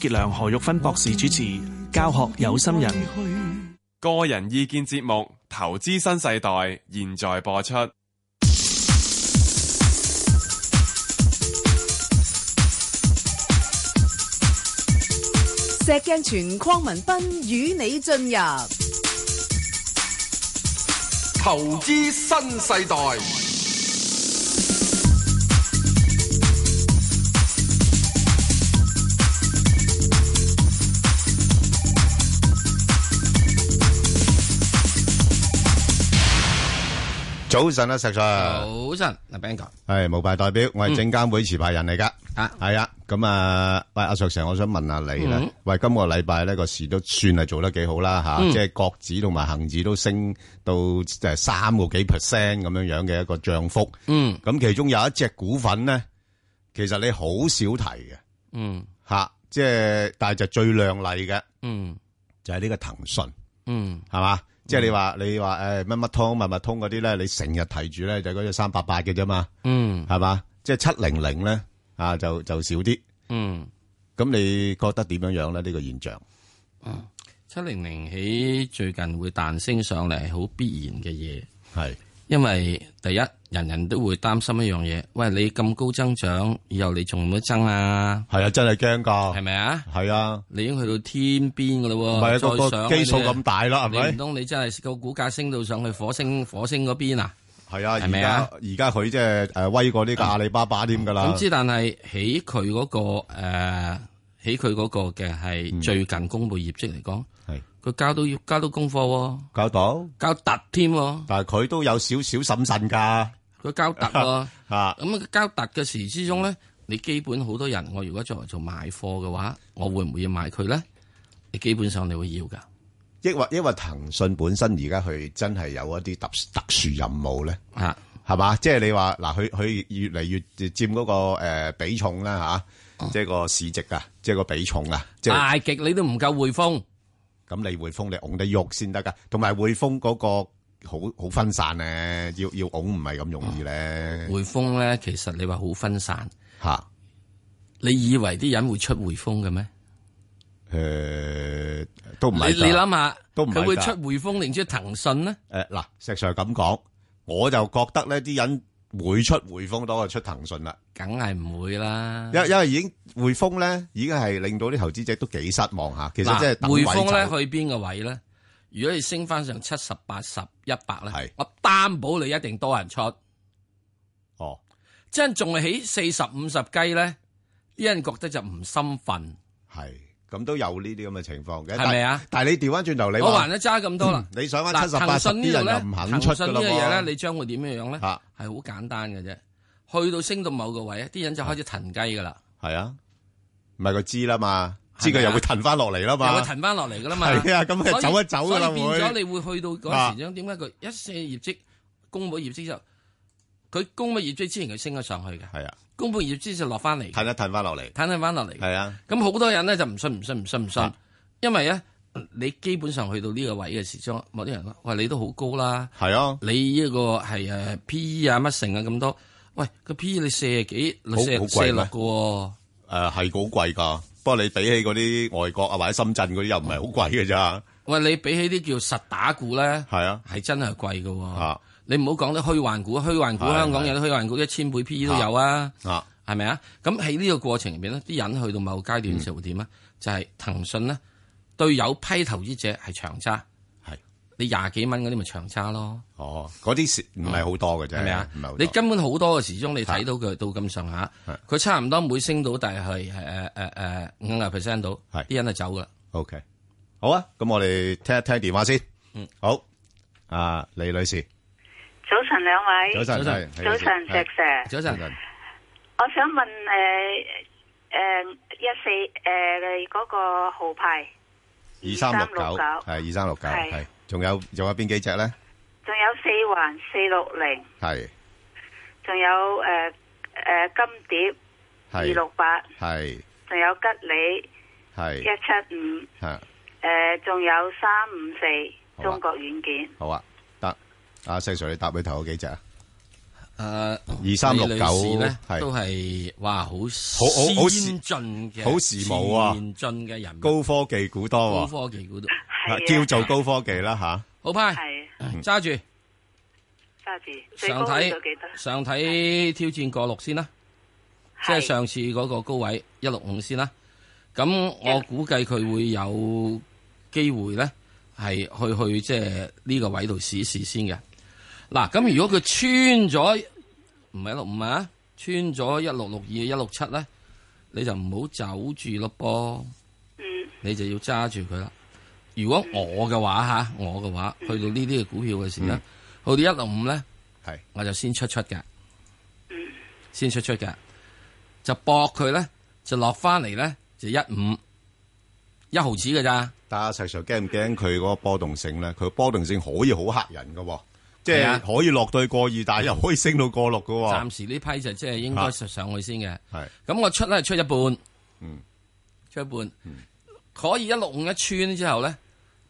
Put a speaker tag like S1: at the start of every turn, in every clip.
S1: 傑良何玉芬博士主持《教學有心人》，
S2: 個人意見節目《投資新世代》現在播出。
S3: 石鏡泉鄺民彬與你進入
S4: 投資新世代。
S5: 早晨啊，石Sir。
S6: 早晨，阿 Ben 哥，
S5: 係，無牌代表，我係證監會持牌人嚟㗎。
S6: 啊。
S5: 係啊，咁啊，喂，阿石Sir，我想問下你呢，
S6: 嗯。
S5: 喂，今個禮拜呢，個市都算係做得幾好啦，吓，
S6: 嗯。
S5: 即係國指同埋恒指都升到，即係3個幾%咁樣樣嘅一個漲幅。
S6: 嗯
S5: 咁其中有一隻股份呢，其實你好少提嘅，吓，即係，但係就最亮麗嘅，就係呢個騰訊。
S6: 嗯嗯嗯
S5: 係嘛？即係你話你話誒乜乜通乜乜通嗰啲咧，你成日提住咧就嗰只三八八嘅啫嘛，
S6: 嗯
S5: 係嘛？即係七零零咧啊，就就少啲。
S6: 嗯，
S5: 咁你覺得點樣樣咧？呢個現象
S6: 七零零起最近會彈升上嚟，係好必然嘅嘢。
S5: 係
S6: 因為第一，人人都會擔心一樣嘢，喂，你咁高增長，以後你仲有冇得爭啊？
S5: 係啊，真係驚
S6: 係
S5: 㗎，
S6: 咪啊？
S5: 係啊，
S6: 你已經去到天邊
S5: 唔
S6: 噶咯
S5: 係
S6: 喎，
S5: 啊個
S6: 哦再上
S5: 個基數
S6: 你
S5: 咁大啦，係
S6: 你唔
S5: 咪？
S6: 通你真係個股價升到上去火星火星嗰邊啊？
S5: 係啊，而
S6: 係咪
S5: 家
S6: 啊
S5: 而家佢即係誒威過呢個阿里巴巴添㗎啦
S6: 咁，之但係喺佢嗰個誒，喺佢嗰個嘅係最近公布業績嚟
S5: 嗯
S6: 講，
S5: 係
S6: 佢交到交到功課喎，
S5: 搞到，
S6: 交突添喎，
S5: 但係佢都有少少審慎㗎啊
S6: 佢交突 喎。
S5: 嚇，
S6: 咁佢交突嘅時之中咧，你基本好多人，我如果作為做買貨嘅話，我會唔會要買佢咧？你基本啊上你會要噶。
S5: 抑或抑或騰訊本身而家佢真係有一啲特特殊任務咧。
S6: 啊，
S5: 係嘛？即係你話嗱，佢佢越嚟越佔嗰、個、呃、比重啦吓、即係個市值啊，即係個比重啊，即係
S6: 哦大極你都唔夠匯豐，
S5: 咁你匯豐你拱得喐先得噶，同埋匯豐嗰個好好分散咧，要要拱唔係咁容易咧
S6: 匯豐咧其實你話好分散，
S5: 吓。
S6: 你以為啲人會出匯豐嘅咩？
S5: 誒、呃都唔
S6: 你
S5: 係㗎。
S6: 你諗下，
S5: 都唔係㗎
S6: 佢會出匯豐定出騰訊咧？
S5: 誒嗱、石 Sir 咁講，我就覺得呢啲人會出匯豐多過出騰訊啦，
S6: 梗係唔會啦。
S5: 因因為已經匯豐咧已經係令到啲投資者都幾失望吓，其實
S6: 嗱
S5: 即係等位
S6: 匯豐咧
S5: 走
S6: 去邊個位咧？如果你升翻上七十、八十、一百
S5: 係
S6: 咧，我擔保你一定多人出。
S5: 哦，
S6: 即係仲係起四十五十雞咧，啲人覺得就唔心憤，
S5: 係咁都有呢啲咁嘅情況嘅，
S6: 係咪啊？
S5: 但係你調翻轉頭，你
S6: 我
S5: 話嗯
S6: 還得揸咁多啦。
S5: 你想翻七十
S6: 嗱，
S5: 八
S6: 騰
S5: 十
S6: 訊
S5: 啲人
S6: 呢度
S5: 又
S6: 咧，
S5: 唔肯
S6: 騰
S5: 出
S6: 訊
S5: 噶
S6: 呢
S5: 啦
S6: 樣嘢咧，
S5: 喎。
S6: 你將會點樣樣咧？係
S5: 嚇
S6: 好簡單嘅啫。去到升到某個位，啲人就開始騰雞噶啦，
S5: 係啊，唔係佢知啦嘛，
S6: 係
S5: 知
S6: 咪
S5: 佢
S6: 啊
S5: 又會騰翻落嚟啦
S6: 又會
S5: 嘛。
S6: 騰翻落嚟噶啦嘛。
S5: 係啊，咁佢
S6: 所以
S5: 走一走噶啦
S6: 所以變咗
S5: 會。
S6: 你會去到嗰時，點解佢一卸業績公佈業績之後，佢公佈業績之前佢升咗上去嘅，
S5: 係啊，
S6: 公佈業績就落翻嚟，
S5: 騰一騰翻落嚟。
S6: 攤攤翻落嚟嘅。
S5: 係啊，
S6: 咁好多人咧就唔信唔信唔信唔信
S5: 啊，
S6: 因為咧你基本上去到呢個位嘅時鐘，某啲人話：喂，你都好高啦，
S5: 係啊，
S6: 你呢個係誒 P E 啊乜成啊咁多，喂個 P E 你四十幾
S5: 好
S6: 四
S5: 好
S6: 四
S5: 貴咩
S6: 十六嘅喎。
S5: 誒係好貴㗎。不過你比起嗰啲外國啊或者深圳嗰啲又唔係好貴㗎咋。
S6: 喂，你比起啲叫實打股咧，
S5: 係啊，
S6: 係真係貴嘅喎
S5: 啊。
S6: 你唔好講啲虛幻股，啊虛幻股
S5: 係
S6: 香港
S5: 係
S6: 有啲虛幻股一千倍 P E 都有啊，
S5: 啊，
S6: 係咪啊？咁喺呢個過程入邊呢，啲人去到某個階段就會點
S5: 嗯
S6: 啊？就係騰訊呢，對有批投資者係長揸，
S5: 係
S6: 你廿幾蚊嗰啲咪長揸咯，
S5: 哦，嗰啲蝕唔係好多㗎啫，
S6: 係咪啊
S5: 唔係好？
S6: 你
S5: 多。
S6: 根本好多嘅時鐘，你睇到佢到咁上下
S5: 係，
S6: 佢差唔多每升到但係誒誒誒五廿 percent 到，
S5: 係
S6: 啲人就走噶啦。
S5: OK，好啊，咁我哋聽一聽電話先。嗯，好。啊，李女士，
S7: 早晨，兩位。
S5: 早晨，係
S7: 早晨，石 Sir，
S6: 早晨，
S5: 晨。
S7: 我想問誒誒一四誒嗰個號牌
S5: 二三六九係
S7: 2369
S5: 二三六九
S7: 係
S5: 係，仲有仲有邊幾隻咧？
S7: 仲有四環四六零，
S5: 係
S7: 仲有誒誒金蝶二
S5: 係
S7: 六八，
S5: 係
S7: 仲有吉利一
S5: 係
S7: 七五，
S5: 吓
S7: 誒仲有三五四
S5: 好啊
S7: 中國軟件。
S5: 好啊，得阿細 Sir 你答佢頭嗰幾隻啊？
S6: 诶，
S5: 2369
S6: 李女士咧
S5: 係
S6: 都係哇，好
S5: 好好時
S6: 先進嘅，
S5: 好時髦啊
S6: 先進嘅人物，
S5: 高
S6: 高
S5: 科技股多喎，
S6: 科技股都啊
S7: 係啊，
S5: 叫做高科技啦，吓。
S6: 好派，
S7: 係
S6: 揸住
S7: 揸住最
S6: 上
S7: 高去到幾
S6: 睇
S7: 多？
S6: 上睇挑戰過六先啦，即係
S7: 係
S6: 上次嗰個高位一六五先啦。咁我估計佢會有機會咧，係去去即係呢個位度試一試先嘅。嗱，咁如果佢穿咗唔係一六五啊，穿咗一六六二、一六七咧，你就唔好走住咯噃。
S7: 嗯
S6: 你就要揸住佢啦。如果我嘅話吓，我嘅話
S7: 嗯
S6: 去到呢啲嘅股票嘅時咧，去到一六五咧，
S5: 係
S6: 我就先出出嘅，先出出嘅，就搏佢咧，就落翻嚟咧，就一五一毫子嘅咋，
S5: 但係實在驚唔驚佢嗰個波動性呢？佢波動性可以好嚇人㗎喎，即係
S6: 係啊。
S5: 可以落到去過二，但係又可以升到過六㗎喎。
S6: 暫時呢批就即係應該
S5: 啊
S6: 實上去先嘅。
S5: 係
S6: 咁我出咧出一半，
S5: 嗯，
S6: 出一半，可以一六五一穿之後咧，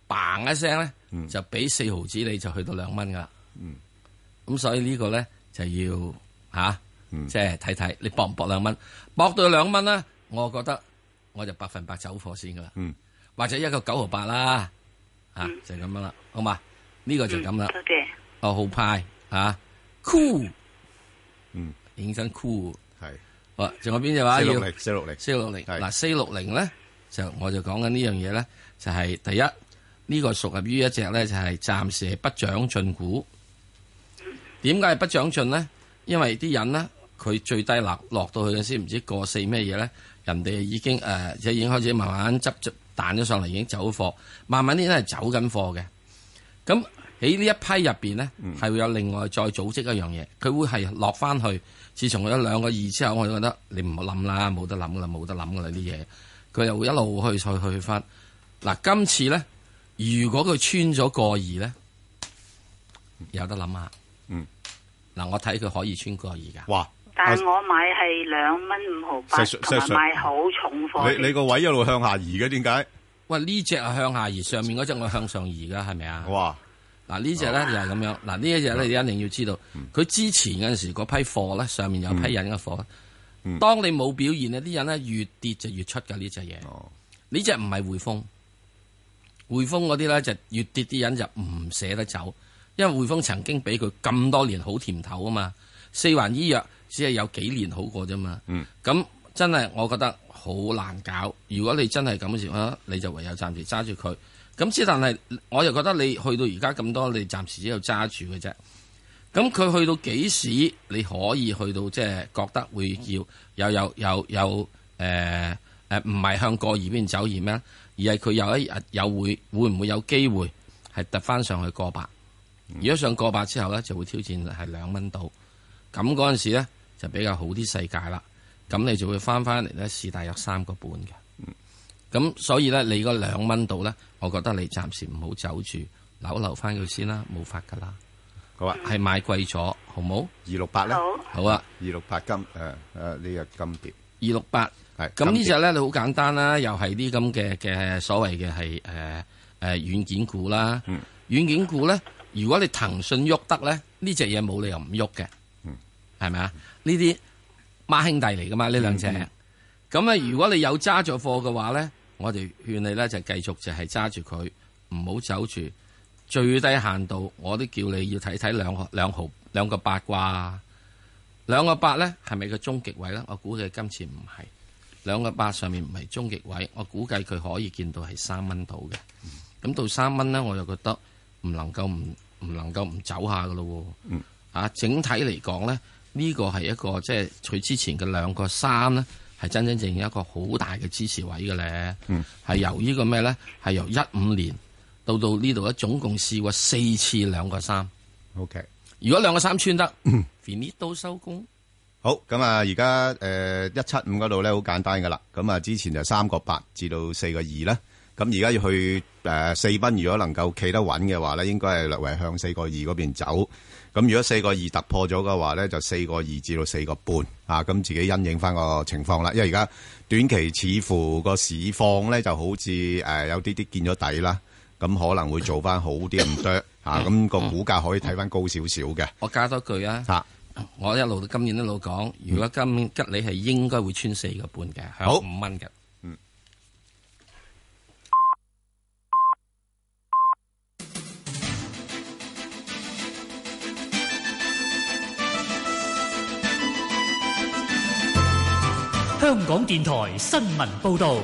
S6: 嘭一聲咧，
S5: 嗯
S6: 就俾四毫子你就去到兩蚊噶啦。嗯，咁所以呢個咧就要吓，
S5: 嗯
S6: 即係睇睇你搏唔搏兩蚊，搏到兩蚊咧，我覺得我就百分百走貨先噶啦。
S5: 嗯，
S6: 或者一個九毫八啦，吓啊就係咁樣啦，好嘛？呢個就係咁啦。
S7: 多謝。
S6: 哦，好派啊，cool，
S5: 嗯，
S6: 認真 cool。
S5: 係。
S6: 好，仲有邊隻話要
S5: 460 460
S6: 四六零？
S5: 係
S6: 嗱，四六零咧就我就講緊呢樣嘢咧，就係第一呢個屬於一隻咧就係暫時係不長進股。點解係不長進咧？因為啲人咧佢最低落落到去嘅先唔知過四咩嘢咧，人哋已經誒、呃即係已經開始慢慢執執彈咗上嚟，已經走貨，慢慢呢啲係走緊貨嘅。咁喺呢一批入邊呢，
S5: 嗯
S6: 係會有另外再組織一樣嘢，佢會係落翻去。自從佢有兩個二之後，我就覺得你唔好諗啦，冇得諗噶啦，冇得諗噶啦啲嘢。佢又會一路去去去翻。嗱，今次呢，如果佢穿咗個二呢，有得諗下。
S5: 嗯。
S6: 嗱，我睇佢可以穿個二㗎。
S5: 哇，
S7: 但
S5: 啊，
S7: 係我買係兩蚊五毫八，
S5: 石 Sir，
S7: 同
S5: 石 Sir，
S7: 埋買好重貨
S5: 你-
S7: 添。
S5: 你個位一路向下移嘅，點解？
S6: 喂，呢只係向下移，上面嗰只我向上移㗎，係咪啊？嗱呢只咧就係咁樣，嗱呢一隻咧你一定要知道，
S5: 嗯
S6: 佢之前嗰陣時嗰批貨咧，上面有批人嘅貨咧，
S5: 嗯
S6: 當你冇表現呢啲人咧越跌就越出㗎呢只嘢。
S5: 哇，哦，係。
S6: 呢只唔係匯豐，匯豐嗰啲咧就越跌啲人就唔捨得走，因為匯豐曾經俾佢咁多年好甜頭啊嘛。四環醫藥只係有幾年好過啫嘛。
S5: 嗯
S6: 咁真係我覺得好難搞。如果你真係咁嘅時候，你就唯有暫時揸住佢。咁之但係我又覺得你去到而家咁多，你暫時只有揸住嘅啫。咁佢去到幾時你可以去到即係覺得會要有有有有誒誒唔係向過二邊走而咩？而係佢有一日有會會唔會有機會係突翻上去過百？如果上過百之後咧，就會挑戰係兩蚊度。咁嗰陣時咧就比較好啲世界啦。咁你就會翻翻嚟咧試大約三個半嘅。咁所以咧，你嗰兩蚊度咧，我覺得你暫時唔好走住，扭留翻佢先啦，冇法噶啦。
S5: 好啊，
S6: 係買貴咗，好冇？
S5: 268呢？
S7: 好，
S6: 好啊，
S5: 268金，誒，誒，呢個金碟。
S6: 二六八。
S5: 係，
S6: 咁呢
S5: 金碟。
S6: 只咧，你好簡單啦，又係啲咁嘅嘅所謂嘅係誒誒軟件股啦。
S5: 嗯
S6: 軟件股咧，如果你騰訊喐得咧，呢只嘢冇理由唔喐嘅。
S5: 嗯，
S6: 係咪啊？呢啲孖兄弟嚟噶嘛，呢兩隻。咁啊咧，如果你有揸咗貨嘅話咧，我哋勸你咧就繼續就係揸住佢，唔好走住。最低限度，我都叫你要睇睇兩個兩毫兩個八啩。兩個八咧係咪個終極位咧？我估計今次唔係。兩個八上面唔係終極位，我估計佢可以見到係三蚊到嘅。咁到三蚊咧，我又覺得唔能夠唔唔能夠唔走下噶咯喎。
S5: 嗯
S6: 啊，整體嚟講咧，呢、個係一個即係佢之前嘅兩個三咧，係真真正正一個好大嘅支持位嘅咧。
S5: 嗯
S6: 係、由呢個咩咧？係由一五年到到呢度咧，總共試過四次兩個三。
S5: OK。
S6: 如果兩個三穿得
S5: 嗯
S6: f i n i 都收工。
S5: 好，咁啊，而家诶一七五嗰度咧好簡單噶啦，咁啊之前就三個八至到四個二啦，咁而家要去诶呃四蚊，如果能夠企得穩嘅話咧，應該係略為向四個二嗰邊走。咁如果四個二突破咗嘅話咧，就四個二至到四個半啊，咁自己因應翻個情況啦。因為而家短期似乎個市況咧就好似诶、呃有啲啲見咗底啦，咁可能會做翻好啲咁多吓，啊咁、個股價可以睇翻高少少嘅
S6: 我加多句啊。
S5: 吓，
S6: 我一路到今年一路講，如果今年吉利係應該會穿四個半嘅，向
S5: 嗯好
S6: 五蚊嘅。
S2: 香港電台新聞報導，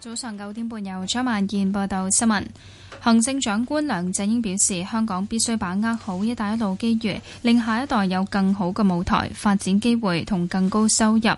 S8: 早上九點半由張萬燕報道新聞。行政長官梁振英表示，香港必須把握好「一帶一路」機遇，令下一代有更好嘅舞台、發展機會同更高收入。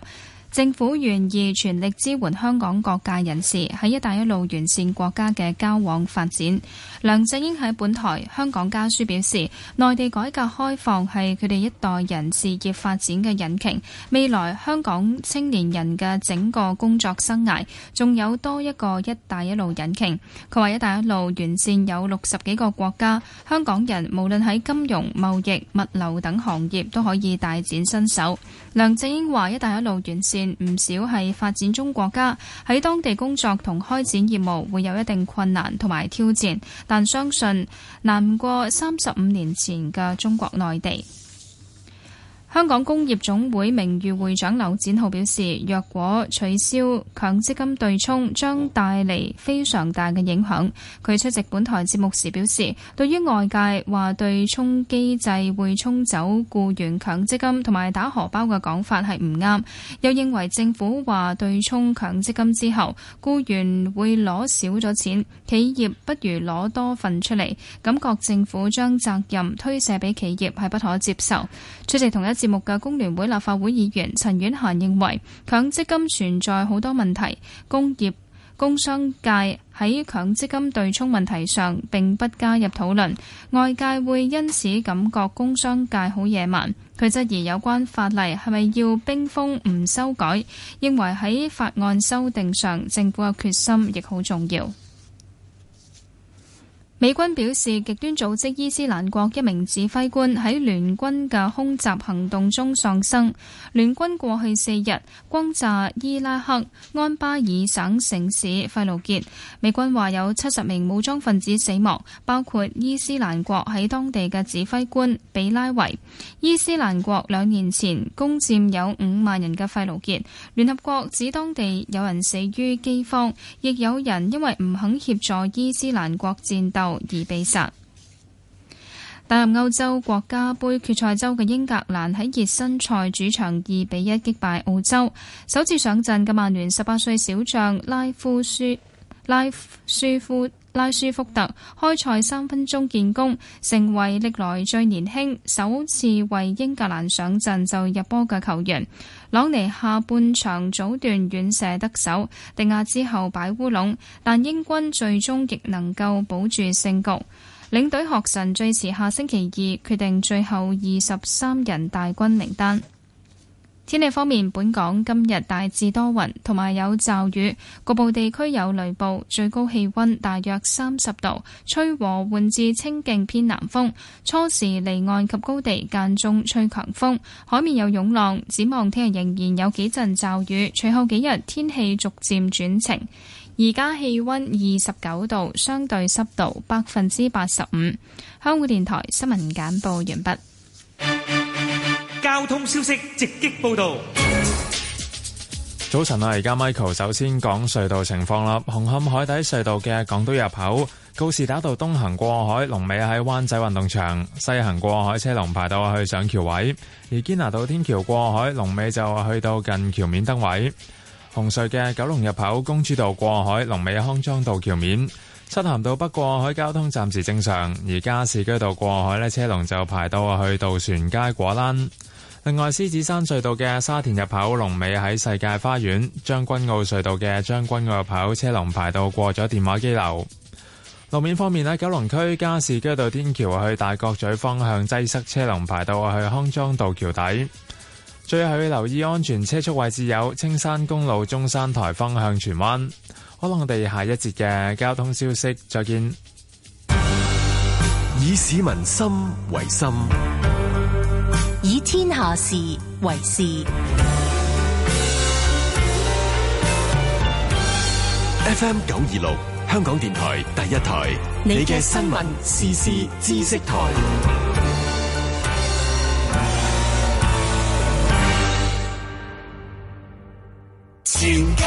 S8: 政府願意全力支援香港各界人士喺「一帶一路」完善國家嘅交往發展。梁振英喺本台《香港家書》表示，內地改革開放係佢哋一代人事業發展嘅引擎，未來香港青年人嘅整個工作生涯仲有多一個「一帶一路」引擎。佢話：一帶一路沿線有六十幾個國家，香港人無論喺金融、貿易、物流等行業都可以大展身手。梁振英話：一帶一路沿線唔少係發展中國家，喺當地工作同開展業務會有一定困難同埋挑戰，但相信難唔過三十五年前嘅中國內地。香港工業總會名譽會長劉展浩表示，若果取消強積金對沖，將帶嚟非常大嘅影響。佢出席本台節目時表示，對於外界話對沖機制會沖走僱員強積金同埋打荷包嘅講法係唔啱，又認為政府話對沖強積金之後，僱員會攞少咗錢，企業不如攞多份出嚟，感覺政府將責任推卸俾企業係不可接受。出席同一節目嘅工聯會立法會議員陳婉嫻認為，強積金存在好多問題，工業工商界喺強積金對沖問題上並不加入討論，外界會因此感覺工商界好野蠻。佢質疑有關法例係咪要冰封唔修改，認為喺法案修訂上政府嘅決心亦好重要。美軍表示，極端組織伊斯蘭國一名指揮官喺聯軍嘅空襲行動中喪生。聯軍過去四日轟炸伊拉克安巴爾省城市費盧傑，美軍話有七十名武裝分子死亡，包括伊斯蘭國喺當地嘅指揮官比拉維。伊斯蘭國兩年前攻佔有五萬人嘅費盧傑，聯合國指當地有人死於饑荒，亦有人因為唔肯協助伊斯蘭國戰鬥而被殺。踏入歐洲國家杯決賽周嘅英格蘭喺熱身賽主場二比一擊敗澳洲，首次上陣嘅曼聯十八歲小將拉夫舒拉舒夫拉舒福特開賽三分鐘建功，成為歷來最年輕、首次為英格蘭上陣就入波嘅球員。朗尼下半場早段遠射得手，迪亞之後擺烏龍，但英軍最終亦能夠保住勝局。領隊學神最遲下星期二決定最後二十三人大軍名單。天氣方面，本港今日大致多雲，同埋有驟雨，局部地區有雷暴，最高氣温大約三十度，吹和緩至清勁偏南風，初時離岸及高地間中吹強風，海面有湧浪。展望聽日仍然有幾陣驟雨，隨後幾日天氣逐漸轉晴。而家氣温二十九度，相對濕度百分之八十五。香港電台新聞簡報完畢。
S2: 交通消息直擊報導。
S9: 早晨啊，而家 Michael 首先講隧道情況啦。紅磡海底隧道嘅港島入口告士打道東行過海，龍尾喺灣仔運動場；西行過海車龍排到去上橋位。而堅拿道天橋過海，龍尾就去到近橋面燈位。紅隧嘅九龍入口公主道過海，龍尾康莊道橋面。漆咸道北過海交通暫時正常，而加士居道過海呢車龍就排到去渡船街果欄。另外，獅子山隧道嘅沙田入口龍尾喺世界花園，將軍澳隧道嘅將軍澳入口車龍排到過咗電話機樓。路面方面喺九龍區加士居道天橋去大角咀方向擠塞車龍排到去康莊道橋底。最後要留意安全車速位置有青山公路中山台方向荃灣。可能我哋下一節嘅交通消息再見。
S4: 以市民心為心，
S10: 以天下事為事。
S4: FM 九二六香港電台第一台，你嘅新聞時事知識台。
S11: 全家。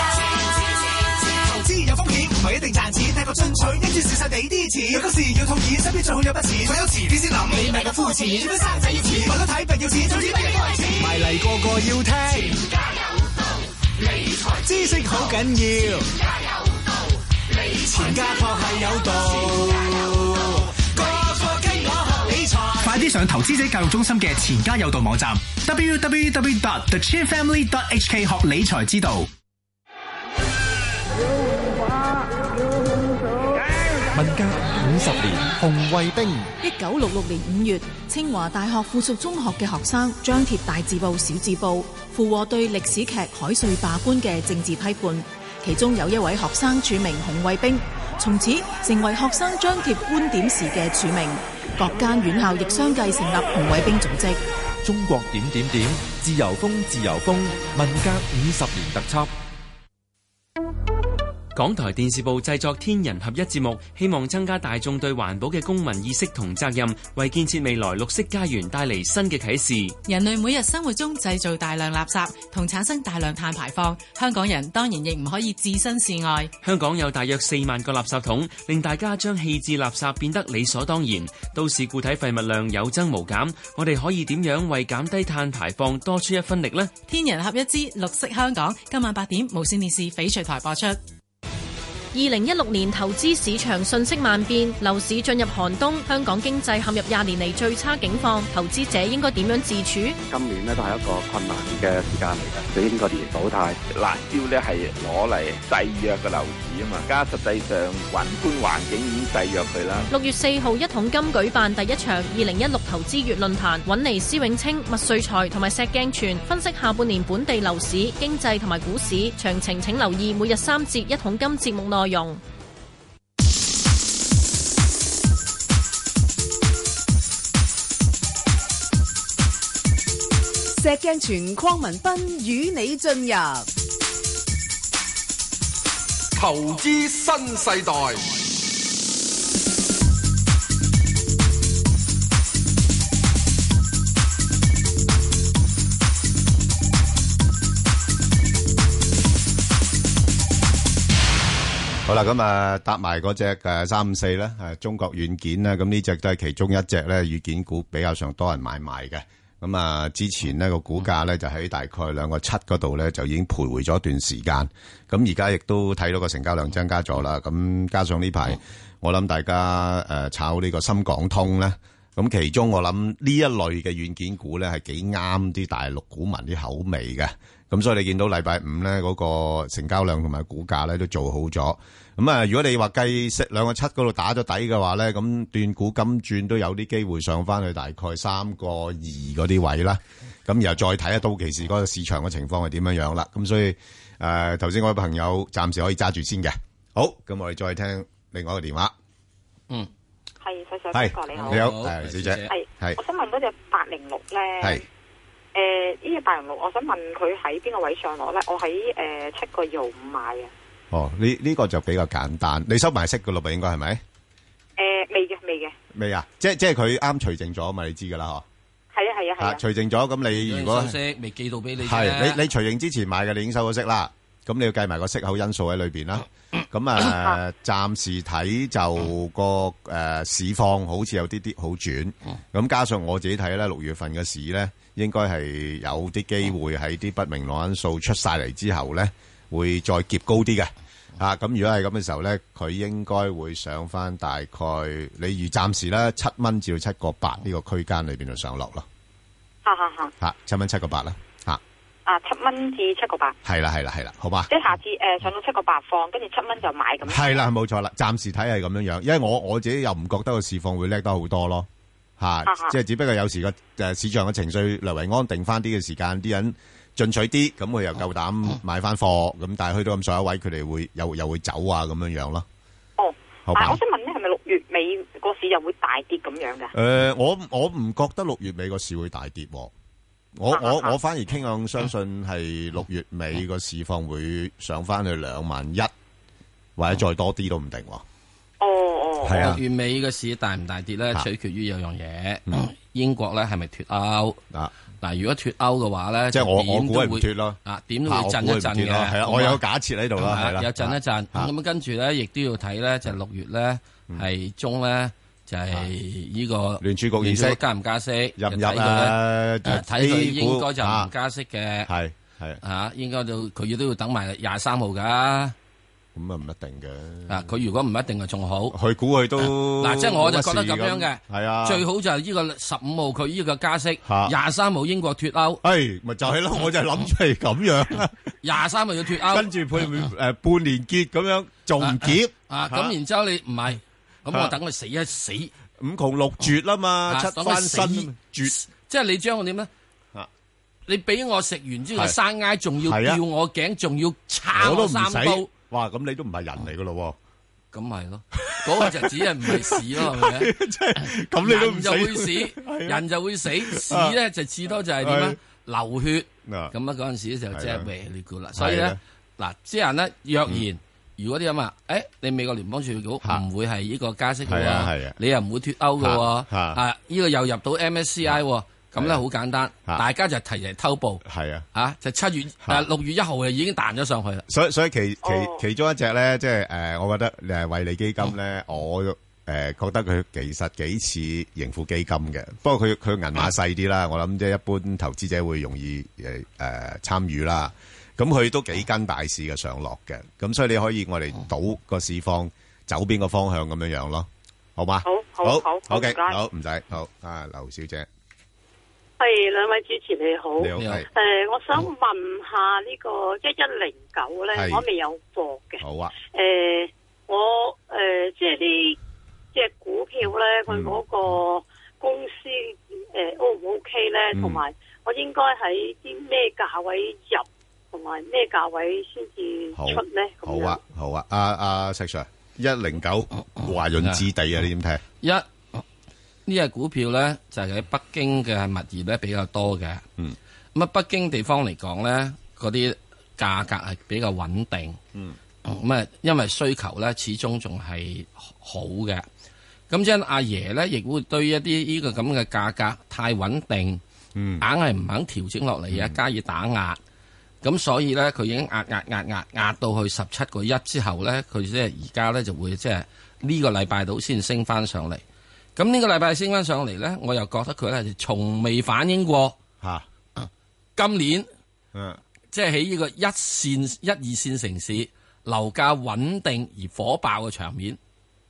S11: 投資有風險，唔係一定賺錢，睇個進取，跟住蝕晒你啲錢。有急事要套現，身邊最好有筆錢，想有遲啲先諗，你咪咁膚淺。做咩生仔要錢，買樓睇病要錢，總之乜嘢都係錢。咪嚟個個要聽。全家有道，理財知識好緊要。全家有道，理財全家確係有道。個個跟我學理財。
S12: 快啲上投資者教育中心嘅前家有道網站 www.thechinfamily.hk 學理財之道。
S13: 文革五十年，紅衛兵。
S14: 一九六六年五月，清華大學附屬中學嘅學生張貼大字報、小字報，附和對歷史劇海瑞罷官嘅政治批判。其中有一位學生署名紅衛兵，從此成為學生張貼觀點時嘅署名。各間院校亦相繼成立紅衛兵組織。
S13: 中國點點點，自由風自由風，文革五十年特輯。
S15: 港台電視部製作《天人合一》節目，希望增加大眾對環保嘅公民意識同責任，為建設未來綠色家園帶嚟新嘅啟示。
S16: 人類每日生活中製造大量垃圾，同產生大量碳排放，香港人當然亦唔可以置身事外。
S15: 香港有大約四萬個垃圾桶，令大家將棄置垃圾變得理所當然。都市固體廢物量有增無減，我哋可以點樣為減低碳排放多出一分力呢？
S16: 《天人合一之綠色香港》今晚八點無線電視翡翠台播出。
S17: 二零一六年投資市場瞬息萬變，樓市進入寒冬，香港經濟陷入廿年嚟最差境況，投資者應該點樣自處？
S18: 今年呢都係一個困難嘅時間嚟嘅，你應該連保泰辣椒呢係攞嚟制約個樓市啊嘛，而家實際上宏觀環境已經制約佢啦。
S17: 六月四號一桶金舉辦第一場二零一六投資月論壇，揾嚟施永青、麥萃才同埋石鏡泉分析下半年本地樓市、經濟同埋股市，詳情請留意每日三節一桶金節目內內容
S3: 石鏡泉鄺民彬與你進入
S1: 投資新世代。
S5: 好啦，咁啊搭埋嗰隻誒三五四啦，誒中國軟件啦，啊咁呢隻都係其中一隻咧軟件股比較上多人買賣嘅。咁啊，之前呢個股價咧就喺大概兩個七嗰度咧就已經徘徊咗一段時間。咁而家亦都睇到個成交量增加咗啦。咁加上呢排我諗大家誒炒呢個深港通咧，咁其中我諗呢一類嘅軟件股咧係幾啱啲大陸股民啲口味嘅。咁所以你見到禮拜五咧嗰個成交量同埋股價咧都做好咗。咁啊，如果你話計息兩個七嗰度打咗底嘅話咧，咁斷股金轉都有啲機會上翻去大概三個二嗰啲位啦。咁然後再睇下到期時嗰個市場嘅情況係點樣樣啦。咁所以誒頭先我位朋友暫時可以揸住先嘅。好，咁我哋再聽另外一個電話。
S6: 嗯，
S19: 係，細
S5: 係
S19: 細哥你好，
S5: 你好，係小姐，
S19: 係
S5: 係
S19: 我想問嗰隻八零六咧，
S5: 係。
S19: 誒呃呢隻八零六，我想問佢喺邊個位上落咧？我喺誒七個二毫五買啊。
S5: 哦，呢呢個就比較簡單，你收埋息嘅咯噃，應該係咪？
S19: 誒呃未嘅，未嘅，
S5: 未啊？即即係佢啱除淨咗啊嘛，你知㗎啦嗬。
S19: 係啊係啊係
S5: 啊，
S19: 啊。
S5: 除淨咗，咁你如果
S6: 收息未寄到俾你啫
S5: 係你你除淨之前買嘅，你已經收咗息啦。咁你要計埋個息口因素喺裏邊啦。咁啊，暫時睇就個誒市況好似有啲啲好轉。咁加上我自己睇咧，六月份嘅市咧，應該係有啲機會喺啲不明朗因素出晒嚟之後咧，會再夾高啲嘅。啊，咁如果係咁嘅時候咧，佢應該會上翻大概你預暫時咧七蚊至到七個八呢個區間裏邊度上落咯。啊
S19: 嚇嚇嚇！
S5: 吓，七蚊七個八啦，吓，
S19: 啊七蚊至七個八，
S5: 係啦係啦係啦，好嘛
S19: 即？係下次誒上到七個八放，跟住七蚊就買咁。
S5: 係啦，冇錯啦，暫時睇係咁樣樣，因為我我自己又唔覺得個市況會叻得好多咯，吓
S19: 啊哈，
S5: 即係只不過有時個誒市場嘅情緒略為安定翻啲嘅時間，啲人進取啲，咁佢又夠
S19: 嗯
S5: 膽買翻貨，咁但係去到咁上一位，佢哋會又又會走啊咁樣樣咯。
S19: 哦，
S5: 好
S19: 但
S5: 吧
S19: 係我想問咧，係咪六月尾個市就會大跌咁樣㗎？
S5: 誒、我我唔覺得六月尾個市會大跌喎，我我我反而傾向相信係六月尾個市況會上翻去兩萬一或者再多啲都唔定喎。
S6: 哦
S5: 係啊
S6: 月尾嘅市大唔大跌咧，取決於有樣嘢，
S5: 嗯
S6: 英國咧係咪脱歐？嗱，如果脱歐嘅話咧，
S5: 啊即係我我
S6: 點都
S5: 估係唔
S6: 會
S5: 脱咯
S6: 啊點都
S5: 啊
S6: 會
S5: 我
S6: 震
S5: 估係
S6: 一
S5: 唔
S6: 震
S5: 脱
S6: 嘅。
S5: 咯係啦啊
S6: 好嘛
S5: 我有假設喺度啦
S6: 係嘛
S5: 係啦
S6: 有震一震。
S5: 啊
S6: 咁跟住咧，亦都要睇咧，就係六月咧係中咧就係呢個
S5: 嗯聯儲局議息
S6: 聯加唔加息，
S5: 入唔入
S6: 就睇佢呢
S5: 啊
S6: 誒睇佢
S5: A 股
S6: 應該就
S5: 啊
S6: 唔加息嘅。
S5: 係係
S6: 啊，應該就佢都要等埋廿三號㗎。
S5: 咁啊唔一定嘅。
S6: 啊，佢如果唔一定啊，仲好。
S5: 佢估佢都
S6: 嗱，即係我就覺得咁樣
S5: 冇乜
S6: 嘅
S5: 事，咁係啊
S6: 最好就係呢個十五號佢呢個加息
S5: 嚇，哎
S6: 廿三號英國脱歐，
S5: 誒，咪就係咯， 我就係諗出嚟 咁樣啦。
S6: 廿三號要脱歐，
S5: 跟住配誒半年結咁樣，仲唔結
S6: 啊，
S5: 嚇
S6: 咁然之後你唔係，咁
S5: 嚇
S6: 我等佢死一死，
S5: 五窮六絕啦嘛，
S6: 啊
S5: 七
S6: 等佢
S5: 翻
S6: 死
S5: 身絕
S6: 即係你將我點咧？你俾我食完之後
S5: 係
S6: 生挨，仲要
S5: 係啊
S6: 吊我頸，仲要撐
S5: 我都
S6: 我
S5: 唔
S6: 三
S5: 使
S6: 刀，。
S5: 哇，咁你都唔係人嚟噶咯
S6: 喎。咁咪咯，嗰個就只係唔係屎 咯，係咪？
S5: 即啊係咁你都唔使
S6: 人就會死，
S5: 係啊啊
S6: 人就會死，屎咧就至多就係點
S5: 係
S6: 咧流血，
S5: 咁啊
S6: 嗰陣時就即
S5: 係
S6: 係
S5: 啊
S6: 喂你估啦，所以
S5: 係
S6: 咧
S5: 啊嗯
S6: 嗱，之人咧若然。如果啲咁啊，誒，你美國聯邦儲備局唔會係呢個加息嘅
S5: 係啊係
S6: 喎
S5: 啊，
S6: 你又唔會脱歐嘅喎，
S5: 嚇
S6: 啊，呢個又入到 MSCI 喎，咁
S5: 係
S6: 咧
S5: 啊
S6: 好簡單，
S5: 嚇
S6: 大家就提嚟偷步，
S5: 係啊，
S6: 啊，就七月
S5: 嚇
S6: 啊六月一號就已經彈咗上去啦，
S5: 所以所以其其
S20: 哦
S5: 其中一隻咧，即係誒，我覺得誒惠理基金咧，
S20: 嗯
S5: 我誒覺得佢其實幾似盈富基金嘅，不過佢佢銀
S20: 嗯
S5: 碼細啲啦，我諗即係一般投資者會容易誒誒參與啦。咁佢都幾跟大市嘅上落嘅，咁所以你可以我哋
S20: 哦
S5: 賭個市況走邊個方向咁樣樣咯，好嘛？
S20: 好好好
S5: 好嘅
S20: 唔，該
S5: 好唔使好啊，劉小姐，
S20: 系兩位主持你好，
S5: 你好你好
S20: 誒我想問下呢個一一零九咧，
S5: 係
S20: 我未有貨嘅。
S5: 好啊，
S20: 誒、我誒、即係呢只股票
S5: 嗯
S20: 咧，佢嗰個公司誒、O 唔 O K 咧，
S5: 嗯
S20: 同埋、我應該喺啲咩價位入，同埋咩價位先至
S5: 好
S20: 出咧？
S5: 好啊，好啊，阿阿石 Sir 一零九華潤置地啊，你點睇？
S6: 一呢只股票咧就係喺北京嘅物業咧比較多嘅。
S5: 嗯。
S6: 咁啊，北京地方嚟講咧，嗰啲價格係比較穩定。
S5: 嗯。
S6: 咁啊，因為需求咧始終仲係好嘅。咁即係阿爺咧，亦會對一啲呢個咁嘅價格太穩定，
S5: 嗯
S6: 硬係唔肯調整落嚟啊，加以打壓。咁所以咧，佢已經壓壓壓壓壓到去十七個一之後咧，佢即係而家咧就會即係呢個禮拜到先升翻上嚟。咁呢個禮拜升翻上嚟咧，我又覺得佢咧就從未反映過
S5: 嚇
S6: 今年，
S5: 嗯，
S6: 即係喺呢個一線一二線城市樓價穩定而火爆嘅場面。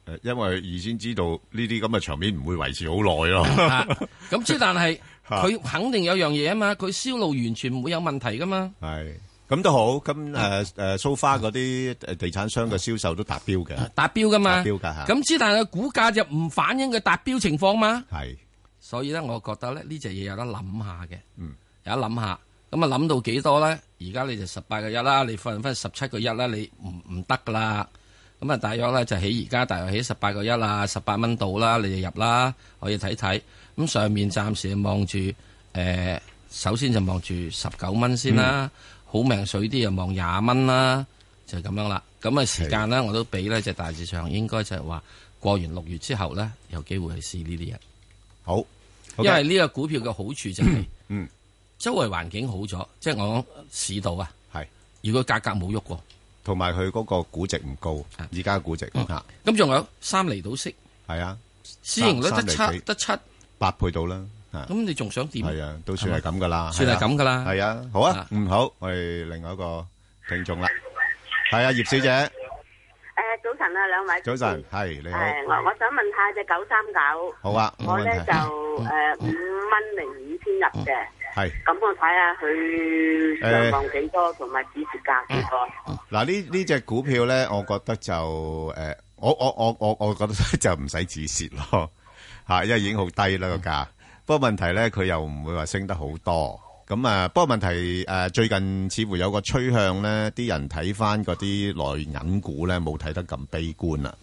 S5: 誒因為預先知道呢啲咁嘅場面唔會維持好耐咯。
S6: 啊 咁之但係佢肯定有樣嘢啊嘛，佢銷路完全唔會有問題噶嘛。
S5: 係咁都好，咁誒誒蘇花嗰啲誒地產商嘅銷售都達標嘅，
S6: 達標噶嘛，
S5: 達標㗎嚇
S6: 咁之但係股價就唔反映佢達標情況嘛。
S5: 係，
S6: 所以咧，我覺得咧呢只嘢有得諗下嘅，
S5: 嗯，
S6: 有得諗下。咁啊諗到幾多咧？而家你就十八個一啦，你瞓翻十七個一啦，你唔唔得噶啦。咁啊，大約咧就喺而家，大約喺十八個一啦，十八蚊度啦，你就入啦，可以睇睇。咁上面暫時望住誒、呃首先就望住十九蚊先啦，好命水啲又望廿蚊啦，就係咁樣啦。咁啊時間咧我都俾咧就大致上應該就係話過完六月之後咧有機會去試呢啲嘢。
S5: 好，
S6: 因為呢個股票嘅好處就係、
S5: 嗯
S6: 周圍環境好咗，即係我講市道啊，
S5: 係
S6: 如果價格冇喐過，
S5: 同埋佢嗰個估值唔高，而家嘅估值嚇
S6: 咁仲有三厘到息，
S5: 係啊，
S6: 市盈率得
S5: 三
S6: 七
S5: 三厘幾
S6: 得七，咁
S5: 八倍到啦。嚇
S6: 你仲想點？
S5: 係啊，都算係咁噶啦，
S6: 算係咁㗎啦
S5: 係啊，好啊，嗯好，我哋另外一個聽眾啦，係啊，葉小姐，
S18: 诶，早晨啊，兩位
S5: 早晨，係你
S18: 诶，
S5: 好，
S18: 我我想問下只九三九，
S5: 好啊
S18: 我咧
S5: 冇問題
S18: 就
S19: à,
S18: 诶五蚊零五先入嘅，
S5: 係。
S18: 咁我睇下佢上望幾多，同埋指示價幾多。
S5: 嗱，呢呢只股票咧，我覺得就誒、呃我我我我我覺得 就唔使止蝕咯 嚇，因為已經好低啦個價。不過問題咧，佢又唔會話升得好多。咁啊，不過問題誒、呃最近似乎有個趨向咧，啲人睇翻嗰啲內銀股咧，冇睇得咁悲觀啦。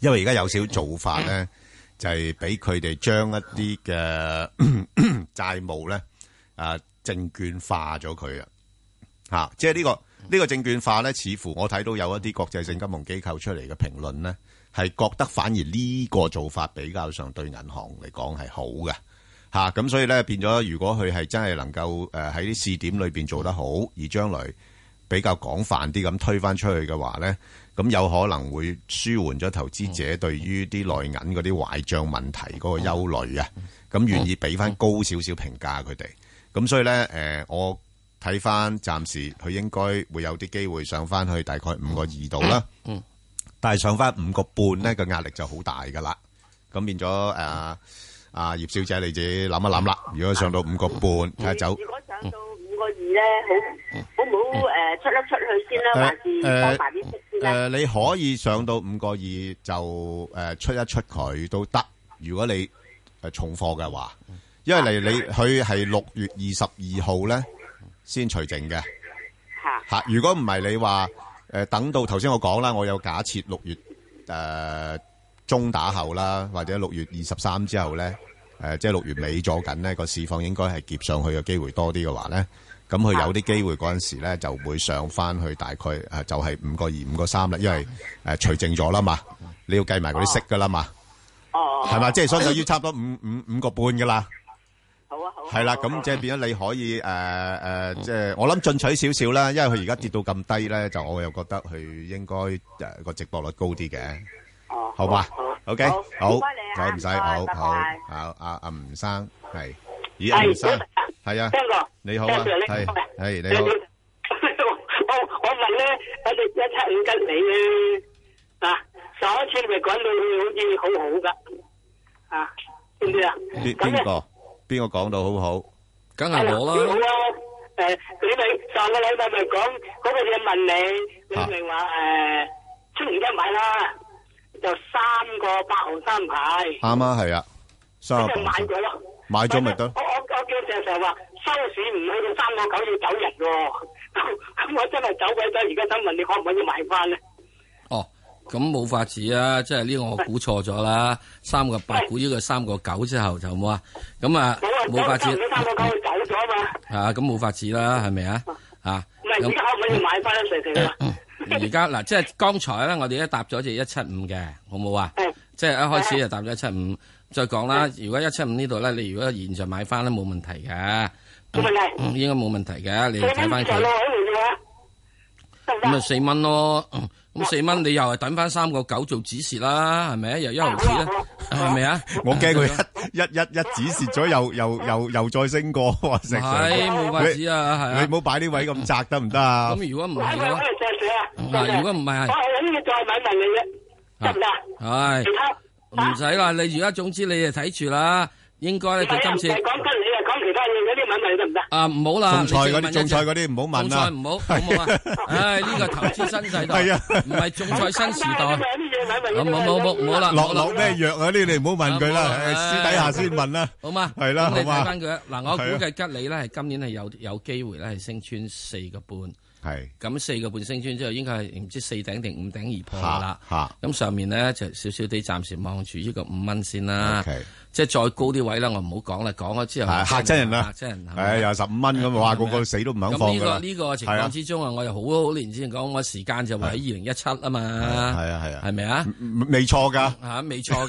S5: 因為而家有少少做法咧，就係俾佢哋將一啲嘅 債務咧，啊證券化咗佢啊。吓、即係呢、個呢個證券化咧，似乎我睇到有一啲國際性金融機構出嚟嘅評論咧，係覺得反而呢個做法比較上對銀行嚟講係好嘅嚇。咁、所以咧變咗，如果佢係真係能夠誒喺啲試點裏邊做得好，而將來比較廣泛啲咁推翻出去嘅話咧，咁有可能會舒緩咗投資者對於啲內銀嗰啲壞帳問題嗰個憂慮啊。咁願意俾翻高少少評價佢哋。咁所以咧誒、呃我睇翻暫時佢應該會有啲機會上翻去大概五個二度啦。
S6: 嗯，
S5: 但係上翻五個半咧，個壓力就好大噶啦。咁變咗誒啊葉小姐你自己諗一諗啦。如果上到五個半，睇下走
S18: 如果上到五個二咧，好好唔好
S19: à,
S18: 诶出一出去先啦，還是放埋啲息先
S5: 誒、
S18: 咧？
S5: 你可以上到五個二就誒、出一出佢都得。如果你誒重貨嘅話，因為嚟你佢係六月二十二號咧先除淨嘅。嚇、如果唔係你話誒、等到頭先我講啦，我有假設六月誒、中打後啦，或者六月二十三之後咧，誒、即係六月尾咗緊呢個市況應該係夾上去嘅機會多啲嘅話咧，咁佢有啲機會嗰陣時咧就會上翻去大概誒、就係五個二五個三啦，因為誒、除淨咗啦嘛，你要計埋嗰啲息噶啦嘛，
S18: 哦，
S5: 係嘛、即係相對於差唔多五五五個半噶啦。
S18: 好啊，好啊。
S5: 係啦，咁即係變咗你可以誒誒，即係我諗進取少少啦，因為佢而家跌到咁低咧，就我又覺得佢應該誒個直播率高啲嘅。
S18: 哦，
S5: 好嘛
S18: 好
S5: ，OK，
S18: 好
S5: 好，
S18: 唔該你啊
S5: 好唔使，
S18: 唔該
S5: 好
S18: 拜拜
S5: 好，好阿阿吳生係，咦，
S18: 係
S5: 吳生
S18: 早晨
S5: 係啊
S18: 聽過，
S5: 你好啊，
S18: 聽過你
S5: 係
S18: 好啊
S5: 係你好，
S18: 我我問咧，我哋一七五吉你咧，啊，上一次咪講到佢好似好好噶，啊，知唔知啊？
S5: 邊
S18: 咁
S5: 邊個邊個講到好好？
S6: 梗
S18: 係好啦，誒，你咪上個禮拜咪講嗰個嘢問你，你咪話誒，出年一買啦，就三個八號三牌，
S5: 啱啊，係啊，三
S18: 咁
S5: 個
S18: 就買
S5: 八
S18: 咗咯。
S5: 買咗咪得
S18: 我我我叫石 Sir 話收市唔去到三個九要走人喎， 咁我真係走鬼咗，而家想問你可唔可以買翻咧？
S6: 哦，咁冇法子啊！即係呢個我估錯咗啦，三個八估呢個三個九之後就冇啊，咁啊冇法子
S18: 走唔到三個九要走咗嘛？
S6: 啊，咁冇法子啦，係咪啊？啊，
S18: 唔係而
S6: 咁
S18: 家可唔可以買翻咧，石 Sir 啊？
S6: 而家嗱，即係剛才咧，我哋一搭咗隻一七五嘅，好冇啊？即係一開始就搭咗一七五，再講啦。如果一七五呢度咧，你如果現場買翻咧，冇問題嘅，
S18: 冇問
S6: 題，應該冇問題嘅。你
S18: 你
S6: 睇翻佢
S18: 上。落喺度嘅話
S6: 咁啊四蚊咯，咁四蚊你又係等翻三個九做指示啦，係咪？又一毫子啦，係咪啊？
S5: 我驚佢一一一一指蝕咗，又又又又再升過 喎，石 Sir
S6: 係冇法子啊係啊
S5: 你唔好擺啲位咁窄得唔得啊？
S6: 咁如果唔
S18: 喂
S6: 係
S18: 喂
S6: 嘅話
S18: 喂，石 Sir 啊，
S6: 嗱如果唔係
S18: 我係諗住再買問你啫，得唔得啊？
S6: 係
S18: 其他。
S6: 唔使啦，你而家總之你哋睇住啦，應該咧佢今次
S18: 唔係講跟你啊，講其他嘢嗰啲問問你得唔得？
S6: 啊唔好
S5: 種
S6: 啦，
S5: 菜嗰啲
S6: 你淨係問一隻
S5: 種菜嗰啲唔好問啦
S6: 種菜唔好，好唔好啊？唉，呢個投資新世代，
S5: 係啊
S6: 唔係種菜新時代，好冇冇冇唔好啦，
S5: 落
S6: 唔好啦
S5: 落咩藥啊？呢你唔好問佢啦，誒私底下先問啦。
S6: 好嘛？
S5: 係啦，
S6: 咁
S5: 好
S6: 你睇
S5: 嘛
S6: 翻。佢嗱，我估
S5: 係
S6: 計
S5: 啊
S6: 吉利咧係今年係有有機會咧係升穿四個半，
S5: 係
S6: 咁四個半升穿之後應該係唔知四頂定五頂而破㗎啦
S5: 嚇。嚇，
S6: 咁上面咧就少少地暫時望住呢個五蚊先啦
S5: OK，
S6: 即係再高啲位啦，我唔好講啦，講咗之後
S5: 係嚇親人啦
S6: 嚇親人係咪
S5: 誒又十五蚊咁，哇個個死都唔肯
S6: 咁
S5: 放
S6: 呢
S5: 㗎
S6: 個
S5: 啦。
S6: 呢個情
S5: 係啊
S6: 況之中啊，我又好好年之前講，我時間就話喺二零一七啊嘛，
S5: 係
S6: 係
S5: 啊係啊，
S6: 係咪啊？
S5: 未 錯㗎，
S6: 嚇未錯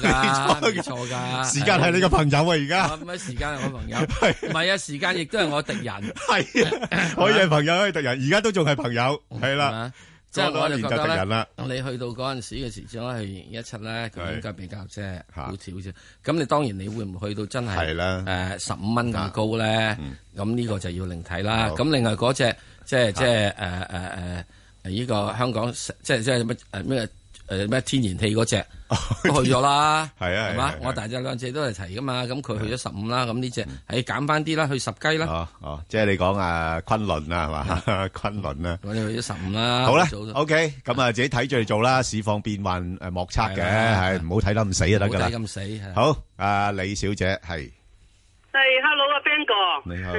S6: 㗎，
S5: 未
S6: 未
S5: 錯㗎
S6: 錯㗎，
S5: 時間係你個朋友啊，而家
S6: 啊乜時間係我 朋友，唔係啊，時間亦都係我敵人。
S5: 可以係朋友，可以係敵人，而家都仲係朋友，係啦。
S6: 即係我
S5: 過多
S6: 就
S5: 一
S6: 覺
S5: 年
S6: 得
S5: 就敵人啦
S6: 咧。，你去到嗰陣時嘅時鐘咧，去一七咧，佢
S5: 係
S6: 應該比較即係好少啫。咁你當然你會唔會去到真係
S5: 係啦嗯
S6: 誒十五蚊咁高咧？咁呢個就要另睇啦。
S5: 好
S6: 咁另外嗰只即係即係誒誒誒誒呢個香港即係即係乜誒咩誒咩天然氣嗰只都去咗啦，
S5: 哦係啊係啊
S6: 係嘛
S5: 係啊？嗯
S6: 我大隻兩隻都係提噶嘛，咁佢去咗十五啦，咁呢只誒減翻啲啦，去十雞啦。
S5: 哦，即係你講啊昆侖啊，係嘛？昆侖啊，
S6: 我哋去咗十五啦。
S5: 好啦
S6: 早咗
S5: ，OK，咁啊自己睇住嚟做啦，市況變幻誒莫測嘅，
S6: 係啦
S5: 係唔好睇得咁死就得㗎啦。
S6: 唔好睇咁死係
S5: 好，阿李小姐係。
S20: 係，hello à, 啊，Ben 哥，
S5: 你好，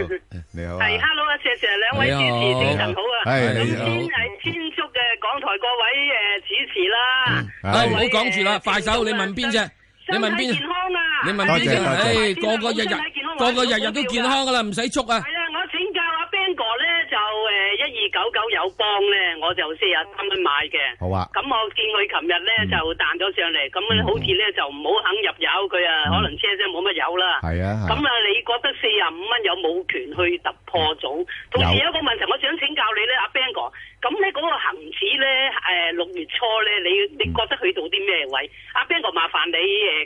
S5: 你好啊，
S20: 係 hello à, 啊，石 Sir，兩位主持精神好啊，
S5: 係
S20: 咁
S5: 你好
S20: 先係千足嘅港台各位誒主持啦，
S6: 唉，唔好講住啦，快手，你問邊只？你問邊
S20: 身體健康啊，
S6: 你問邊只？唉，個個日日
S20: 身體健康
S6: 個
S20: à,
S6: 個日日都健康噶啦，唔使捉啊！
S20: 係啦，我請教阿 Ben 哥咧就誒一二九九友邦邦咧，我就四廿三蚊買嘅。
S5: 好啊
S20: 咁我見佢琴日
S5: 嗯
S20: 咧就彈咗上嚟，咁咧好似咧就唔好肯入油，佢啊可能車廂冇乜油啦。
S5: 嗯係啊係啊
S20: 咁啊，你覺得四廿五蚊有冇權去突破組？同時有一個問題，我想請教你咧，阿 Bang 哥，咁咧嗰個恆指咧，誒六月初咧，你
S5: 嗯
S20: 你覺得去到啲咩位？阿 Bang 哥，麻煩你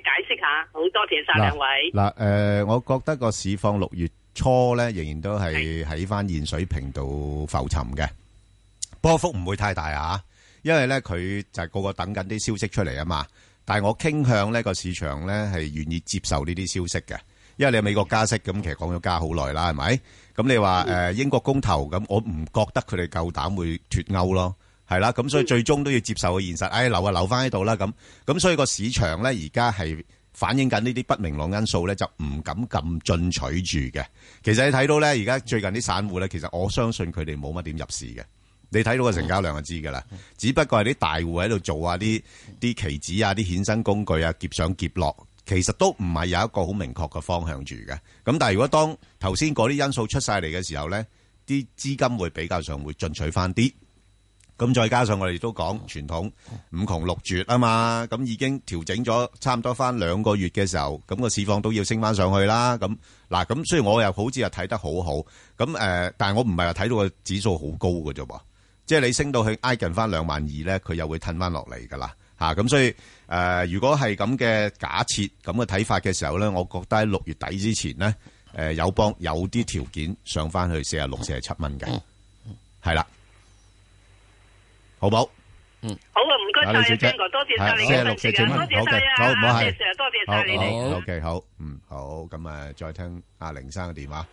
S20: 誒解釋下，好多謝晒
S5: 嗱
S20: 兩位。
S5: 嗱，诶，我覺得個市況六月初咧，仍然都係喺翻現水平度浮沉嘅，波幅唔會太大啊，因為咧佢就係個個等緊啲消息出嚟啊嘛。但係我傾向呢個市場咧係願意接受呢啲消息嘅，因為你美國加息咁，其實講咗加好耐啦，係咪？咁你話诶英國公投咁，我唔覺得佢哋夠膽會脱歐咯。係啦，咁所以最終都要接受個現實，唉、留啊留翻喺度啦咁，咁所以個市場咧而家係反映緊呢啲不明朗因素咧，就唔敢咁進取住嘅。其實你睇到咧，而家最近啲散户咧，其實我相信佢哋冇乜點入市嘅。你睇到個成交量就知㗎啦，只不過係啲大户喺度做啊啲啲期指啊、啲衍生工具啊，夾上夾落，其實都唔係有一個好明確嘅方向住嘅。咁但係如果當頭先嗰啲因素出晒嚟嘅時候咧，啲資金會比較上會進取翻啲。咁再加上我哋都講傳統五窮六絕啊嘛，咁已經調整咗差唔多翻兩個月嘅時候，咁、個市況都要升翻上去啦。咁嗱，咁雖然我又好似又睇得好好，咁誒、呃但係我唔係話睇到個指數好高嘅啫喎，即係你升到去挨近翻兩萬二咧，佢又會褪翻落嚟噶啦嚇。咁、所以誒、呃如果係咁嘅假設咁嘅睇法嘅時候咧，我覺得喺六月底之前咧，誒、有幫有啲條件上翻去四十六、四十七蚊嘅，係啦，好冇？
S20: 好啊，唔該晒
S5: 啊
S20: 啊
S5: 李小姐
S20: Bang 哥，多謝晒
S5: 係
S20: 你
S5: 四十六四
S20: 嘅分析
S5: 千
S20: 啊，
S5: 蚊，
S20: 多
S5: 好嘅，好唔好
S20: 謝晒啊，
S5: 係
S20: Alex 啊，多謝
S5: 好
S20: 晒你哋。
S5: 好，OK，好，Ừ, 嗯，好，咁啊，再聽阿凌生嘅電話，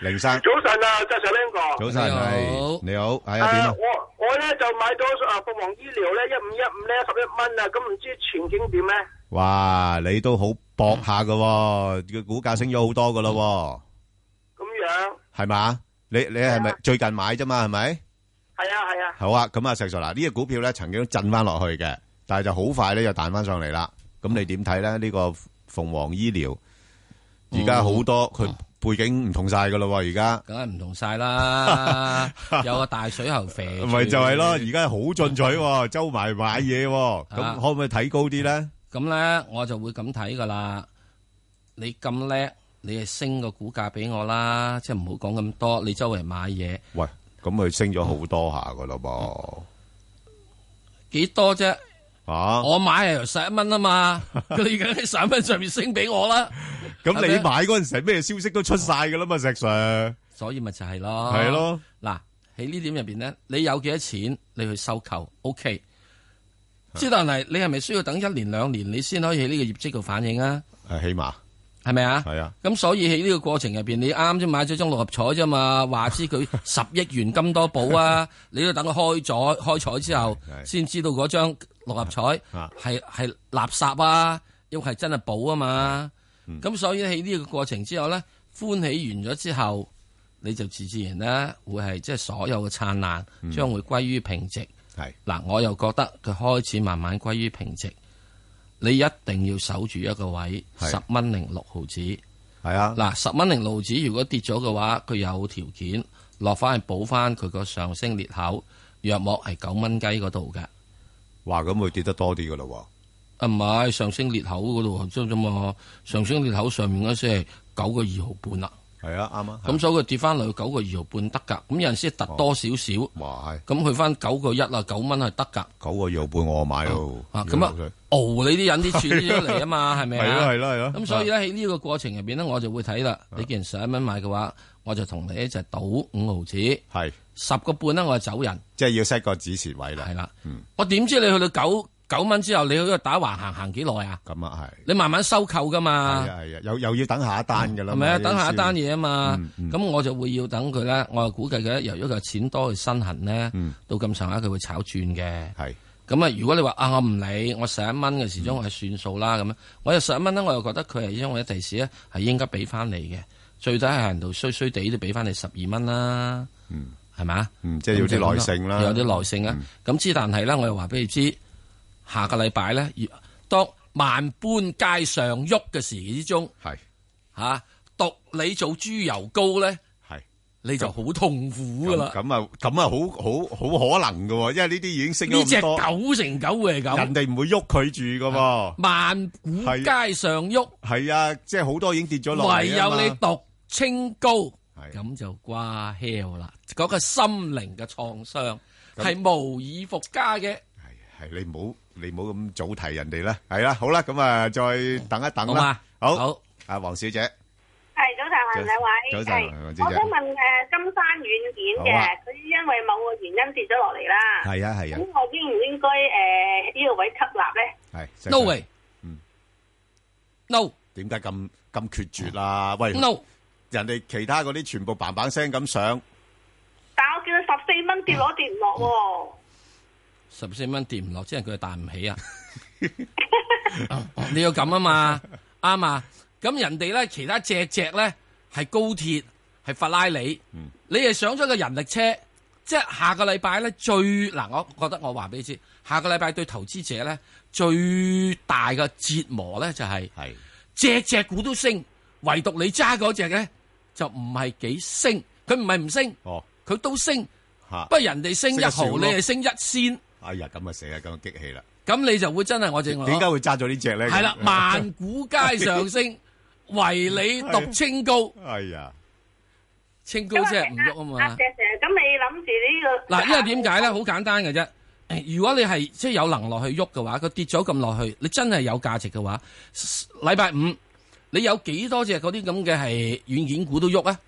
S5: 凌生，
S1: 早晨啊，石 Sir 哥。
S5: 早晨，係你好，
S20: À.
S5: 係啊，點
S1: 啊
S5: 啊？
S1: 我我咧就買咗啊鳳凰醫療咧一五一五咧十一蚊啊，咁唔知前景點咧？
S5: 哇，你都好搏下噶，個股價升咗好多噶咯，
S1: 咁樣
S5: 係嘛？你你係咪最近買啫嘛？係咪？
S1: 係啊係啊，
S5: 好啊，咁啊，石 Sir 嗱，呢只股票咧曾經都震翻落去嘅，但係就好快咧又彈翻上嚟啦。咁你點睇咧？呢個鳳凰醫療而家好多佢背景唔同晒噶咯，而家。
S6: 梗係唔同 晒啦，有個大水喉肥，
S5: 咪就係咯，而家好進取 喎，周埋買嘢喎，
S6: 啊
S5: 咁可唔可以睇高啲咧？
S6: 咁咧，我就會咁睇噶啦。你咁叻，你係升個股價俾我啦，即係唔好講咁多。你周圍買嘢
S5: 喂，咁佢升咗好多下噶咯
S6: 幾多啫？
S5: 噃，啊！
S6: 我買係由十一蚊啊嘛，佢而家喺十一蚊上面升俾我啦。
S5: 咁
S6: 係
S5: 你
S6: 咪
S5: 買嗰阵时咩消息都出晒噶啦嘛，石 Sir。
S6: 所以咪就係咯，
S5: 係咯。
S6: 嗱，喺呢點入邊咧，你有幾多錢你去收購？OK。之
S5: 啊
S6: 但係你係咪需要等一年兩年你先可以喺呢個業績度反映啊？
S5: 诶，起碼
S6: 係咪啊？
S5: 係啊。
S6: 咁所以喺呢個過程入邊，你啱先買咗張六合彩啫嘛，話 知佢十億元金多寶啊，你要等佢開咗開彩之後，先知道嗰張六合彩
S5: 啊
S6: 係係垃圾啊，又係真係寶啊嘛。
S5: 嗯
S6: 咁所以喺呢個過程之後咧，歡喜完咗之後，你就自自然啦，會係即係所有嘅燦爛將會歸於平靜。
S5: 嗯係
S6: 嗱，我又覺得佢開始慢慢歸於平靜。你一定要守住一個位，
S5: 係
S6: 十蚊零六毫子。系
S5: 啊，
S6: 嗱，十蚊零六毫子如果跌咗嘅話，佢有條件落翻去補翻佢個上升裂口，約莫係九蚊雞嗰度嘅。
S5: 哇，咁會跌得多啲噶咯
S6: 啊，唔係上升裂口嗰度啫啫嘛，啊上升裂口上面嗰先係九個二毫半啦。
S5: 係啊，啱啊。
S6: 咁所以佢跌翻落去九個二毫半得㗎。咁有陣時突多少少，
S5: 哇，
S6: 咁去翻九個一啊，九蚊係得㗎。
S5: 九個二毫半我買喎。
S6: 啊咁啊，熬你啲人啲錢出嚟啊嘛，係咪啊？
S5: 係咯係咯係咯啊
S6: 咁所以咧喺呢個過程入邊咧，我就會睇啦。你既然十一蚊買嘅話，我就同你一齊賭五毫子。
S5: 係
S6: 十個半咧，我就走人。
S5: 即係要 set 個止蝕位啦。嗯
S6: 係啦，我點知你去到九九蚊之後，你去度打橫行行幾耐啊？
S5: 咁啊係。
S6: 你慢慢收購噶嘛。
S5: 係啊係啊，又又要等下一單噶啦嘛。
S6: 係咪啊？
S5: 你
S6: 等下一單
S5: 先
S6: 嘢啊嘛
S5: 嗯，
S6: 咁我就會要等佢咧。我估計佢咧由於佢錢多去身痕咧，到咁上下佢會炒轉嘅。
S5: 係。
S6: 咁啊，如果你話啊，我唔理，我十一蚊嘅時鐘我係算數啦咁樣。我有十一蚊咧，我又覺得佢係因為第時咧係應該俾翻你嘅，最低限度衰衰地都俾翻你十二蚊啦。
S5: 嗯，
S6: 係啊嘛？
S5: 嗯即係要啲耐性啦嗯
S6: 有啲耐性啦。咁之但係咧，我又話俾你知，下個禮拜咧，要當萬般皆上喐嘅時之中，
S5: 係
S6: 嚇、獨你做豬油膏咧，
S5: 係
S6: 你就好痛苦噶
S5: 咁
S6: 啦。
S5: 咁啊，咁啊，好好好可能噶喎，因為呢啲已經升
S6: 呢
S5: 咗
S6: 只
S5: 咁多，
S6: 九成九會係咁，
S5: 人哋唔會喐佢住噶喎。
S6: 萬股街上喐，
S5: 係啊，即係好多已經跌咗落嚟
S6: 唯
S5: 啊
S6: 有
S5: 嘛
S6: 你讀清高，咁就瓜 hell 啦。嗰、個心靈嘅創傷
S5: 咁
S6: 係無以復加嘅。
S5: 系你唔好你唔好咁早提人哋啦，系啦，好啦，咁啊，再等一等啦，好，好，阿黃小姐，
S21: 系早晨，
S5: 早
S21: 係兩位。
S5: 早晨
S21: 係
S5: 黃小姐
S21: 我想問誒
S19: à,
S21: 金山軟件嘅
S5: 好啊，
S21: 佢因為某個原因跌咗落嚟啦。
S5: 係啊係啊
S21: 咁我應唔應該
S19: à,
S21: 誒呢個位吸納咧？
S5: 系
S6: No way，no，
S5: 点解咁咁決絕啊？喂
S6: No
S5: 人哋其他嗰啲全部嘭嘭聲咁上，
S21: 但我見到十四蚊跌落跌唔落
S6: 十四蚊跌唔落，即係佢彈唔起啊！ 你要咁啊嘛，啱啊！咁人哋咧，其他隻隻咧係高鐵，係法拉利，你係上咗個人力車，即係下個禮拜咧最嗱，我覺得我話俾你知，下個禮拜對投資者咧最大嘅折磨咧就係、隻隻股都升，唯獨你揸嗰只咧就唔係幾升，佢唔係唔升，佢都升，
S5: 嚇
S6: 不過人哋升一
S5: 升得
S6: 毫，
S5: 少咯
S6: 你係升一仙。
S5: 哎呀，咁啊死啦，咁啊激氣啦，
S6: 咁你就會真係我正話
S5: 點解會揸咗呢只咧？
S6: 係啦，萬股街 上升，唯你獨清高，
S5: 哎呀，
S6: 清高
S21: 喎。
S6: 即係唔喐啊
S21: 咁啊
S6: 嘛
S21: 石。Sir，咁你諗住呢個
S6: 嗱，因為點解咧？好簡單嘅啫。如果你係即係有能落去喐嘅話，佢跌咗咁落去，你真係有價值嘅話，禮拜五你有幾多隻嗰啲咁嘅係軟件股都喐啊？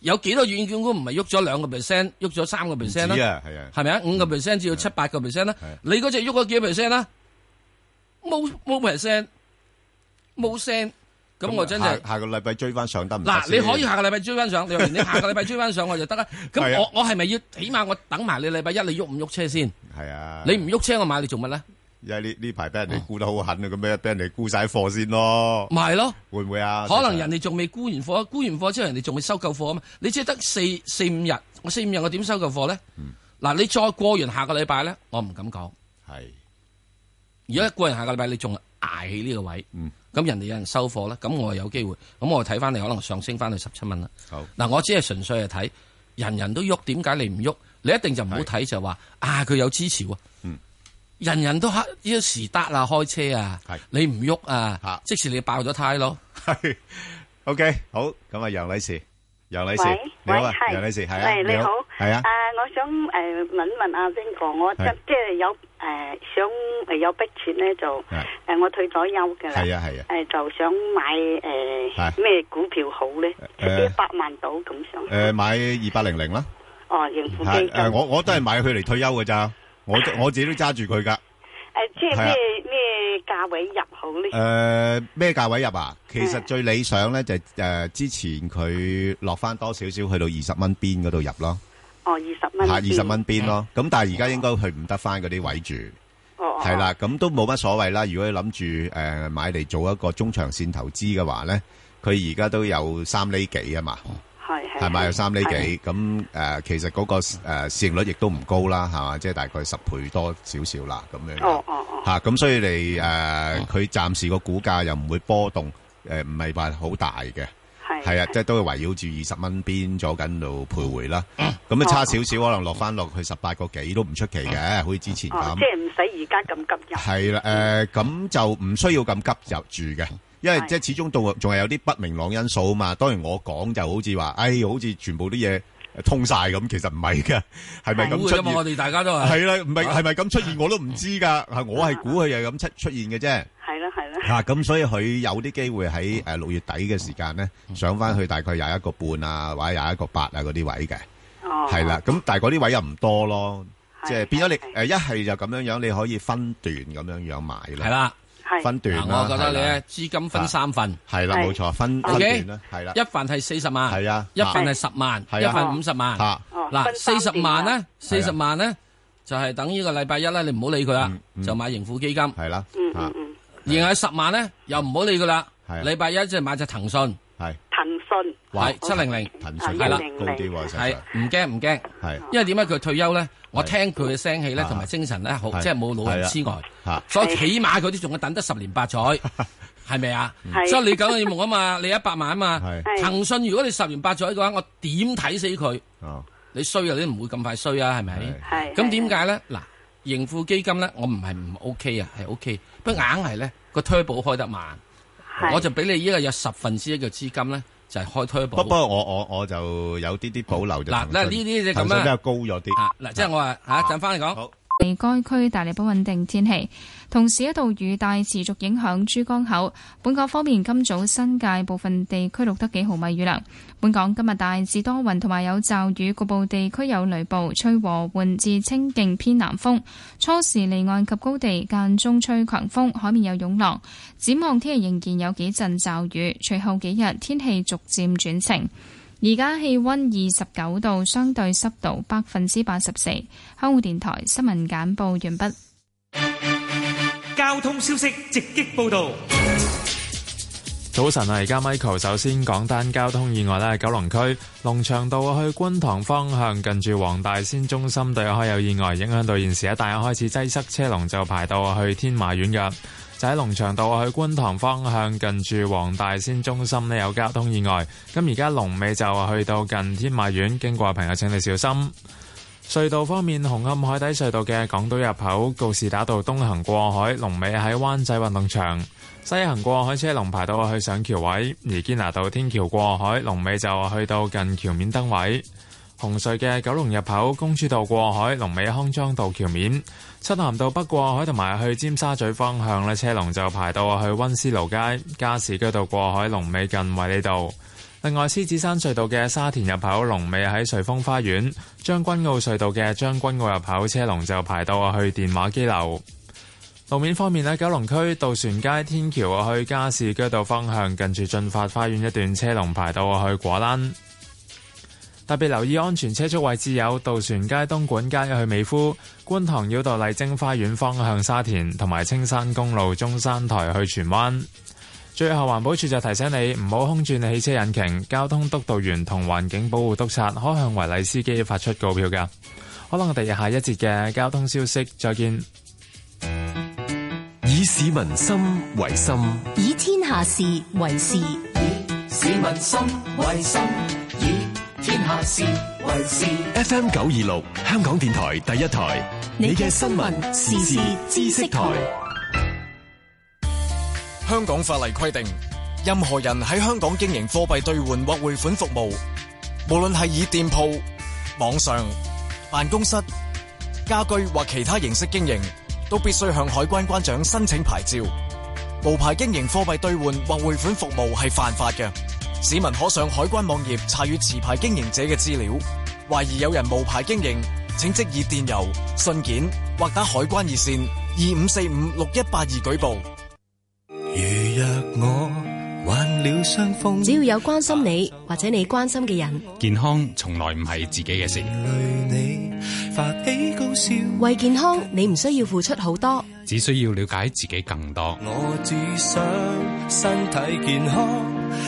S6: 有幾多軟件股唔係喐咗兩個 percent，喐咗三個 percent
S5: 唔止
S6: 啦
S5: 啊？係啊
S6: 係咪啊？五個 percent 至到七八個 percent 啦。你嗰只喐咗幾多 percent 啦？冇冇 percent，冇 percent。咁我真係
S5: 下。下個禮拜追翻上得唔得
S6: 嗱，你
S5: 先
S6: 可以下個禮拜追翻上，你話你下個禮拜追翻上我就得啦。
S5: 係
S6: 咁
S5: 啊
S6: 我我係咪要起碼我等埋你禮拜一你喐唔喐車先？
S5: 係啊，
S6: 你唔喐車我買你做乜咧？
S5: 因為呢呢排俾人哋沽得好狠啊，咁樣俾人哋沽晒貨先咯，
S6: 咪係咯，
S5: 會唔會啊？
S6: 可能人哋仲未沽完貨，沽完貨之後人哋仲未收購貨啊嘛。你只係得四四五日，我四五日我點收購貨咧？
S5: 嗯
S6: 嗱，你再過完下個禮拜咧，我唔敢講。
S5: 係。
S6: 如果一個人下個禮拜你仲捱起呢個位，咁、
S5: 嗯
S6: 人哋有人收貨咧，咁我有機會，咁我睇翻你可能上升翻去十七蚊啦。
S5: 好
S6: 嗱，我只係純粹係睇人人都喐，點解你唔喐？你一定就唔好睇就話啊，佢有支持喎。
S5: 嗯
S6: 人人都黑呢個時得啊，開車啊，你唔喐啊，即使你爆咗胎咯。
S5: 係 OK，好，咁啊，楊女士，楊女士
S19: 喂，
S5: 你好啊
S19: 喂，係
S5: 楊女士，係啊，
S19: 喂，你好，
S5: 係啊
S19: 誒，，我想誒問一問阿邊個，我即
S5: 係
S19: 即係有誒想誒有筆錢咧，就誒我退咗休㗎啦，
S5: 係啊係啊
S19: 誒就想買誒
S5: 係
S19: 咩股票好咧，
S5: 誒
S19: 一百萬到咁上，
S5: 誒，買2800啦，
S19: 哦盈富基金，
S5: 係，誒，我-
S19: 誒
S5: 我都係買佢嚟退休㗎咋，我都-我自己都揸住佢㗎。誒，咩價位入啊？其實係啊
S19: 即係咩咩價位入好
S5: Ờ. 啊
S19: 咧？
S5: 呃最理想呢，就係，誒，之前佢落返多少少，去到20蚊邊嗰度入咯，
S19: 哦二十蚊，
S5: 嚇，20蚊邊咯。
S19: Dạ.
S5: 咁但係而家應該佢唔得返嗰啲位住。
S19: 哦，哦，
S5: 係啦，咁都冇乜所謂啦。如果你諗住誒買嚟做一個中長線投資嘅話咧，佢而家都有三厘幾啊嘛，
S19: 係係
S5: 係咪有三厘
S19: 係
S5: 幾？咁誒其實嗰個誒市盈率亦都唔高啦，係嘛？即係大概十倍多少少啦咁樣。
S19: 哦哦哦，
S5: 嚇，咁所以你誒佢暫時個股價又唔會波動，誒唔係話好大嘅。係啊，即係都係圍繞住二十蚊邊左緊度徘徊啦。
S19: 哦
S5: 咁啊差少少，可能落翻落去十八個幾都唔出奇嘅，好似之前
S19: 哦
S5: 咁
S19: 即。係唔使而家咁急入，
S5: 系啦，诶、咁就唔需要咁急入住嘅，因為即係始終仲仲係有啲不明朗因素啊嘛。當然我講就好似話，哎，好似全部啲嘢通晒咁，其實唔係嘅，係咪咁
S6: 估
S5: 出
S6: 嘅啫嘛
S5: 現？
S6: 我哋大家都係
S5: 係啦，唔係係咪咁出現我都唔知㗎，係我係估佢係咁出出現嘅啫。
S19: 係啦係啦。
S5: 吓咁、所以佢有啲機會喺诶六月底嘅時間咧，上翻去大概廿一個半啊，或者廿一個八啊嗰啲位嘅，
S19: 哦
S5: 係啦、咁但係嗰啲位又唔多咯，即係變咗你诶一係就咁樣樣，你可以分段咁樣樣買啦，
S6: 係啦
S19: 係
S5: 分段
S6: 嗱
S5: 啦
S6: 我覺得你
S5: 係啦
S6: 咧資金分三份，
S5: 係啦，冇錯，分分
S6: OK，
S5: 段啦，係啦，
S6: 一份係四十萬，
S5: 係啊
S6: 一份係十萬，
S5: 係啊
S6: 一份五十萬。
S5: 嚇
S19: 哦
S6: 嗱，
S19: 分
S6: 四
S19: 三
S6: 十
S19: 段
S6: 萬
S19: 啊
S6: 咧，四十萬咧就係等呢個禮拜一咧，你唔好理佢啦，就買盈富基金。
S5: 係啦，
S19: 嗯嗯嗯，
S6: 然後十萬咧又唔好理佢啦，
S5: 係啊
S6: 禮拜一就買只騰訊，
S5: 係
S19: 騰訊
S5: 哇
S6: 係七零零，
S5: 騰訊
S6: 係啦，
S5: 高啲喎實在
S6: 係唔驚唔驚，
S5: 係
S6: 因為點解佢退休咧？我聽佢嘅聲氣咧，同埋精神咧，好
S5: 係
S6: 即係冇老人痴
S5: 係啊
S6: 呆，
S5: 嚇
S6: 所以起碼嗰啲仲要等得十年八載。係咪啊？
S15: 係
S6: 所以你九個業務啊嘛， 你一百萬啊嘛
S15: 係。
S6: 騰訊如果你十年八載嘅話，我點睇死佢？你衰啊，你唔會咁快衰啊，係咪？
S15: 係
S6: 咁點解咧？嗱，盈富基金咧，我唔係唔 OK 啊，係 OK，不過硬係咧個 turbo 開得慢，我就俾你依個有十分之一嘅資金咧，就係開 turbo。
S5: 不不過我我我就有啲啲保留就
S6: 嗱嗱呢啲就咁啦
S5: 騰訊比較高咗啲。
S6: 嗱，即係我話嚇，陣翻嚟講。
S8: 地該區大力不穩定天氣，同時一道雨帶持續影響珠江口。本港方面，今早新界部分地區錄得幾毫米雨量。本港今日大致多雲同埋有驟雨，局部地區有雷暴，吹和緩至清勁偏南風。初時離岸及高地間中吹強風，海面有湧浪。展望天氣仍然有幾陣驟雨，隨後幾日天氣逐漸轉晴。而家氣温二十九度，相對濕度百分之八十四。香港電台新聞簡報完畢。
S22: 交通消息直擊報道。
S9: 早晨啊，而家 Michael 首先講單交通意外咧，九龍區龍翔道去觀塘方向近住黃大仙中心對開有意外，影響到現時一帶開始擠塞，車龍就排到去天馬苑㗎。就喺龍翔道去觀塘方向近住黃大仙中心呢，有交通意外，咁而家龍尾就去到近天馬苑，經過嘅朋友請你小心。隧道方面，紅磡海底隧道嘅港島入口告士打道東行過海，龍尾喺灣仔運動場；西行過海車龍排到去上橋位，而堅拿道天橋過海，龍尾就去到近橋面燈位。紅隧嘅九龍入口公主道過海，龍尾康莊道橋面；漆咸道北過海同埋去尖沙咀方向呢車龍就排到去溫思勞街；加士居道過海，龍尾近衛理道。另外，獅子山隧道嘅沙田入口龍尾喺瑞峰花園；將軍澳隧道嘅將軍澳入口車龍就排到去電話機樓。路面方面呢，九龍區渡船街天橋啊去加士居道方向，近住進發花園一段車龍排到去果欄。特別留意安全車速位置有渡船街、東莞街去美孚、觀塘繞道麗晶花園方向沙田，同埋青山公路中山台去荃灣。最後環保署就提醒你唔好空轉汽車引擎，交通督導員同環境保護督察可向違例司機發出告票㗎。好啦，我哋下一節嘅交通消息再見。
S4: 以市民心為心，
S23: 以天下事為事，
S10: 市民心為心，以天下事為事。
S4: FM 九二六，香港電台第一台，你嘅新聞時事知識台。
S11: 香港法例規定，任何人喺香港經營貨幣兌換或匯款服務，無論係以店鋪、網上、辦公室、家居或其他形式經營，都必須向海關關長申請牌照。無牌經營貨幣兌換或匯款服務係犯法嘅，市民可上海關網頁查閱持牌經營者嘅資料。懷疑有人無牌經營，請即以電郵、信件或打海關熱線二五四五六一八二舉報。
S24: 只要有關心你或者你關心嘅人，
S25: 健康從來唔係自己嘅事。
S24: 為健康你唔需要付出好多。
S25: 只需要了解自己更多。
S26: 我只想身體健康，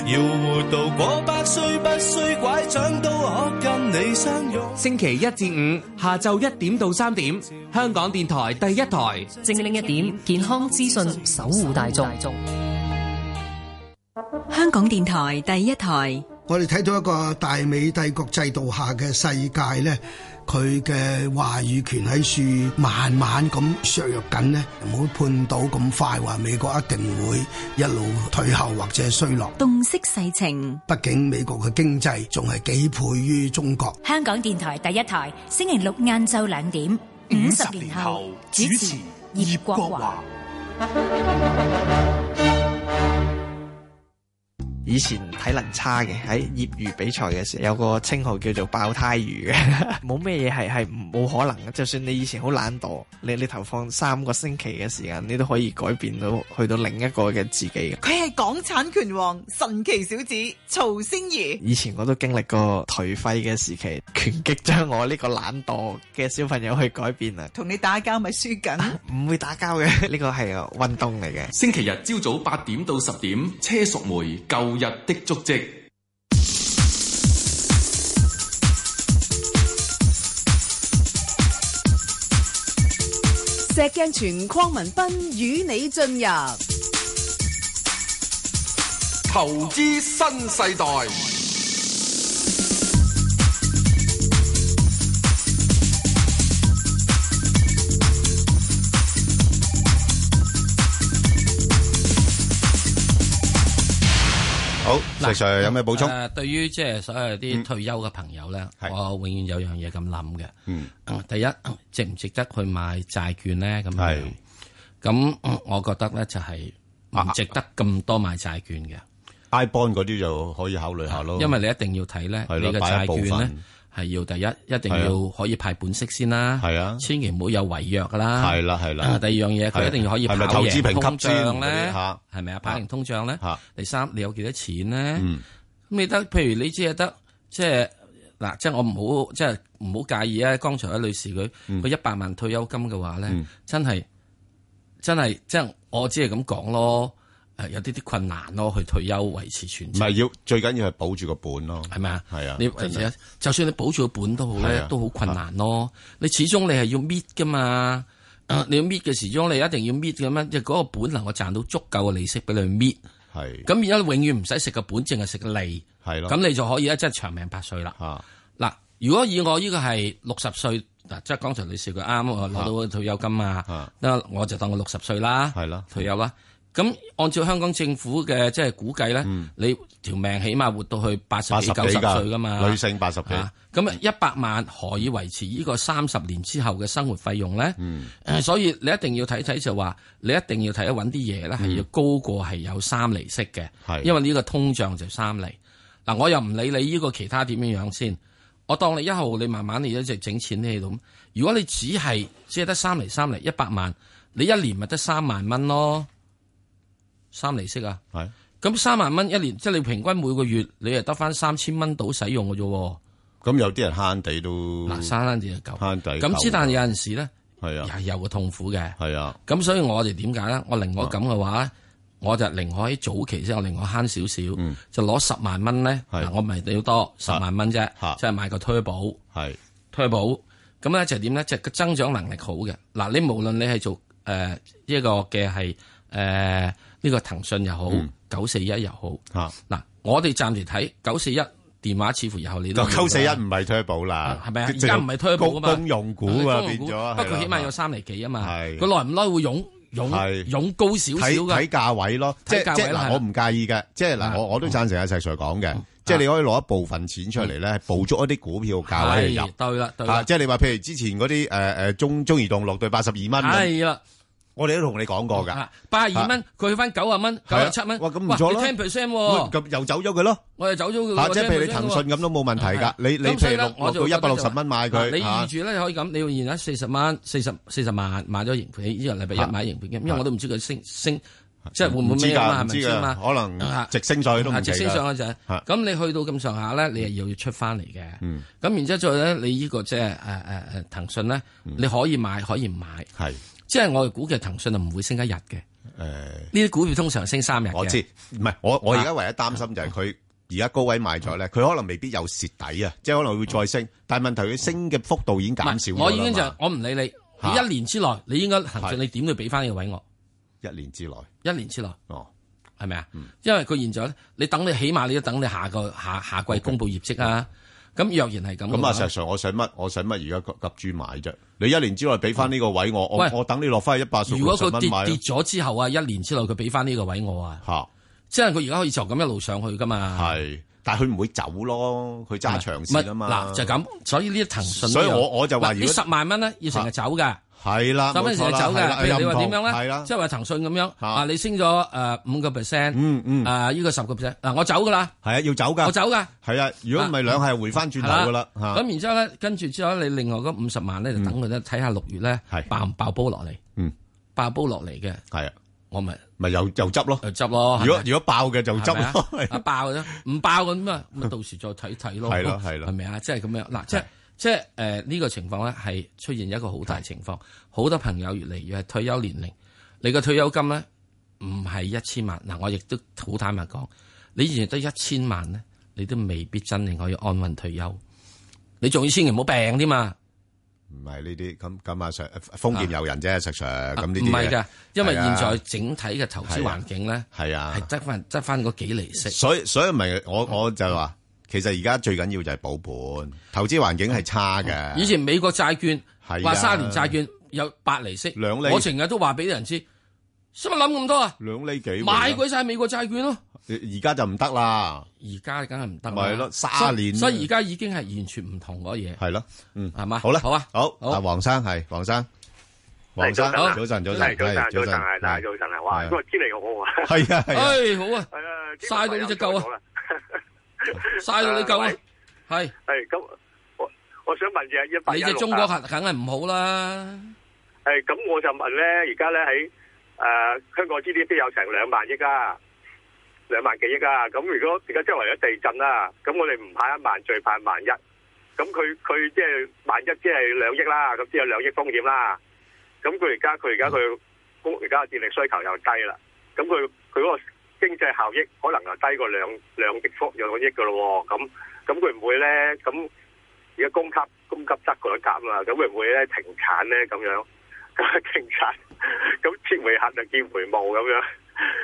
S26: 要活到過百歲，不需拐杖都可跟你相擁。
S22: 星期一至五下晝一點到三點，香港電台第一台。
S23: 精靈一點，健康資訊守護大眾。
S27: 香港電台第一台，
S28: 我哋睇到一個大美帝國制度下嘅世界咧，佢嘅話語權喺處慢慢咁削弱緊咧，唔好判到咁快話美國一定會一路退後或者衰落。
S27: 洞悉世情。
S28: 畢竟美國嘅經濟仲係幾倍於中國。
S29: 香港電台第一台，星期六晏晝兩點。五十年後，主持葉國華。
S30: 以前體能差嘅，喺業餘比賽嘅時候有個稱號叫做爆胎魚嘅， 冇咩嘢係係冇可能嘅。就算你以前好懶惰，你你投放三個星期嘅時間，你都可以改變到去到另一個嘅自己嘅。
S31: 佢係港產拳王神奇小子曹星如。
S30: 以前我都經歷過頹廢嘅時期，拳擊將我呢個懶惰嘅小朋友去改變啦。
S31: 同你打交咪輸緊，
S30: 啊唔會打交嘅， 呢個係啊運動嚟嘅。
S32: 星期日朝早八點到十點，車淑梅舊日的足跡。
S3: 石鏡泉鄺民彬與你進入
S1: 投資新世代。
S5: 好，石 Sir 有咩補充？
S6: 誒，對於即係所有啲退休嘅朋友咧，我永遠有樣嘢咁諗嘅。
S5: 嗯，
S6: 啊第一值唔值得去買債券咧？咁
S5: 係
S6: 樣咁，嗯我覺得咧就係唔值得咁多買債券嘅。
S5: I bond 嗰啲就可以考慮下咯。
S6: 因為你一定要睇咧，
S5: 係咯
S6: 你嘅
S5: 擺
S6: 債
S5: 一部
S6: 券咧
S5: 分
S6: 係要第一，一定
S5: 係啊
S6: 要可以派本息先啦，
S5: 係啊，
S6: 千祈唔好有違約噶啦，
S5: 係啦係啦
S6: 啊第二樣嘢
S5: 係
S6: 佢一定要可以
S5: 係咪
S6: 跑
S5: 投資
S6: 贏
S5: 評
S6: 通
S5: 級先
S6: 脹
S5: 嗰啲
S6: 咧
S5: 嚇，
S6: 係咪啊？跑贏通脹咧
S5: 嚇，
S6: 第三你有幾多錢咧？
S5: 嗯
S6: 咁你得，譬如你只係得即係嗱，即係我唔好即係唔好介意啊。剛才嗰女士佢
S5: 嗯
S6: 佢一百萬退休金嘅話咧，真係真係即係我只係咁講咯。誒有啲啲困難咯，去退休維持全
S5: 唔
S6: 職
S5: 係要最緊要係保住個本咯，係
S6: 咪啊？
S5: 係啊，
S6: 你
S5: 真係
S6: 就算你保住個本都好
S5: 係
S6: 咧
S5: 啊，
S6: 都好困難咯。你始終你係要搣噶嘛，
S5: 嗯
S6: 啊你要搣嘅時鐘你一定要搣咁樣，即係嗰個本能我賺到足夠嘅利息俾你去搣。
S5: 係
S6: 咁而家永遠唔使食個本，淨係食利。
S5: 係咯
S6: 咁你就可以咧，真係長命百歲啦。嗱，如果以我呢個係六十歲，嗱，即係剛才女士佢啱我攞到個退休金啊，咁我就當我六十歲啦，係啦，退休啦。咁按照香港政府嘅即係估計咧，你條命起碼活到去八
S5: 嗯
S6: 十
S5: 八十
S6: 幾
S5: 幾
S6: 九十歲
S5: 㗎
S6: 噶嘛，
S5: 女性八十幾
S6: 啊咁啊，一百萬何以維持呢個三十年之後嘅生活費用咧？
S5: 嗯
S6: 誒所以你一定要睇睇就話，你一定要睇揾啲嘢咧
S5: 嗯
S6: 係要高過係有三厘息嘅，因為呢個通脹就三厘。嗱，我又唔理你呢個其他點樣樣先，我當你一號你慢慢你一直整錢喺度咁。如果你只係只係得三厘三厘一百萬，你一年咪得三萬蚊咯，三厘息啊。
S5: 係。
S6: 咁三萬蚊一年，即係你平均每個月你係得翻三千蚊到使用嘅啫喎。
S5: 咁有啲人慳地都
S6: 嗱，生生地就夠，
S5: 慳地
S6: 咁之
S5: 夠
S6: 但有陣時咧，
S5: 係啊，
S6: 係有個痛苦嘅。
S5: 係啊，
S6: 咁所以我哋點解咧？我寧可咁嘅話咧，我就寧可喺早期先，我寧可慳少少，
S5: 嗯
S6: 就攞十萬蚊咧。嗱，我唔係要多十萬蚊啫，即係買個推保。
S5: 啊係
S6: 推保，咁咧就點咧？就個增長能力好嘅。嗱，你無論你係做誒呢個嘅係誒呢個騰訊又好，九四一又好。嗱，我哋暫時睇九四一電話，似乎以後你都
S5: 九四一唔係 turbo 啦，
S6: 係咪啊？而家唔係推保啊嘛，
S5: 公用股啊
S6: 公用
S5: 變
S6: 股
S5: 咗，
S6: 不過起碼有
S5: 係
S6: 三厘幾啊嘛，
S5: 係
S6: 佢耐唔耐會湧湧
S5: 係
S6: 湧高少少
S5: 睇睇
S6: 㗎。
S5: 價位咯，即
S6: 睇
S5: 係
S6: 價
S5: 即
S6: 位
S5: 係嗱，
S6: 係
S5: 我唔介意嘅，即係嗱，我我都贊成阿石 Sir 講嘅，即係你可以攞一部分錢出嚟咧，捕捉一啲股票價位嚟入
S6: 係，對啦，對
S5: 啊，
S6: 啦，
S5: 即係你話譬如之前嗰啲誒誒中中移動落到八十二蚊咁，
S6: 係啦，
S5: 我哋都同你講過㗎，
S6: 八十二蚊，佢去翻九啊蚊，九
S5: 係啊
S6: 啊七蚊，
S5: 哇咁唔錯啦
S6: t e percent
S5: 喂
S6: 喎，
S5: 咁又走咗佢咯。
S6: 我又走咗佢
S5: 嚇
S6: 喎。
S5: 即係譬如你
S6: 10%
S5: 騰訊咁都冇問題㗎
S6: 係啊
S5: 你你
S6: 咁
S5: 譬
S6: 所以
S5: 如
S6: 呢
S5: 落
S6: 我就
S5: 落到
S6: 覺得就
S5: 160蚊買佢
S6: 嗱你
S5: 嚇
S6: 預住咧可以咁，你要現喺四十蚊、四十四十萬買咗盈盤，呢個禮拜
S5: 嚇
S6: 一買盈盤因為
S5: 嚇
S6: 我都唔知佢升升，即係會唔會
S5: 唔知
S6: 咩
S5: 㗎，
S6: 啊嘛，係
S5: 唔
S6: 咪
S5: 知
S6: 先嘛
S5: 㗎，？可能
S6: 啊
S5: 直升上去都唔
S6: 啊
S5: 奇
S6: 直升上去就係
S5: 嚇
S6: 咁，你去到咁上下咧，你係又要出翻嚟嘅。
S5: 嗯
S6: 咁然之後再咧，你呢個即係誒誒誒騰訊咧，你可以買可以唔買，
S5: 嗯係
S6: 即係我哋估計騰訊就唔會升一日嘅。
S5: 誒。
S6: 呢啲股票通常升三日嘅。啊
S5: 我知，唔係我我而家唯一擔心就係佢而家高位買咗咧，佢可能未必有蝕底啊，即係可能會再升，但係問題佢升嘅幅度已經減少咗啦嘛
S6: 我已經就啊我唔理你，你
S5: 嚇
S6: 一年之內你應該騰
S5: 係
S6: 訊你點都要俾翻呢個位我，
S5: 一年之內，
S6: 一年之內
S5: 哦，
S6: 係咪啊？因為佢現在咧，你等你起碼你要等你下個下下季公佈業績啊。咁若然係咁嘅話，
S5: 咁啊，實上我想乜我想乜而家急豬買啫？你一年之內俾翻呢個位我，我
S6: 喂
S5: 我等你落翻去一百
S6: 如果
S5: 十
S6: 佢
S5: 蚊
S6: 跌
S5: 買咯
S6: 跌咗之後啊，一年之內佢俾翻呢個位我啊，
S5: 嚇，
S6: 即係佢而家可以就咁一路上去噶嘛。
S5: 係，但係佢唔會走咯，佢揸長
S6: 唔係
S5: 線啊嘛。
S6: 嗱就咁，所以呢啲騰訊呢樣，
S5: 所以我我就話
S6: 嗱
S5: 如
S6: 呢
S5: 果
S6: 十萬蚊咧要成日走㗎。
S5: 係啦，
S6: 十蚊
S5: 冇錯
S6: 成日
S5: 啦
S6: 走
S5: 係
S6: 嘅，
S5: 啦
S6: 譬如你
S5: 又唔
S6: 話
S5: 同
S6: 點樣
S5: 係
S6: 咧
S5: 啦？
S6: 即係話騰訊咁樣，啊你升咗誒五個 percent，
S5: 嗯嗯，
S6: 啊呢個十個 percent，嗱我走噶啦，
S5: 係啊，要走㗎，
S6: 我走㗎，
S5: 係啊，如果唔係兩係回翻轉頭㗎啦
S6: 係
S5: 嚇。
S6: 咁然之後咧，跟住之後咧，你另外嗰五十萬咧就等佢咧睇下六月咧爆唔爆煲落嚟，
S5: 嗯，
S6: 爆煲落嚟嘅，
S5: 係啊，
S6: 我咪
S5: 咪又又執咯，
S6: 又執咯。
S5: 如果
S6: 係咪
S5: 如果爆嘅就
S6: 係咪
S5: 執
S6: 啊
S5: 咯。
S6: 啊爆咗，唔爆咁啊，咁啊到時再睇睇咯。
S5: 係咯係咯
S6: 係咪啊？即係咁樣嗱，即係即係誒呢個情況咧，係出現一個好大情況，好多朋友越嚟越係退休年齡，你個退休金咧唔係一千萬嗱，我亦都好坦白講，你仍然得一千萬咧，你都未必真正可以安穩退休，你仲要千祈唔好病添嘛。啊
S5: 唔係 呢啲咁咁啊，Sir 封建遊人啫，石 Sir 咁呢啲
S6: 啊唔
S5: 嘢
S6: 係㗎，因為
S5: 係啊
S6: 現在整體嘅投資
S5: 係啊
S6: 環境咧，
S5: 係啊，
S6: 係得翻得翻嗰幾厘息。
S5: 所以所以咪我我就話，其實而家最緊要就係保本，投資環境係差嘅。
S6: 以前美國債券
S5: 係啊
S6: 話三年債券有八厘息，
S5: 兩厘
S6: 我成日都話俾人知，使乜諗咁多啊？
S5: 兩厘幾
S6: 買鬼晒美國債券咯，
S5: 而家就唔得啦，
S6: 而家梗係唔得啦。
S5: 咪係咯卅年
S6: 所以所以而家已經係完全唔同嗰嘢。
S5: 係咯，嗯，
S6: 係嘛？
S5: 好啦，
S6: 好啊，
S5: 好，阿黃生係黃生，黃生，
S21: 早晨
S5: 早晨，早晨，
S21: 係早晨
S5: 係
S21: 早晨係
S5: 係
S21: 早晨啊！哇，
S5: 係
S21: 今日天氣好好啊！
S5: 係啊係啊
S6: 唉，好啊，
S21: 係
S6: 晒到你隻夠
S21: 啊，
S6: 晒到你夠啊，係
S21: 係咁，我我想問嘅一八一
S6: 你
S21: 六啊
S6: 隻中國核梗係唔好啦。
S21: 係咁，我就問咧，而家咧喺誒香港 GDP 有成兩萬億啊，兩萬幾億啊。咁如果而家周圍有地震啦，咁我哋唔怕一萬，最怕萬一。咁佢佢即係萬一即係兩億啦，咁即有兩億風險啦。咁佢而家佢而家佢公而家嘅電力需求又低啦，咁佢佢嗰個經濟效益可能又低過兩兩億幅兩億噶咯喎。咁咁佢唔會咧咁。而家供給供給側嗰一格啊，咁會唔會咧停產咧咁樣？咁停產，咁撤回核就見回望咁樣。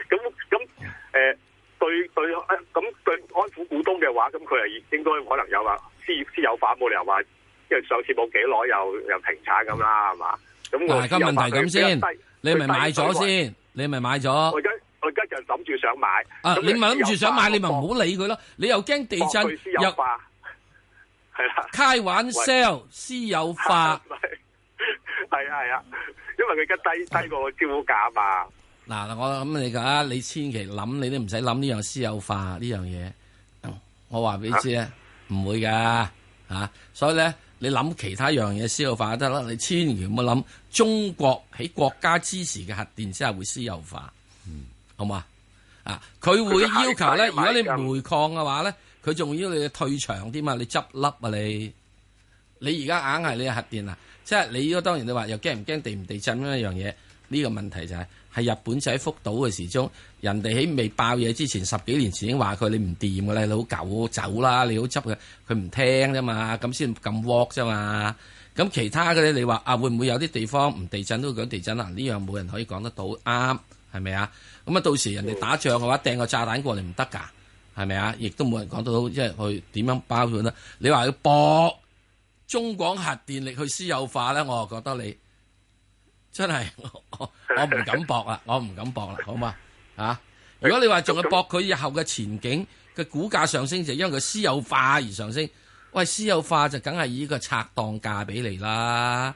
S21: 咁咁誒對對，呃咁對安撫股東嘅話，咁佢係應該可能有話私私有化，冇理由話因為上次冇幾耐又又停產咁啦，係嘛？咁我
S6: 嗱，個問題咁先，你咪買咗。
S21: 私有化
S6: 先，
S21: 佢比較低佢低水位
S6: 你咪買
S21: 我
S6: 咗
S21: 而。家我而家就諗住想買。
S6: 啊！
S21: 咁
S6: 你咪諗住想買，你咪唔
S21: 私有化
S6: 好理佢咯。你又驚地震，
S21: 放佢私有
S6: 又
S21: 化， 係啦。
S6: 開玩
S21: 喂
S6: sell 私有化。
S21: 係啊係啊，因為佢而家低低過個招股價嘛。
S6: 嗱，嗱我諗你噶，你千祈諗你都唔使諗呢樣私有化呢樣嘢。我話俾你知咧，唔會噶吓、啊所以咧，你諗其他樣嘢私有化就得啦。你千祈唔好諗中國喺國家支持嘅核電之下會私有化，好嘛？啊，佢會要求咧，如果你煤礦嘅話咧，佢仲要你退場添嘛，你執笠啊你！你而家硬係你嘅核電啊，即係你當然你話又驚唔驚地唔地震呢一樣嘢？呢、個問題就係、係日本仔福島嘅時鐘，人哋喺未爆嘢之前十幾年前已經話佢你唔掂㗎啦，你好狗走啦，你好執嘅，佢唔聽啫嘛，咁先咁 work 啫嘛。咁其他嘅咧，你話啊會唔會有啲地方唔地震都會講地震啊？呢樣冇人可以講得到啱，係咪啊？咁啊到時人哋打仗嘅話，掟個炸彈過嚟唔得㗎，係咪啊？亦都冇人講到即係佢點樣包佢啦。你話要搏？中港核電力去私有化咧，我就覺得你 真係我我我唔敢搏啦，我唔敢搏啦，好嘛？啊！如果你話仲係搏佢日後嘅前景嘅股價上升，就因為佢私有化而上升。喂，私有化就梗係以個拆檔價俾你啦，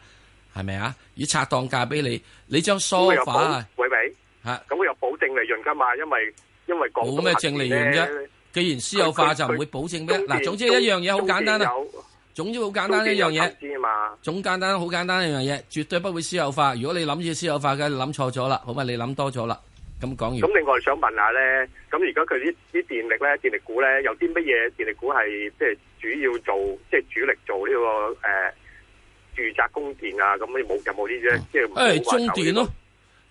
S6: 係咪啊？以拆檔價俾你，你張梳
S21: 咁佢有保
S6: 化
S21: 喂喂，
S6: 嚇
S21: 咁佢有保證利潤㗎嘛？因為因為
S6: 冇咩正利潤啫。既然私有化就唔會保證咩？嗱，總之一樣嘢好簡單啦。總之好簡單一樣嘢。
S21: 知啊嘛？
S6: 總簡單好簡單一樣嘢，絕對不會私有化。如果你諗住私有化嘅，你諗錯咗啦，好嘛？你諗多咗啦。咁講
S21: 咁
S6: 完，
S21: 另外想問下咧，咁而家佢啲啲電力咧，電力股咧，有啲乜嘢電力股係即係主要做，即係主力做呢、個誒、呃住宅供電啊？咁有冇有冇呢啲即係
S6: 誒、嗯哎中電咯，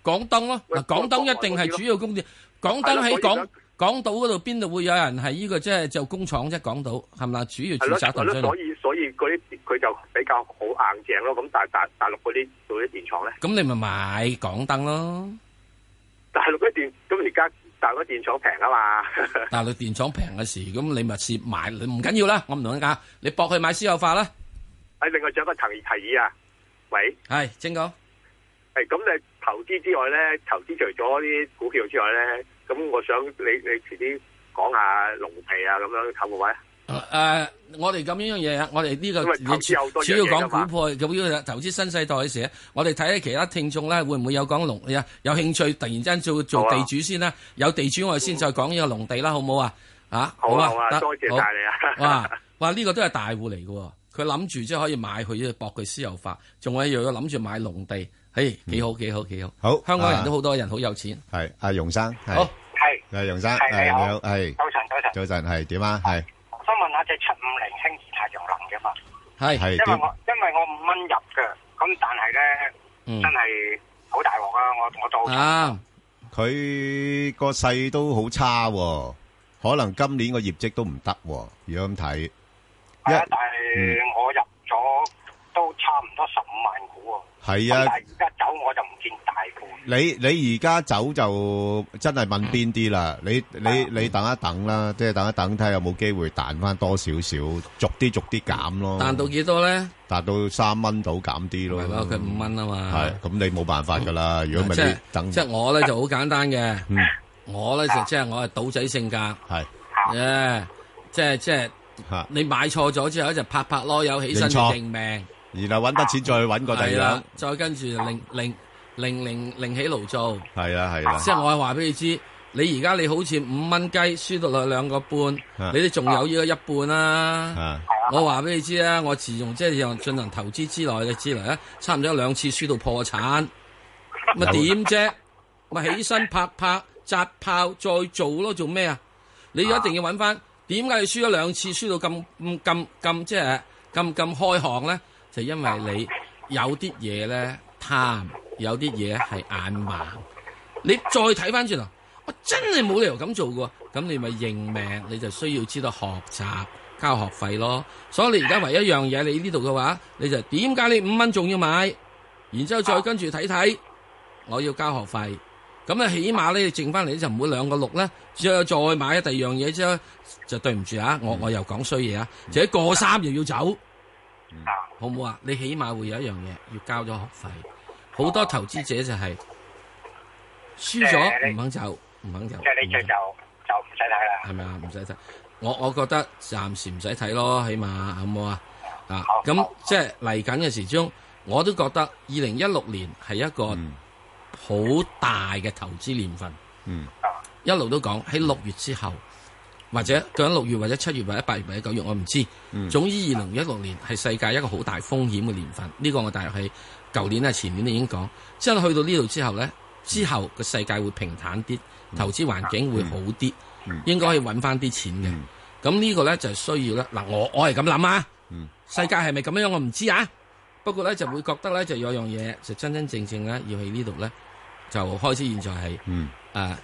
S6: 港燈咯，嗱，港燈一定係主要供電。港燈喺
S21: 係
S6: 港
S21: 咯
S6: 港島嗰度，邊度會有人係呢個即係就工廠啫？港島係咪啊主要
S21: 係
S6: 住
S21: 咯
S6: 宅
S21: 係
S6: 同
S21: 咯，
S6: 商
S21: 所
S6: 業。
S21: 以所以嗰啲佢就比較好硬淨咯。咁但係大大陸嗰啲嗰啲電廠咧，
S6: 咁你咪買港燈咯，
S21: 大陸嗰啲電咁而家大陸嗰啲電廠平啊嘛，
S6: 但係你電廠平嘅時，咁你咪蝕買，你唔緊要啦。我唔同你講，你搏佢買私有化啦。
S21: 喺另外仲有一個提提議啊，喂。
S6: 係，正講。
S21: 係咁，你投資之外咧，投資除咗啲股票之外咧，咁我想你你遲啲講下農地啊，咁樣氹個位。
S6: 誒、我哋咁樣樣嘢，啊我哋呢、個
S21: 因為投資有好多
S6: 主
S21: 樣
S6: 要
S21: 嘢㗎
S6: 講
S21: 嘛
S6: 股票，咁要投資新世代嘅時咧，我哋睇下其他聽眾咧，會唔會有講農有有興趣？突然之間
S21: 啊
S6: 做做地主先啦，有地主我哋先再講呢個農地啦，好唔好啊？啊，
S21: 好啊好啊
S6: 得
S21: 多謝
S6: 好
S21: 晒你啊
S6: 哇哇，呢、個都係大戶嚟嘅喎，佢諗住即係可以買佢，博佢私有化，仲有又要諗住買農地，誒幾好幾好幾好。
S5: 好
S6: 香港人都
S5: 啊
S6: 好多人好有錢。
S5: 係阿容生，係
S6: 好
S20: 係
S5: 係容生，
S20: 係
S5: 係
S20: 你
S5: 你
S20: 好
S5: 好，係
S20: 早晨早晨
S5: 早晨係點啊？係
S20: 我想問下隻七五零輕易太陽能嘅嘛？
S6: 係
S5: 係
S20: 因為
S5: 點
S20: 我因為我五蚊入嘅，咁但係咧、
S5: 嗯
S20: 真係好大鑊啊！我我到
S6: 啊？
S5: 佢個勢都好差喎，可能今年個業績都唔得喎，如果咁睇，
S20: 係啊
S5: 一，嗯
S20: 但係我入咗
S21: 都差唔多十五萬股喎。
S5: 係啊
S21: 咁但係而家走我就唔見大股。
S5: 你你而家走就真係問邊啲啦？你你你等一等啦，即係等一等睇下有冇機會彈翻多少少，逐啲逐啲減咯。
S6: 彈到幾多咧？
S5: 達到三蚊到減啲咯。
S6: 係咯佢五蚊啊嘛
S5: 係咁，你冇辦法噶啦。嗯如果唔
S6: 即
S5: 係
S6: 係
S5: 你等啊
S6: 即係我咧就好簡單嘅，我咧就即係我係賭仔性格，
S5: 係
S6: 誒，即係即係
S5: 嚇
S6: 你買錯咗之後就拍拍籮柚起身
S5: 認錯
S6: 認命，
S5: 然後揾筆錢再去揾個第二
S6: 係
S5: 樣
S6: 啦。，再跟住另另另另另起爐灶。
S5: 係啦係啦。
S6: 即係我係話俾你知，你而家你好似五蚊雞輸到落兩個半
S5: 啊，
S6: 你哋仲有呢個一半啦
S5: 啊。
S6: 我話俾你知啊，我自從即係用進行投資之內嘅之內咧，差唔多有兩次輸到破產，咪啊點啫？咪起身拍拍扎炮再做咯，做咩啊？你一定要揾翻點解你輸咗兩次，輸到咁咁咁咁即係咁咁開行咧？就因為你有啲嘢咧貪，有啲嘢係眼盲。你再睇翻轉頭，我真係冇理由咁做嘅喎。咁你咪認命，你就需要知道學習交學費咯。所以你而家唯一一樣嘢，你呢度嘅話，你就點解你五蚊仲要買？然之後再跟住睇睇，我要交學費。咁啊，起碼咧，你剩翻嚟就唔會兩個六咧，之後再買第二樣嘢之後，就對唔住啊！我我又講衰嘢啊！就一過三又要走，好唔好啊？你起碼會有一樣嘢要交咗學費。好多投資者就係輸咗唔肯走，唔肯走
S21: 即。係呢隻就就唔使睇啦。
S6: 系咪啊？唔使睇，我我覺得暫時唔使睇咯，起碼好唔好啊？啊，咁即係嚟緊嘅時鐘，我都覺得二零一六年係一個好大嘅投資年份。
S5: 嗯，
S6: 一路都講喺六月之後，或者究竟六月或者七月或者八月或者九月，我唔知。總之二零一六年係世界一個好大風險嘅年份，呢、個我大約係舊年啊前年已經講。之後去到呢度之後呢，之後個世界會平坦啲，投資環境會好啲，應該可以揾翻啲錢嘅。咁呢個呢，就係需要咧，嗱我我係咁諗啊，
S5: 嗯
S6: 世界係咪咁樣我唔知啊。不過呢，就會覺得呢，就有樣嘢就真真正正呢，要喺呢度呢，就開始現在係
S5: 嗯
S6: 誒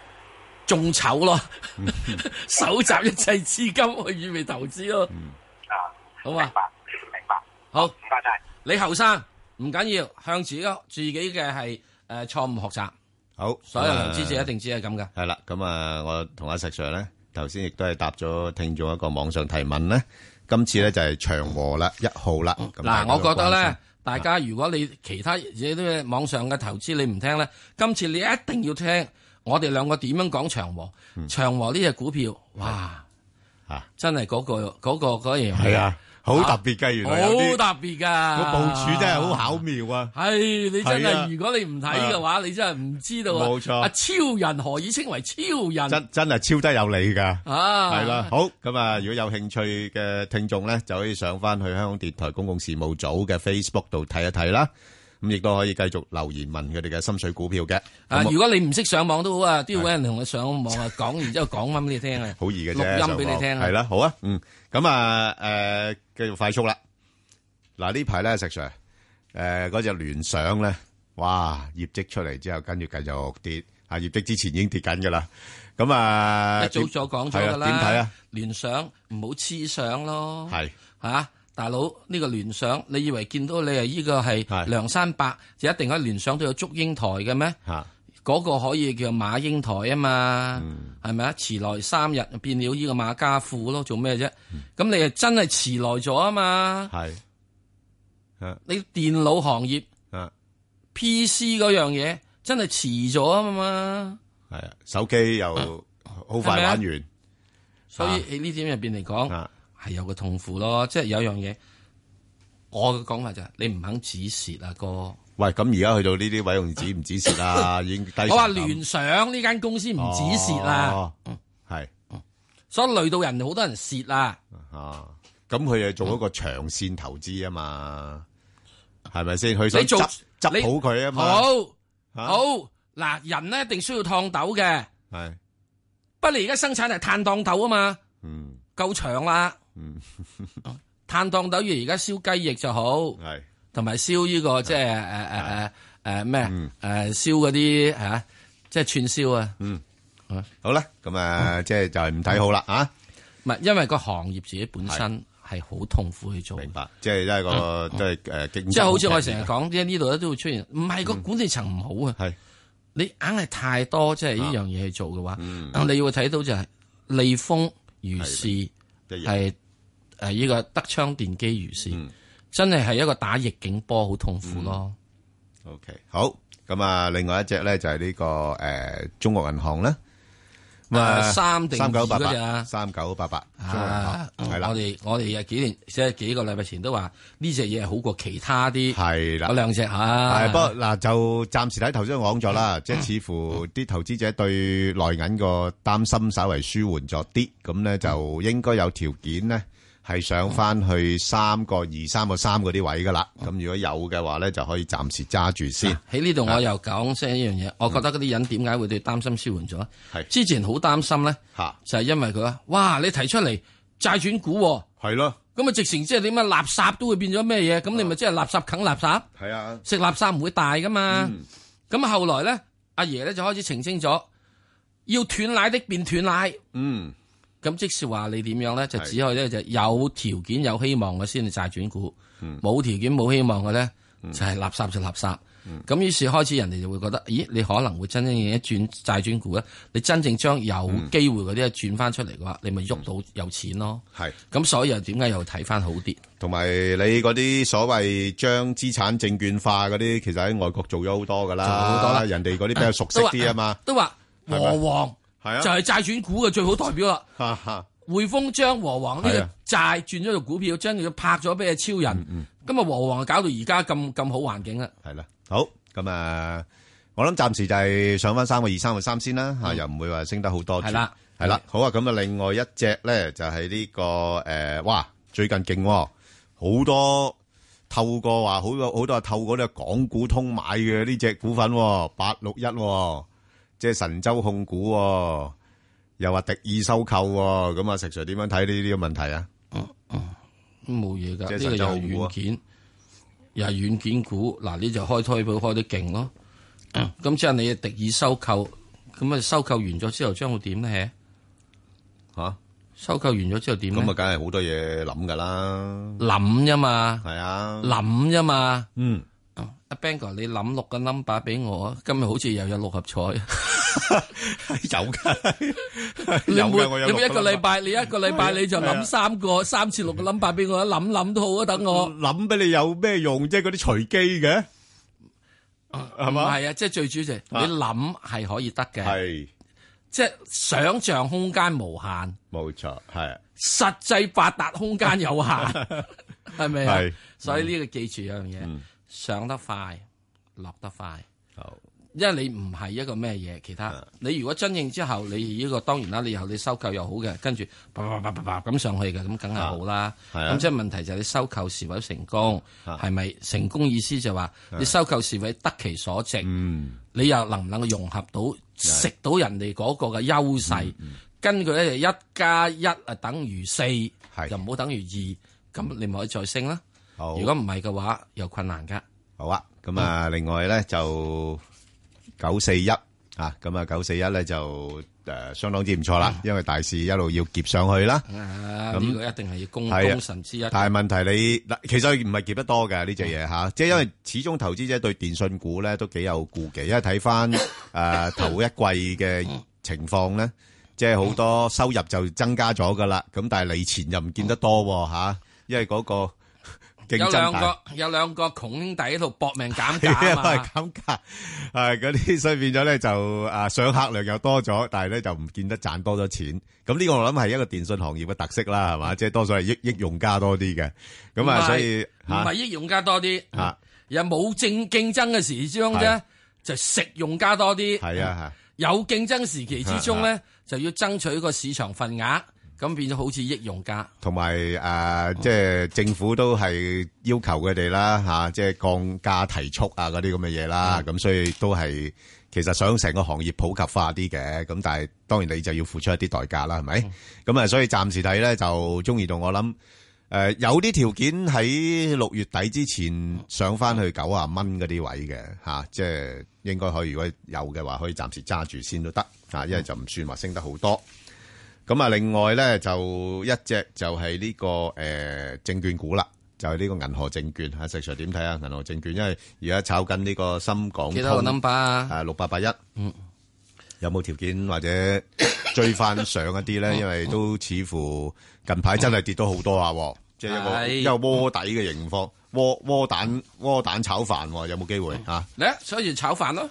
S6: 眾籌咯， 搜集一切資金去預備投資咯。
S5: 嗯
S21: 啊，
S6: 好嘛，
S21: 明白。
S6: 好，
S21: 唔該晒。
S6: 你後生唔緊要，向自己自己嘅係誒錯誤學習。
S5: 好，
S6: 所有
S5: 咁啊，
S6: 投資者一定知係咁嘅。
S5: 系啦，咁啊，我同阿石 Sir 咧，頭先亦都係答咗聽眾一個網上提問咧。今次咧就係長和啦，一號啦。咁大
S6: 嗱，
S5: 家
S6: 我
S5: 都
S6: 覺得
S5: 關
S6: 咧
S5: 心，
S6: 大家如果你其他嘢都係網上嘅投資你唔聽咧，今次你一定要聽我哋兩個點樣講長和。
S5: 嗯
S6: 長和呢只股票，哇，真係嗰個嗰個嗰樣嘢
S5: 係啊好特別㗎原來
S6: 好
S5: 有啲
S6: 特別㗎，
S5: 個部署真係好巧妙啊！
S6: 係你真
S5: 係啊
S6: 係，如果你唔睇嘅話，你真係唔知道啊！
S5: 冇錯
S6: 啊超人何以稱為超人？
S5: 真真係超得有理㗎。
S6: 啊
S5: 係啦，好咁啊！如果有興趣嘅聽眾咧，就可以上翻去香港電台公共事務組嘅 Facebook 度睇一睇啦。咁亦都可以繼續留言問佢哋嘅心水股票嘅。
S6: 啊！
S5: 咁我
S6: 如果你唔識上網都好啊，都要揾人同佢上網啊，講完之後講翻俾你聽啊，
S5: 好易嘅啫，
S6: 錄音俾你聽啊，
S5: 係啦，好啊，嗯，咁啊，誒，繼續快速啦。嗱呢排咧，石 Sir，誒嗰只聯想咧，哇，業績出嚟之後，跟住繼續跌，啊，業績之前已經跌緊噶啦。咁啊，
S6: 一早就講咗
S5: 係
S6: 㗎
S5: 啊
S6: 啦。
S5: 點睇啊？？
S6: 聯想唔好黐想咯。
S5: 係
S6: 嚇，大佬呢個聯想，你以為見到你係呢個係梁山伯，就一定喺聯想都有祝英台嘅咩？
S5: 嚇，
S6: 嗰個可以叫馬英台啊嘛，
S5: 嗯
S6: 係咪啊？遲來三日變了呢個馬家富咯，做咩啫？咁你係真係遲來咗啊嘛？
S5: 嗯係。
S6: 你電腦行業
S5: 啊
S6: PC 嗰樣嘢真係遲咗啊嘛，
S5: 係啊，手機又好快玩
S6: 係咪
S5: 完，
S6: 所
S5: 啊
S6: 以喺呢點入邊嚟講係有個痛苦咯，即係有樣嘢，我嘅講法就係你唔肯止蝕啊哥。
S5: 喂，咁而家去到呢啲位用止唔止蝕 啊？已經低成咁。
S6: 我話聯想呢間公司唔止蝕啊，
S5: 哦，係
S6: 所以累到人好多人蝕啦。
S5: 啊，咁佢係做一個長線投資啊嘛，係咪先？佢想
S6: 你做
S5: 執執
S6: 你
S5: 好佢啊嘛。
S6: 好，
S5: 啊
S6: 好嗱，人咧一定需要燙斗嘅，
S5: 係
S6: 不過你而家生產係碳燙斗啊嘛，
S5: 嗯，
S6: 夠長啦，
S5: 嗯，
S6: 碳燙斗要而家燒雞翼就好，
S5: 係
S6: 同埋燒呢個即係誒誒誒誒咩誒燒嗰啲嚇，即係串燒啊，
S5: 嗯，好啦，咁啊，即係就係唔睇好啦啊。
S6: 唔係因為個行業自己本身。係好痛苦去做嗯嘅。
S5: 即係一個即係誒經濟
S6: 即係好似我成日講，即係呢度咧都會出現，唔係個管理層唔好啊。
S5: 嗯係
S6: 你硬係太多即係呢樣嘢去做嘅話，
S5: 嗯
S6: 啊你會睇到就係利豐如是，係誒呢個德昌電機如
S5: 嗯
S6: 是，真係係一個打逆境波，好痛苦咯。
S5: OK，好咁啊，另外一隻咧就係呢個誒中國銀行啦。咁啊，
S6: 啊三定
S5: 三九八
S6: 二嗰隻
S5: 八
S6: 啊
S5: 三九八八，中國銀行
S6: 啊，我哋我哋啊幾年即係幾個禮拜前都話呢只嘢好過其他啲，
S5: 係啦，
S6: 嗰兩隻啊嚇。
S5: 係不過嗱，就暫時睇頭先講咗啦，即係似乎啲投資者對內銀個擔心稍為舒緩咗啲，咁咧就應該有條件咧係上翻去三個二、三個三嗰啲位噶啦。咁如果有嘅話咧，就可以暫時揸住先。
S6: 喺呢度
S5: 啊
S6: 我又講聲一樣
S5: 嗯
S6: 嘢，我覺得嗰啲人點解會對擔心舒緩咗？之前好擔心咧，就係因為佢話：哇，你提出嚟債轉股喎，
S5: 係咯，啊
S6: 咁啊直情即係點啊？垃圾都會變咗咩嘢？咁你咪即係垃圾啃垃圾，
S5: 係啊，嗯
S6: 食垃圾唔會大噶嘛。咁啊後來咧，阿爺咧就開始澄清咗，要斷奶的便斷奶。
S5: 嗯，
S6: 咁即是話你點樣咧？就只可以咧就有條件有希望嘅先至債轉股，
S5: 嗯
S19: 嗯
S6: 冇條件冇希望嘅咧就係垃圾就垃圾。
S5: 嗯
S6: 咁於是開始人哋就會覺得，咦？你可能會真真正正一轉債轉股咧，啊你真正將有
S5: 嗯
S6: 機會嗰啲轉翻出嚟嘅話，你咪喐到有錢咯。
S5: 係。
S6: 咁所以又點解又睇翻好啲？
S5: 同埋你嗰啲所謂將資產證券化嗰啲，其實喺外國做咗好多噶啦，
S6: 做咗好多啦
S5: 人哋嗰啲比較熟悉啲啊嘛，
S6: 都話
S5: 係咪
S6: 和黃
S5: 係啊
S6: 就係債轉股嘅最好代表啦。
S5: 哈哈
S6: 匯豐將和黃呢
S5: 係啊嗯
S6: 個債轉咗做股票，將佢拍咗俾阿超人，咁啊和黃搞到而家咁咁好環境啦。啊
S5: 係啦，好咁啊，我諗暫時就係上翻三個二、三個三先啦，吓又唔會話升得好多住。
S6: 嗯係啦
S5: 係啦，好啊，咁啊，另外一隻咧就係呢個诶，哇，最近勁喎，好多透過話好多好多係透過呢個港股通買嘅呢只股份喎，八六一，即係神州控股喎，又話敵意收購喎，咁啊，石 Sir 點樣睇呢啲嘅問題啊？
S6: 冇嘢噶，
S5: 即係
S6: 呢
S5: 實
S6: 個又
S5: 質好
S6: 係
S5: 股啊
S6: 軟件，又係軟件股。嗱，呢就開推盤開得勁咯。
S5: 嗯
S6: 咁即係你敵意收購，咁啊收購完咗之後將會點咧？
S5: 吓，
S6: 收購完咗之後點咧？
S5: 咁啊，梗係好多嘢諗噶啦，
S6: 諗啫嘛，
S5: 係啊，
S6: 諗啫嘛。
S5: 嗯，
S6: 阿 Bang 哥，你諗六個 number 俾我啊！今日好似又有六合彩，
S5: 有噶，
S6: 你每
S5: 有㗎我有
S6: 你每一
S5: 六個
S6: 個
S5: number
S6: 禮拜，你一個禮拜你就
S5: 係啊
S6: 諗三個三次六個 number 俾我，諗諗都好啊，等我。
S5: 諗俾你有咩用啫？嗰啲隨機嘅嗯係
S6: 唔
S5: 嘛？
S6: 係啊，即係最主要就係
S5: 啊
S6: 你諗係可以得嘅，
S5: 係
S6: 即係想像空間無限，
S5: 冇錯，係
S6: 實際發達空間有限，係咪
S5: 係嗯
S6: 啊？所以呢個記住一樣嘢，上得快，落得快。
S5: 好，啊
S6: 因為你唔係一個咩嘢，其他你如果真正之後，你呢個當然啦，你由你收購又好嘅，跟住叭叭叭叭叭咁上去嘅，咁梗係好啦。
S5: 係啊
S6: 咁即係問題就係你收購是否成功，係咪成功意思就話你收購是否得其所值？
S5: 啊嗯，
S6: 你又能唔能夠融合到食到人哋嗰個嘅優
S5: 嗯
S6: 勢？跟佢咧就一加一啊等於四，就唔好等於二，咁你咪可以再升啦。
S5: 好
S6: 如果唔係嘅話，有困難噶。
S5: 好啊。咁啊，另外咧就九四一啊，咁啊九四一咧就誒相當之唔錯啦，因為大市一路要夾上去啦。
S6: 啊，
S5: 咁
S6: 呢個一定係要功
S5: 係啊
S6: 功臣之一。
S5: 但係問題你嗱，其實唔係夾得多嘅呢只嘢吓，即係因為始終投資者對電信股咧都幾有顧忌，因為睇 翻誒頭一季嘅情況咧，即係好多收入就增加咗噶啦，咁但係利錢又唔見得多喎吓，因為嗰個競
S6: 有
S5: 爭
S6: 兩
S5: 大
S6: 個。有兩個窮兄弟喺度搏命減
S5: 係
S6: 價
S5: 啊，
S6: 啊嘛，
S5: 減價， 係嗰啲，所以變咗咧就啊上客量又多咗，但係咧就唔見得賺多咗錢。咁呢個我諗係一個電信行業嘅特色啦，係嘛，即係多數係益益用家多啲嘅。咁
S6: 唔
S5: 啊，
S6: 係
S5: 所以
S6: 唔係益用家多啲，
S5: 啊
S6: 又冇正競爭嘅時之中
S5: 係
S6: 啫，就食用家多啲。
S5: 係啊，
S6: 有競爭時期之中咧，就要爭取個市場份額，咁變咗好似益用家。
S5: 同埋誒，即係政府都係要求佢哋啦嚇，即係降價提速啊嗰啲咁嘅嘢啦，咁所以都係其實想成個行業普及化啲嘅，咁但係當然你就要付出一啲代價啦，係咪？咁啊，所以暫時睇咧就中意到我諗誒有啲條件喺六月底之前上翻去九啊蚊嗰啲位嘅嚇，即係應該可以，如果有嘅話可以暫時揸住先都得嚇，因為就唔算話升得好多。咁啊，另外咧就一隻就係呢、個誒、呃證券股啦，就係、呢個銀河證券啊。石 Sir 點睇啊？銀河證券，因為而家炒緊呢個深港通
S6: 幾多個 number 啊？
S5: 啊，六八八一。
S6: 嗯。
S5: 有冇條件或者追翻上一啲
S6: 嗯
S5: 咧？因為都似乎近排真係跌咗好多下喎，即係一個
S6: 係
S5: 一個窩底嘅情況，窩窩蛋窩蛋炒飯喎，有冇機 會啊？
S6: 咧，所以炒飯咯，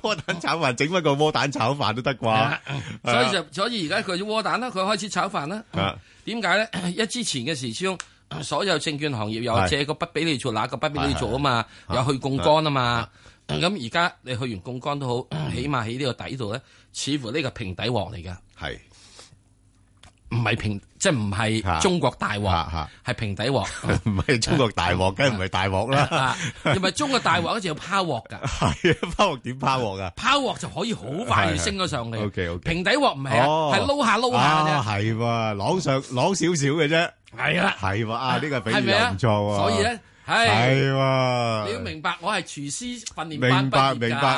S5: 窩蛋炒飯整翻個窩蛋炒飯都得 啩？啊
S6: 所以就所以而家佢要窩蛋啦，佢開始炒飯啦。
S5: 啊
S6: 點解咧？ 一之前嘅時始終 所有證券行業有
S5: 係
S6: 借個筆俾你做，那個筆俾你做啊嘛，
S5: 係
S6: 有去槓桿啊嘛。咁而家你去完槓桿都好， 起碼喺呢個底度咧，似乎呢個平底鑊嚟噶。
S5: 係
S6: 唔係平？即係唔
S5: 啊
S6: 係中國大鑊？係 平底鑊。
S5: 唔係中國大鑊，梗係唔係大鑊啦
S6: 啊。因為中國大鑊嗰時要拋鑊㗎，
S5: 係啊，拋鑊點拋鑊啊？
S6: 拋鑊就可以好快升咗上嚟。
S5: OK OK。
S6: 平底鑊唔係啊，
S5: 哦
S6: 係撈下撈下嘅啫。
S5: 啊，係喎，攞上-攞少少嘅啫。
S6: 係啦。
S5: 係喎，啊，呢個比喻
S6: 係咪啊？
S5: 又唔錯喎。
S6: 所以咧，
S5: 係
S6: 係
S5: 喎
S6: 你要明白，我係廚師訓練班
S5: 啊明白
S6: 畢業㗎
S5: 明白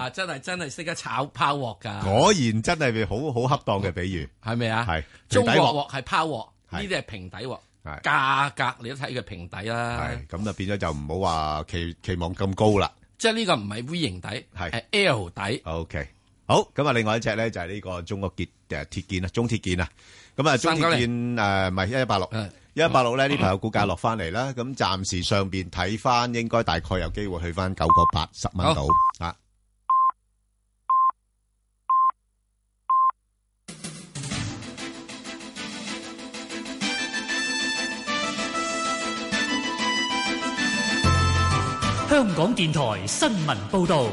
S5: 唉
S6: 真係真係識得炒拋鑊㗎。
S5: 果然真係好-好恰當嘅比喻。係，
S6: 中
S5: 平
S6: 國
S5: 底鑊。
S6: 鑊係拋鑊，呢啲係平底鑊，價格你都睇佢平底啦。
S5: 係，咁就變咗就唔好話期-期望咁高啦。
S6: 即係呢個唔係 V 型底，係 L 底。
S5: OK。好，咁啊，另外一隻呢，就係呢個中國鐵-誒，鐵建啊，中鐵建啊。咁啊，
S6: 396
S5: 中鐵建，誒，唔係，1186 1186呢，呢排個股價落返嚟啦，咁暫時上邊睇返，應該大概有機會去返9.8 10蚊
S6: 好。
S5: 度，啊。
S2: 香港電台新聞報道，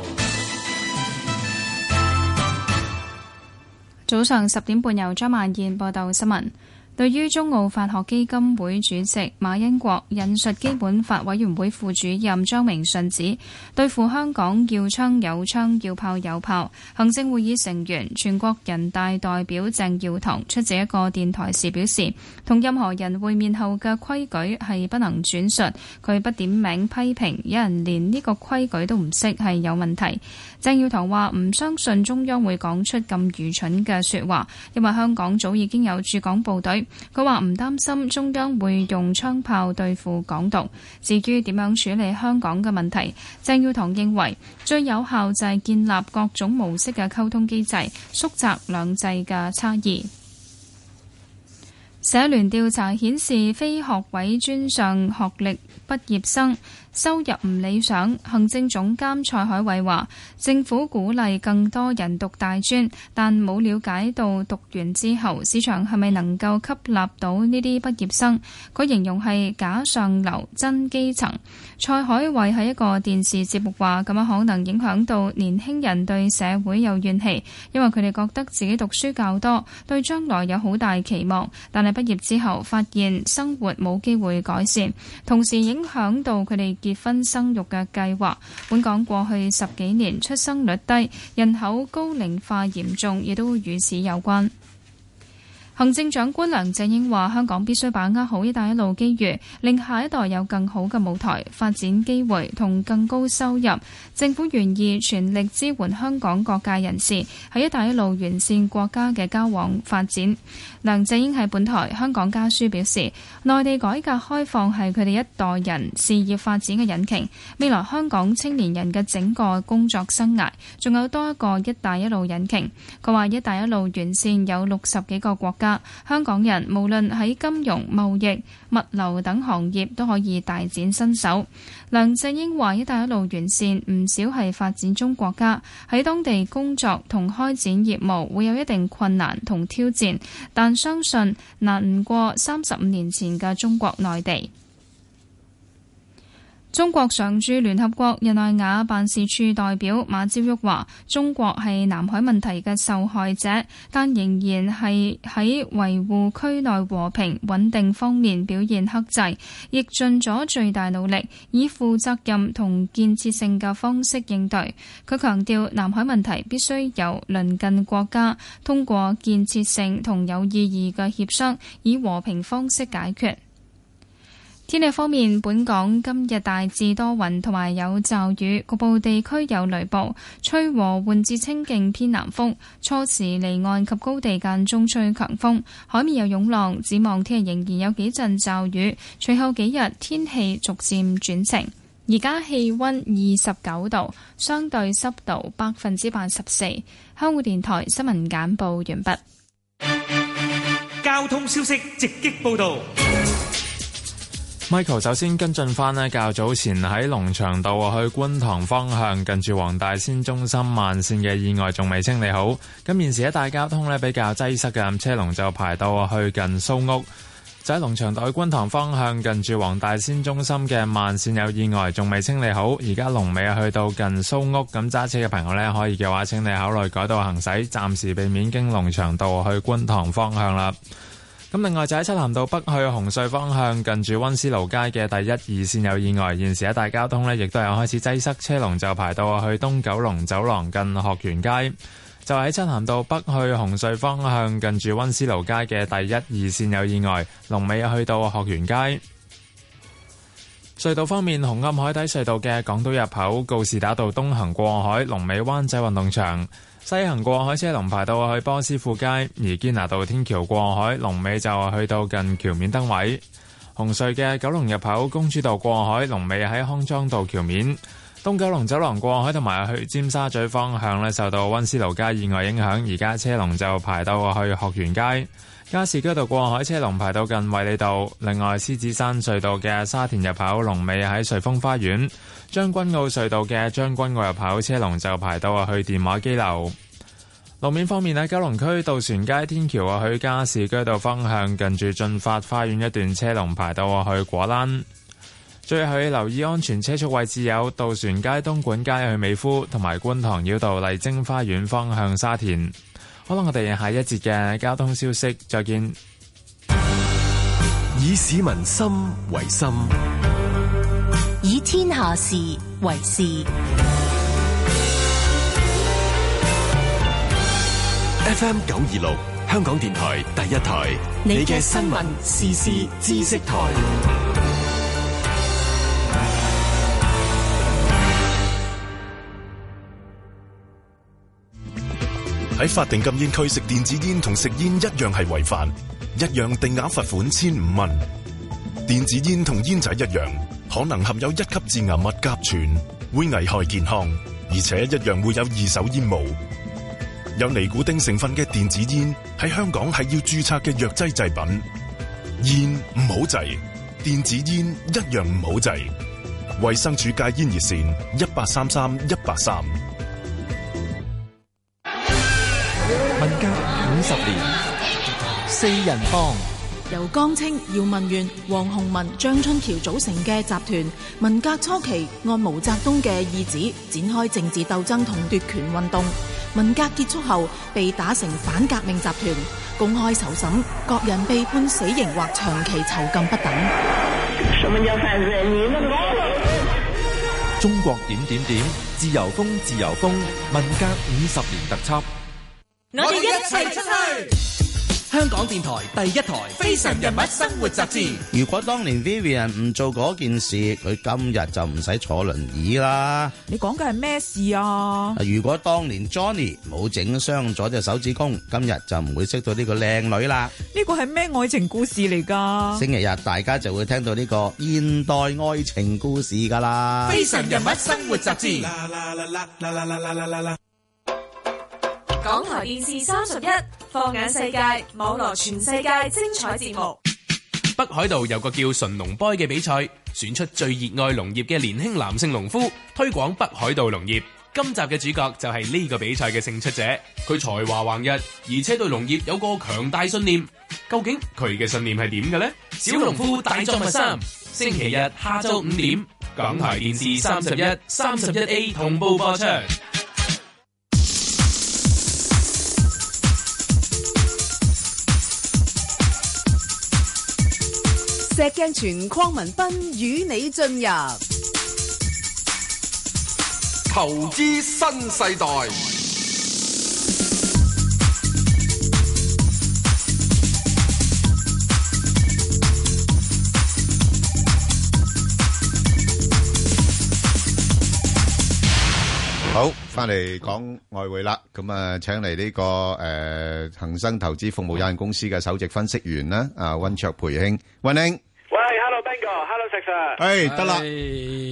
S8: 早上十點半由張曼燕報道新聞。對於中澳法學基金會主席馬英國引述基本法委員會副主任張明信指，對付香港要槍有槍，要炮有炮。行政會議成員、全國人大代表鄭耀棠出席一個電台時表示，同任何人會面後嘅規矩係不能轉述。佢不點名批評，有人連呢個規矩都唔識係有問題。鄭耀棠話唔相信中央會講出咁愚蠢嘅説話，因為香港早已經有駐港部隊。佢話唔擔心中央會用槍炮對付港獨。至於點樣處理香港嘅問題，鄭耀棠認為最有效就係建立各種模式嘅溝通機制，縮窄兩制嘅差異。社聯調查顯示，非學位專上學歷畢業生收入唔理想。行政總監蔡海偉話：政府鼓勵更多人讀大專，但冇了解到讀完之後市場係咪能夠吸納到呢啲畢業生。佢形容係假上流真基層。蔡海偉喺一個電視節目話：咁樣啊可能影響到年輕人對社會有怨氣，因為佢哋覺得自己讀書較多，對將來有好大期望，但係畢業之後發現生活冇機會改善，同時影響到佢哋結婚生育嘅計劃。本港過去十幾年出生率低，人口高齡化嚴重，亦都與此有關。行政長官梁振英話：香港必須把握好「一帶一路」機遇，令下一代有更好嘅舞台、發展機會同更高收入。政府願意全力支援香港各界人士喺「一帶一路」完善國家嘅交往發展。梁振英喺本台《香港家書》表示，內地改革開放係佢哋一代人事業發展嘅引擎，未來香港青年人嘅整個工作生涯仲有多一個「一帶一路」引擎。佢話：一帶一路沿線有六十幾個國家，香港人無論喺金融、貿易、物流等行業都可以大展身手。梁振英話：一帶一路沿線唔少係發展中國家，喺當地工作同開展業務會有一定困難同挑戰，但相信難唔過三十五年前嘅中國內地。中國常駐聯合國日內瓦辦事處代表馬朝旭話：中國係南海問題嘅受害者，但仍然係喺維護區內和平穩定方面表現克制，亦盡咗最大努力，以負責任同建設性嘅方式應對。佢強調，南海問題必須由鄰近國家通過建設性同有意義嘅協商，以和平方式解決。天氣方面，本港今日大致多雲同埋有驟雨，局部地區有雷暴，吹和緩至清勁偏南風，初時離岸及高地間中吹強風，海面有湧浪。展望聽日仍然有幾陣驟雨，隨後幾日天氣逐漸轉晴。而家氣温二十九度，相對濕度百分之八十四。香港電台新聞簡報完畢。
S22: 交通消息直擊報道。
S9: Michael 首先跟進翻呢，較早前喺龍翔道啊去觀塘方向近住黃大仙中心慢線嘅意外仲未清理好，咁現時一帶交通呢比較擠塞嘅，車龍就排到啊去近蘇屋。就喺龍翔道去觀塘方向近住黃大仙中心嘅慢線有意外，仲未清理好，而家龍尾啊去到近蘇屋，咁揸車嘅朋友呢，可以嘅話，請你考慮改道行駛，暫時避免經龍翔道啊去觀塘方向啦。咁另外就喺漆咸道北去紅隧方向，近住溫思勞街嘅第一二線有意外，現時一帶交通呢亦都有開始擠塞，車龍就排到去東九龍走廊近學園街。就喺漆咸道北去紅隧方向，近住溫思勞街嘅第一二線有意外，龍尾去到學園街。隧道方面，紅磡海底隧道嘅港島入口告士打道東行過海，龍尾灣仔運動場。西行過海車龍排到去波斯富街，而堅拿道天橋過海龍尾就去到近橋面燈位。紅隧嘅九龍入口公主道過海龍尾喺康莊道橋面。東九龍走廊過海同埋去尖沙咀方向呢，受到溫思勞街意外影響，而家車龍就排到去學園街。加士居道過海車龍排到近衛理道。另外，獅子山隧道嘅沙田入口龍尾喺瑞峰花園。將軍澳隧道嘅將軍澳入口車龍就排到去電話機樓。路面方面喺九龍區渡船街天橋啊，去加士居道方向近住進發花園一段車龍排到去果欄。最後要留意安全車速位置有渡船街、東莞街去美孚，同埋觀塘繞道麗晶花園方向沙田。好啦，我哋下一節嘅交通消息再見。
S22: 以市民心為心，
S10: 以天下事為事。
S22: FM 九二六，香港電台第一台，
S10: 你
S22: 你
S10: 嘅
S22: 嘅
S10: 新
S22: 新
S10: 聞
S22: 聞、時事、知識台。
S33: 喺法定禁煙區食電子煙同食煙一樣係違法，一樣定額罰款千五蚊。電子煙同煙仔一樣，可能含有一級致癌物甲醛，會危害健康，而且一樣會有二手煙霧。有尼古丁成分嘅電子煙喺香港係要註冊嘅藥劑製品，煙唔好制，電子煙一樣唔好制。衛生署戒煙熱線一八三三一八三。
S4: 文革五十年，四人幫
S14: 由江青、姚文元、黃洪文、張春橋組成嘅集團，文革初期按毛澤東嘅意旨展開政治鬥爭同奪權運動。文革結束後，被打成反革命集團，公開受審，各人被判死刑或長期囚禁不等。
S4: 中國點點點，自由風自由風，文革五十年特輯。
S20: 我哋一齊出去。
S11: 香港電台第一台《非常人物生活雜誌》。
S34: 如果當年 Vivian 唔做嗰件事，佢今日就唔使坐輪椅啦。
S31: 你講嘅係咩事啊？
S34: 如果當年 Johnny 冇整傷咗隻手指公，今日就唔會識到呢個靚女啦。
S31: 呢個係咩愛情故事嚟㗎？
S34: 星期日大家就會聽到呢個現代愛情故事㗎啦。
S11: 非常人物生活雜誌。
S16: 港台電視三十一，放眼世界，網羅全世界精彩節目。
S35: 北海道有個叫純農 boy 嘅比賽，選出最熱愛農業嘅年輕男性農夫，推廣北海道農業。今集嘅主角就係呢個比賽嘅勝出者，佢才華橫溢，而且對農業有個強大信念。究竟佢嘅信念係點嘅呢？小農夫大作物三，星期日下晝五點，港台電視三十一、三十一 A 同步播出。
S3: 石鏡泉鄺民彬與你進入
S1: 投資新世代，
S5: 好，翻嚟講外匯啦。咁啊，請嚟呢個诶恒生投資服務有限公司嘅首席分析員啦，啊温卓培兄，温兄，
S18: 喂，Hello Ben 哥，Hello 石 Sir，
S5: 诶哎得啦，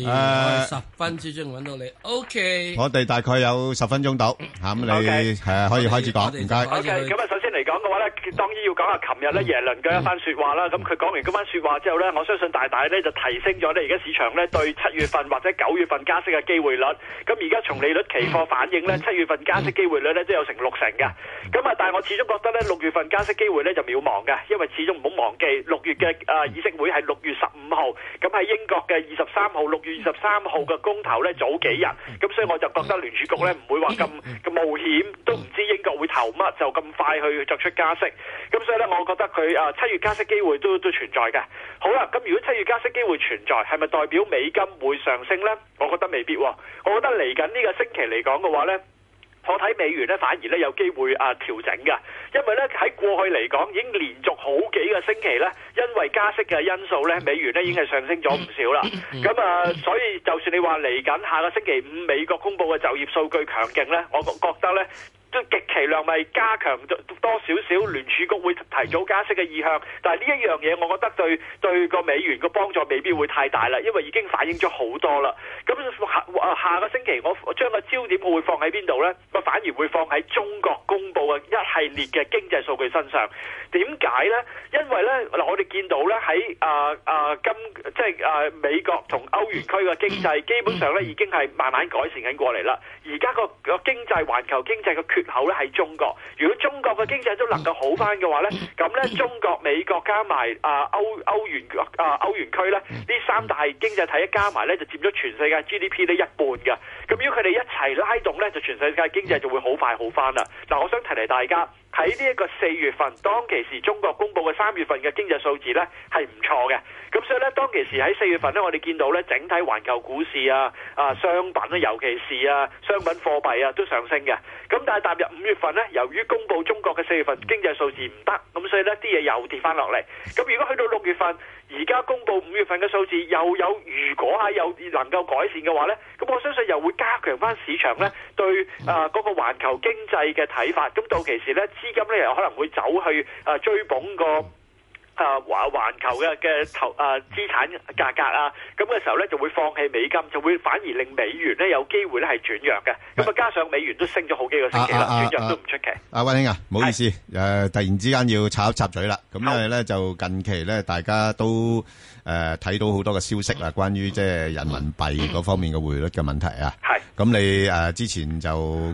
S6: 我十分之中揾到你，OK。
S5: 我哋大概有十分鐘到，吓咁你
S18: OK
S5: 系可以開始講，唔該。
S18: O K，咁啊，首先嚟講嘅話咧，當然要講下琴日
S6: 嗯
S18: 咧耶倫嘅一番説話啦。咁佢講完嗰番説話之後咧，我相信大大咧就提升咗咧而家市場咧對七月份或者九月份加息嘅機會率。咁而家從利率期貨反映
S6: 嗯
S18: 咧，七月份加息機會率咧都有成六成嘅。咁啊，但係我始終覺得咧六月份加息機會咧就渺茫嘅，因為始終唔好忘記六月嘅啊議息會係六月十五號，咁喺英國嘅二十三號，六月二十三號嘅公投咧早幾日，咁所以我就覺得聯儲局咧唔會話咁咁冒險，都唔知英國會投乜就咁快去作出加息。咁所以咧，我覺得佢啊七月加息機會都都存在嘅。好啦，咁如果七月加息機會存在，係咪代表美金會上升呢？我覺得未必喎、我覺得嚟緊呢個星期嚟講嘅話呢。我睇美元咧反而咧有機會啊調整嘅，因為咧喺過去嚟講已經連續好幾個星期咧，因為加息嘅因素咧，美元咧已經係上升咗唔少啦。咁啊，所以就算你話嚟緊下個星期五美國公佈嘅就業數據強勁咧，我覺得咧。都極其量咪加強咗多少少聯儲局會提早加息嘅意向，但係呢一樣嘢，我覺得對對個美元個幫助未必會太大啦，因為已經反映咗好多啦。咁下啊下個星期我我將個焦點我會放喺邊度呢？我反而會放喺中國公佈嘅一系列嘅經濟數據身上。點解呢？因為呢，嗱我哋見到呢喺啊啊今即係啊美國同歐元區嘅經濟基本上呢已經係慢慢改善緊過嚟啦。而家個個經濟環球經濟嘅缺口咧係中國。如果中國嘅經濟都能夠好翻嘅話咧，咁咧中國、美國加埋啊歐歐元啊歐元區咧，呢三大經濟體加埋咧就佔咗全世界 GDP 呢一半嘅。咁如果佢哋一齊拉動咧，就全世界經濟就會好快好翻啦。嗱，我想提提大家。喺呢一個四月份，當其時中國公布嘅三月份嘅經濟數字呢係唔錯嘅，咁所以呢，當其時喺四月份呢，我哋見到呢整體環球股市啊、啊商品啊，尤其是啊商品貨幣啊都上升嘅。咁但係踏入五月份呢，由於公布中國嘅四月份經濟數字唔得，咁所以呢啲嘢又跌翻落嚟。咁如果去到六月份，而家公布五月份嘅數字又有如果啊有能夠改善嘅話呢，咁我相信又會加強翻市場呢對啊嗰、個環球經濟嘅睇法。咁到其時呢，資金呢又可能會走去啊追捧個。啊環環球嘅嘅投啊資產價格啊，咁嘅時候咧就會放棄美金，就會反而令美元咧有機會咧係轉弱嘅。咁啊加上美元都升咗好幾個星期啦，轉弱都唔出奇。
S5: 阿温兄啊，唔好意思，诶，突然之間要插一插嘴啦。咁因為咧就近期咧，大家都诶睇到好多嘅消息啦，關於即係人民幣嗰方面嘅匯率嘅問題啊。
S18: 嗯係。
S5: 咁你诶之前就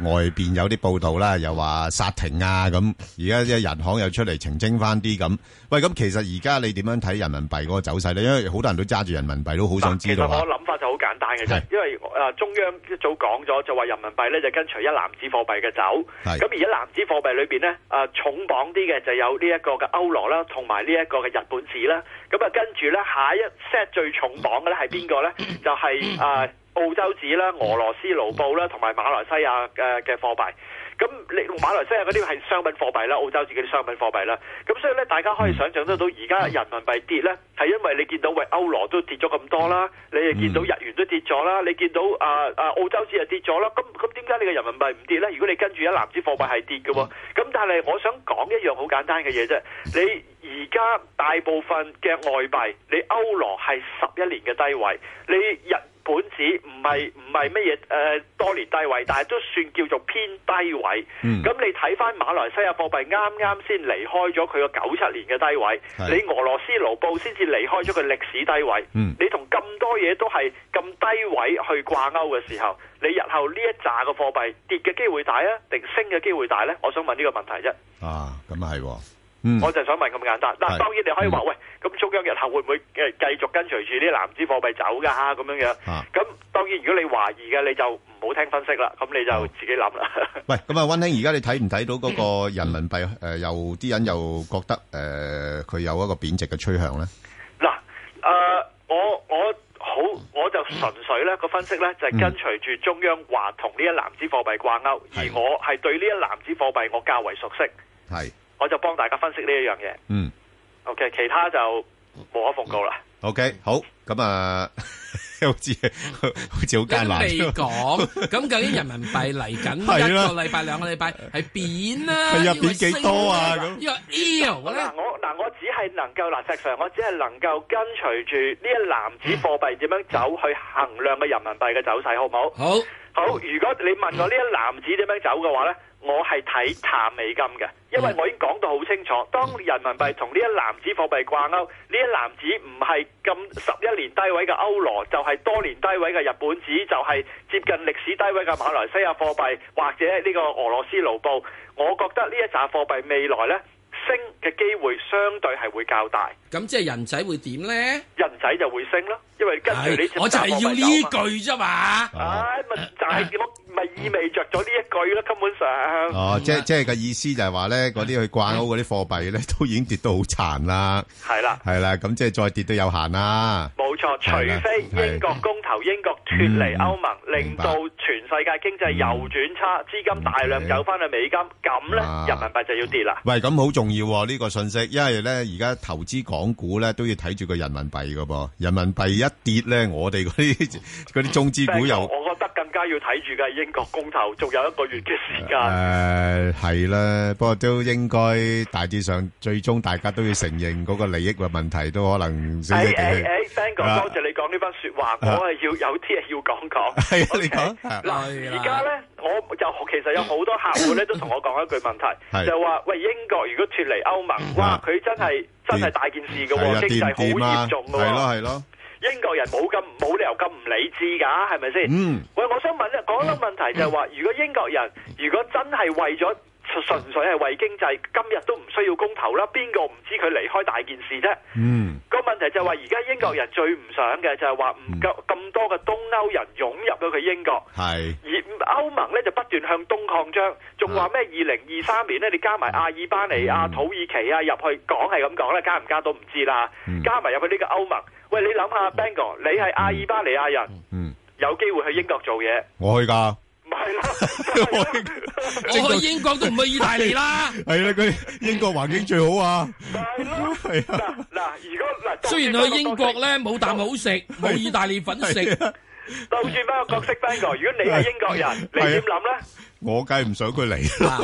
S5: 外邊有啲報道啦，又話殺停啊咁，而家即係人行又出嚟澄清翻啲咁。喂，咁其實而家你點樣睇人民幣嗰個走勢咧？因為好多人都揸住人民幣，都好想知道
S18: 其實
S5: 啊
S18: 我。諗法就好簡單嘅啫
S5: 係，
S18: 因為誒中央一早講咗就話人民幣咧就跟隨一籃子貨幣嘅走，咁而一籃子貨幣裏邊咧誒重磅啲嘅就有呢一個嘅歐羅啦，同埋呢一個嘅日本紙啦，咁啊跟住咧下一 set 最重磅嘅咧係邊個咧？就係、誒、澳洲紙啦、俄羅斯盧布啦，同埋馬來西亞嘅嘅貨幣。咁你馬來西亞嗰啲係商品貨幣啦，澳洲自己啲商品貨幣啦。咁所以咧，大家可以想像得到，而家人民幣跌咧，係因為你見到喂歐羅都跌咗咁多啦，你又見到日元都跌咗啦，你見到啊啊澳洲紙又跌咗啦。咁咁點解你嘅人民幣唔跌咧？如果你跟住一籃子貨幣係跌嘅喎，咁但係我想講一樣好簡單嘅嘢啫，你。而家大部分嘅外幣，你歐羅係十一年嘅低位，你日本紙唔係唔係乜嘢誒多年低位，但係都算叫做偏低位。咁、
S19: 嗯
S18: 你睇翻馬來西亞貨幣啱啱先離開咗佢個九七年嘅低位，
S19: 係
S18: 你俄羅斯盧布先至離開咗佢歷史低位。
S19: 嗯
S18: 你同咁多嘢都係咁低位去掛鈎嘅時候，你日後呢一扎嘅貨幣跌嘅機會大啊，定升嘅機會大呢？我想問呢個問題啫。
S5: 啊，咁啊係喎，嗯，
S18: 我就想問咁簡單。嗱，
S5: 係
S18: 當然你可以
S19: 嗯
S18: 話喂，咁中央日後會唔會誒繼續跟隨住啲藍紙貨幣走㗎咁樣樣？
S5: 啊
S18: 咁當然，如果你懷疑嘅，你就唔好聽分析啦，咁你就自己諗啦。
S5: 喂，咁啊，温兄，而家你睇唔睇到 嗰個人民幣诶、呃又啲人又覺得诶，佢、有一個貶值嘅趨向咧？
S18: 嗱，誒、呃我我好，我就純粹咧個分析咧就係、跟隨住中央話同呢一籃子貨幣掛鈎，而我係對呢一籃子貨幣我較為熟悉，
S5: 係
S18: 我就幫大家分析呢一樣嘢。
S5: 嗯
S18: ，OK，其他就無可奉告啦。
S5: ，OK，好，咁啊， 好似好似好艱難。
S6: 未講，咁究竟人民幣嚟緊
S5: 係
S6: 一
S5: 啦
S6: 個禮拜兩個禮拜係 貶啦，
S5: 係啊
S6: 抑或
S5: 貶幾多啊
S6: 升啦
S5: 咁
S6: 呢個 euro 咧
S18: 嗱，我嗱我只係能夠嗱，石 Sir，我只係能夠跟隨住呢一籃子貨幣點樣走去衡量個人民幣嘅走勢，好唔好？
S6: 好，
S18: 好。如果你問我呢一籃子點樣走嘅話呢，我係睇淡美金嘅，因為我已經講到好清楚，當人民幣同呢一籃子貨幣掛鈎，呢一籃子唔係咁十一年低位嘅歐羅，就係、多年低位嘅日本紙，就係、接近歷史低位嘅馬來西亞貨幣，或者呢個俄羅斯盧布。我覺得呢一紮貨幣未來呢。升嘅機會相對係會較大，
S6: 咁即係人仔會點咧？
S18: 人仔就會升咯，因為跟住
S6: 係
S18: 你接
S6: 我就
S18: 係啊
S6: 係要呢句啫嘛。
S18: 唉，咪就係我咪意味着咗呢一句啦，根本上。
S5: 哦，即係即係個意思就係話咧，嗰啲
S18: 啊
S5: 去掛鈎嗰啲貨幣咧， 都已經跌到好殘啦。
S18: 係啦
S5: 係啦，咁即係再跌都有限啦。
S18: 冇錯，除
S5: 係啦
S18: 非
S5: 係
S18: 英國公投英國脱離歐盟，令到全世界經濟又轉差，資金大量走翻去美金，咁
S5: 嗯
S18: 呢，
S5: 啊
S18: 人民幣就要跌啦。
S5: 喂，咁好重要喎呢個信息，因為咧而家投資港股咧都要睇住個人民幣噶噃，人民幣一跌咧，我哋嗰啲嗰啲中資股又
S18: 我覺得更加要睇住嘅英國公投，仲有一個月嘅時間。
S5: 誒係啦，不過都應該大致上最終大家都要承認嗰個利益嘅問題都可能死死
S18: 誒誒
S5: 地氣。
S18: 誒，Bang 哥，
S5: 啊
S18: 哎多謝你講呢番説話，我
S5: 啊
S18: 係要有啲嘢要講講。
S5: 係啊，你講係
S18: 嗱，而家咧，我有其實有好多客户咧都同我講一句問題，
S5: 係啊
S18: 就話：喂，英國如果脱離歐盟，哇，佢真係真係大件事嘅
S5: 係啊
S18: 喎，經濟好
S5: 掂唔掂啊
S18: 嚴重嘅
S5: 係咯
S18: 喎。
S5: 係咯。
S18: 英國人冇咁冇理由咁唔理智㗎，係咪先？
S5: 嗯
S18: 喂，我想問咧，講到問題就係話，如果英國人如果真係為咗純粹係為經濟，今日都唔需要公投啦，邊個唔知佢離開大件事啫？
S5: 嗯，
S18: 個問題就係話，而家英國人最唔想嘅就係話唔夠咁多嘅東歐人湧入咗佢英國。
S5: 係
S18: 而歐盟咧就不斷向東擴張，仲話
S5: 嗯
S18: 咩？二零二三年咧，你加埋阿爾巴尼亞、土耳其啊入去，講係咁講啦，加唔加都唔知啦。
S5: 嗯
S18: 加埋入去呢個歐盟，喂，你諗下 b a n g o 你係阿爾巴尼亞人，
S5: 嗯，
S18: 有機會去英國做嘢，
S5: 我去㗎。
S6: 我去英國都唔去意大利啦。
S5: 係啦，佢英國環境最好啊。
S18: 係啊。
S6: 雖然去英國咧冇啖好食，冇意大利粉食，
S18: 倒轉翻個角色 b a n g o 如果你係英國人，你點諗咧？
S5: 我梗係唔想佢嚟啦。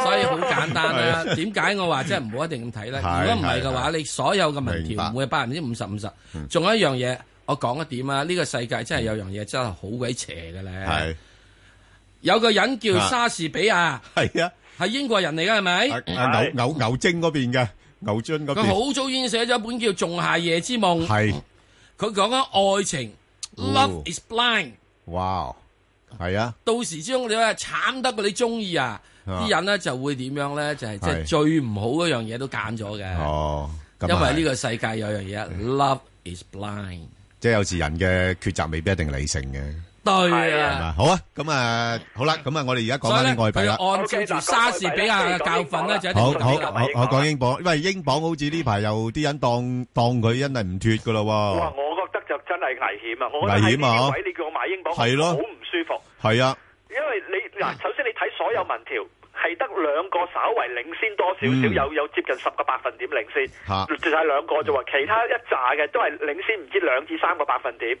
S6: 所以好簡單啦。點解我話真係唔好一定咁睇咧？
S5: 係
S6: 如果唔係嘅話，你所有嘅民調唔會係百分之五十五十。仲有一樣嘢，我講一點啊，呢個世界真係有樣嘢真係好鬼邪嘅咧。有個人叫
S5: 啊
S6: 莎士比亞，
S5: 係啊，
S6: 係英國人嚟㗎，係咪？
S5: 啊牛牛牛精嗰邊嘅牛津嗰
S6: 佢
S5: 邊
S6: 好早已經寫咗一本叫《仲夏夜之夢》，
S5: 係
S6: 佢講緊愛情
S5: 哦
S6: ，Love is blind。
S5: 哇，係啊，
S6: 到時之中你話慘得過你中意啊，
S5: 啊
S6: 啲人咧就會點樣咧？就係即係
S5: 係
S6: 最唔好嗰樣嘢都揀咗嘅，
S5: 哦，
S6: 因
S5: 咁啊
S6: 為呢個世界有樣嘢，love is blind。
S5: 即係有時人嘅抉擇未必一定理性嘅。
S6: 對
S5: 係嘛
S6: 啊，
S5: 好啊，咁啊，好啦，咁啊，我哋而家講
S6: 所以
S5: 翻
S6: 咧
S5: 啲外
S6: 佢
S5: 幣
S6: 就
S5: 啦。
S6: 按照住莎士比亞嘅教訓咧，就一定
S5: 好
S6: 要
S5: 好
S6: 咁樣
S5: 好，我講英鎊，喂，英鎊好似呢排有啲人當當佢因係唔脱噶
S18: 哇！
S5: 咯
S18: 我覺得就真係危險啊！我覺
S5: 哦
S18: 得
S5: 危
S18: 喺
S5: 險啊
S18: 呢啲位你叫我買英鎊，
S5: 係咯
S18: 好唔舒服。
S5: 喎，係啊，
S18: 因為你
S5: 嗯
S18: 嗱，首先你睇所有民調，係得兩個稍為領先多少少，
S5: 嗯
S18: 有有接近十個百分點領先，
S5: 嚇
S18: 就係兩個啫喎，其他一紮嘅都係領先唔知兩至三個百分點。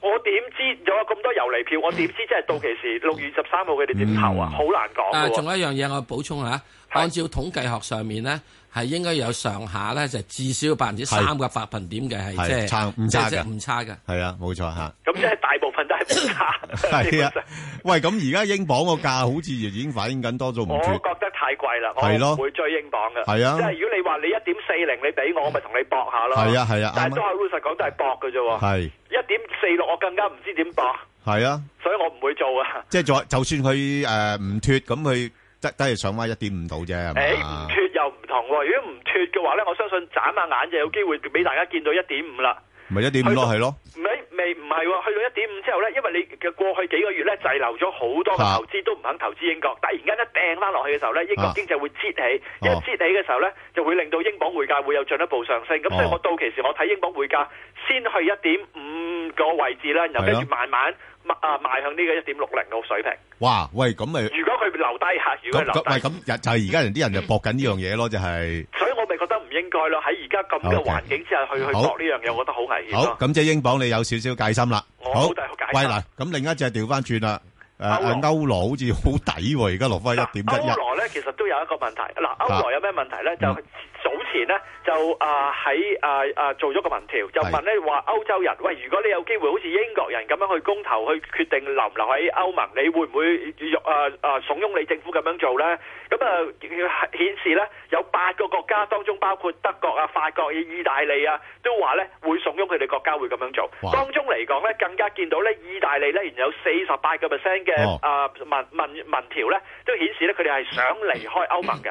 S18: 我點知有咁多遊離票？我
S5: 嗯
S18: 點知即係到期時六月十三號佢哋點投啊？好難講
S6: 啊，
S18: 嘅
S6: 仲有
S18: 喎。
S6: 一樣嘢我補充下，按照統計學上面咧，係應該有上下咧，就至少百分之三
S5: 係
S6: 嘅百分點嘅係
S5: 係
S6: 即係
S5: 差唔
S6: 即
S5: 差
S6: 係即
S5: 嘅
S6: 係唔差嘅。
S5: 係啊，冇錯嚇。
S18: 咁即係大部分都係唔差。
S5: 係啊，喂，咁而家英鎊個價好似已經反映緊多咗唔
S18: 我
S5: 脱，
S18: 覺得太貴啦，
S5: 係
S18: 我
S5: 咯
S18: 唔會追英鎊嘅。
S5: 係啊
S18: 即係如果你話你一點四零你俾我，我咪同你搏下咯。
S5: 係啊係啊
S18: 但
S5: 啱
S18: 係
S5: 啊
S18: 都係老實講都係搏嘅啫喎。
S5: 係
S18: 一點四六，我更加唔知點搏，
S5: 係啊，
S18: 所以我唔會做啊。
S5: 即係再就算佢誒唔脱，咁佢得得係上翻一點五度啫，係
S18: 誒唔
S5: 嘛？
S18: 脱又唔同喎，如果唔脱嘅話咧，我相信眨下眼就有機會俾大家見到一點五啦。
S5: 咪一點五咯，係咯，
S18: 唔係未唔係喎，去到一點五之後咧，因為你嘅過去幾個月咧滯留咗好多嘅投資，都唔肯投資英國。突然間一掟翻落去嘅時候咧，英國
S5: 啊
S18: 經濟會擠起，一
S5: 哦
S18: 擠起嘅時候咧，就會令到英鎊匯價會有進一步上升。咁所以
S5: 哦
S18: 我到期時我睇英鎊匯價先去一點五個位置啦，然後
S5: 係
S18: 跟
S5: 咯
S18: 住慢慢啊邁向呢個一點六零嘅水平。
S5: 哇，喂，咁咪
S18: 如果佢留低嚇，如果佢
S5: 咁
S18: 留
S5: 咁
S18: 低
S5: 喂，咁就係而家人啲人就搏緊呢樣嘢咯，就係
S18: 所以我咪覺得唔應應該咯。喺而家咁嘅
S5: OK
S18: 環境之下去去
S5: 好
S18: 搏呢樣嘢，我覺得好危險
S5: 好，
S18: 咯。
S5: 咁即係英鎊你有少少戒心啦。
S18: 我
S5: 好，
S18: 好大戒心。
S5: 喂，嗱，咁另一隻調返轉啦，誒，
S18: 歐羅。
S5: 歐羅好似好抵喎，而家落返1.11
S18: 歐羅咧其實都有一個問題。
S5: 啊
S18: 嗱，歐羅有咩問題咧？就早前咧就啊喺啊啊做咗個民調，就問咧話歐洲人，喂，如果你有機會好似英國人咁樣去公投去決定留唔留喺歐盟，你會唔會啊啊慫恿你政府咁樣做咧？咁啊顯示咧有八個國家當中包括德國啊、法國、意大利啊，都話咧會慫恿佢哋國家會咁樣做。當中嚟講咧，更加見到咧意大利咧，原來有四十八個 percent 嘅
S5: 哦
S18: 啊民民民調咧，都顯示咧佢哋係想離開歐盟嘅。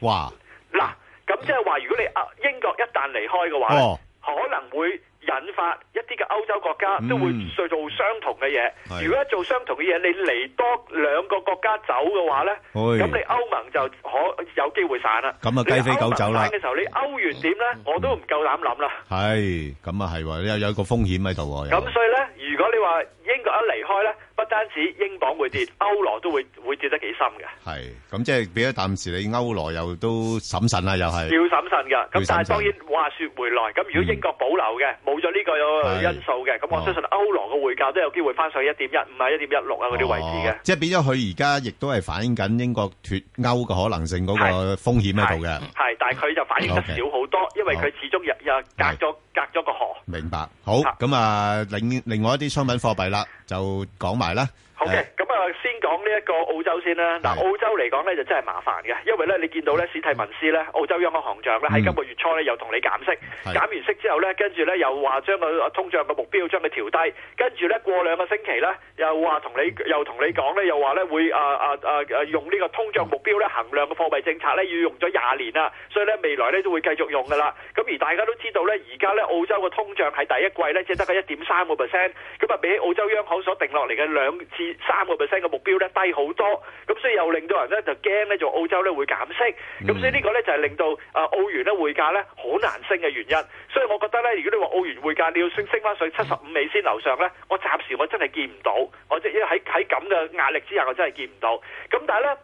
S5: 哇，
S18: 嗱，咁即係話，如果你啊英國一旦離開嘅話呢，
S5: 哦
S18: 可能會引發一啲嘅歐洲國家都會
S5: 嗯
S18: 做做相同嘅嘢。
S5: 係
S18: 如果做相同嘅嘢，你離多兩個國家走嘅話呢，
S5: 哎
S18: 咁你歐盟就可有機會散啦。
S5: 咁啊雞飛狗走啦嗯
S18: 你歐盟散嘅時候，你歐元點呢？我都唔夠膽諗啦。
S5: 係，咁啊係喎，有-哦有個風險喺度喎，有。
S18: 咁所以呢，如果你話英國一離開呢，不單止英鎊會跌，歐羅都會會跌得幾深嘅。
S5: 係，咁即係變咗暫時你歐羅又都審慎啦，又係。
S18: 要審慎㗎，
S5: 要
S18: 咁但
S5: 審
S18: 係
S5: 慎嗯
S18: 當然話説回來，咁如果英國保留嘅，冇咗呢個因素嘅，咁我相信歐羅嘅匯價都有機會翻上一點一五啊、一點一六啊嗰啲位置嘅。
S5: 哦，即係變咗佢而家亦都係反映緊英國脫歐嘅可能性嗰個風險喺度嘅。
S18: 係，但係佢就反應得
S5: Okay
S18: 少好多，因為
S5: 好
S18: 佢始終日日隔咗隔咗個河。
S5: 哦明白。好，咁啊，另-另外一啲商品貨幣啦，就講埋啦。
S18: 好嘅，咁啊，先講呢一個澳洲先啦。嗱，澳洲嚟講咧就真係麻煩嘅，因為咧你見到咧史蒂文斯咧，澳洲央行行長咧喺今個月初咧又同你減息，減完息之後咧，跟住咧又話將個通脹嘅目標將佢調低，跟住咧過兩個星期咧又話同你又同你講咧，又話咧會啊啊啊啊用呢個通脹目標咧衡量嘅貨幣政策咧要用咗廿年啦，所以咧未來咧都會繼續用噶啦。咁而大家都知道咧，而家咧澳洲嘅通脹喺第一季咧只得個一點三個 percent，咁啊比起澳洲央行所定落嚟嘅兩至三個 percent 嘅目標咧低好多，咁所以又令到人咧就驚咧，就澳洲咧會減息，咁所以呢個咧就係令到啊澳元咧匯價咧好難升嘅原因。所以我覺得咧，如果你話澳元匯價你要升升翻上七十五美仙樓上咧，我暫時我真係見唔到，我即係因為喺喺咁嘅壓力之下，我真係見唔到。咁但係咧。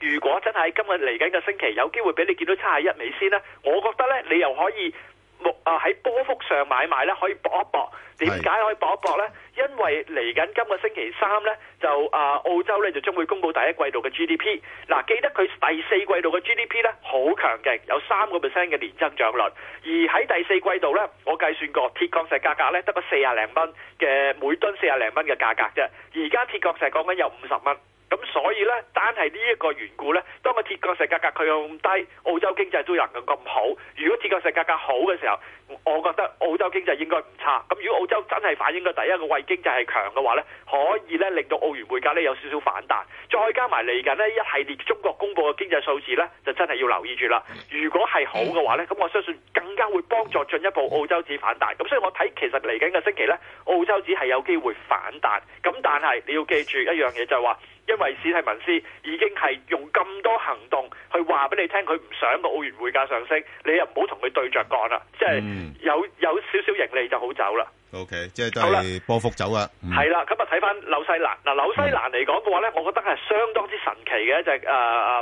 S18: 如果真係今日嚟緊嘅星期有機會俾你見到七十一美仙呢，我覺得呢，你又可以目啊喺波幅上買賣呢，可以搏一搏。點解可以搏一搏呢？因為嚟緊今個星期三呢，就啊澳洲呢就將會公布第一季度嘅 GDP。嗱、記得佢第四季度嘅 GDP 呢好強勁，有三個 percent 嘅年增長率。而喺第四季度呢，我計算過鐵礦石價格呢得個四廿零蚊嘅每噸四廿零蚊嘅價格啫。而家鐵礦石講緊有五十蚊。咁所以呢，單係呢一個緣故呢，當個鐵礦石價格佢咁低，澳洲經濟都能夠咁好。如果鐵礦石價格好嘅時候，我覺得澳洲經濟應該唔差。咁如果澳洲真係反映個第一個位經濟係強嘅話呢，可以呢令到澳元匯價呢有少少反彈。再加埋嚟緊呢一系列中國公佈嘅經濟數字呢，就真係要留意住啦。如果係好嘅話呢，咁我相信更加會幫助進一步澳洲指反彈。咁所以我睇其實嚟緊嘅星期呢，澳洲指係有機會反彈。咁但係你要記住一樣嘢就係話。因為史蒂文斯已經係用咁多行動去話俾你聽，佢唔想個澳元匯價上升，你又唔好同佢對着幹啦，即
S5: 嗯
S18: 係有有少少盈利就好走啦。
S5: OK，即係都係
S18: 好啦。
S5: 波幅走啊，嗯。嗯
S18: 係啦，咁啊睇翻紐西蘭嗱，紐西蘭嚟講嘅話咧，我覺得係相當之神奇嘅一隻誒誒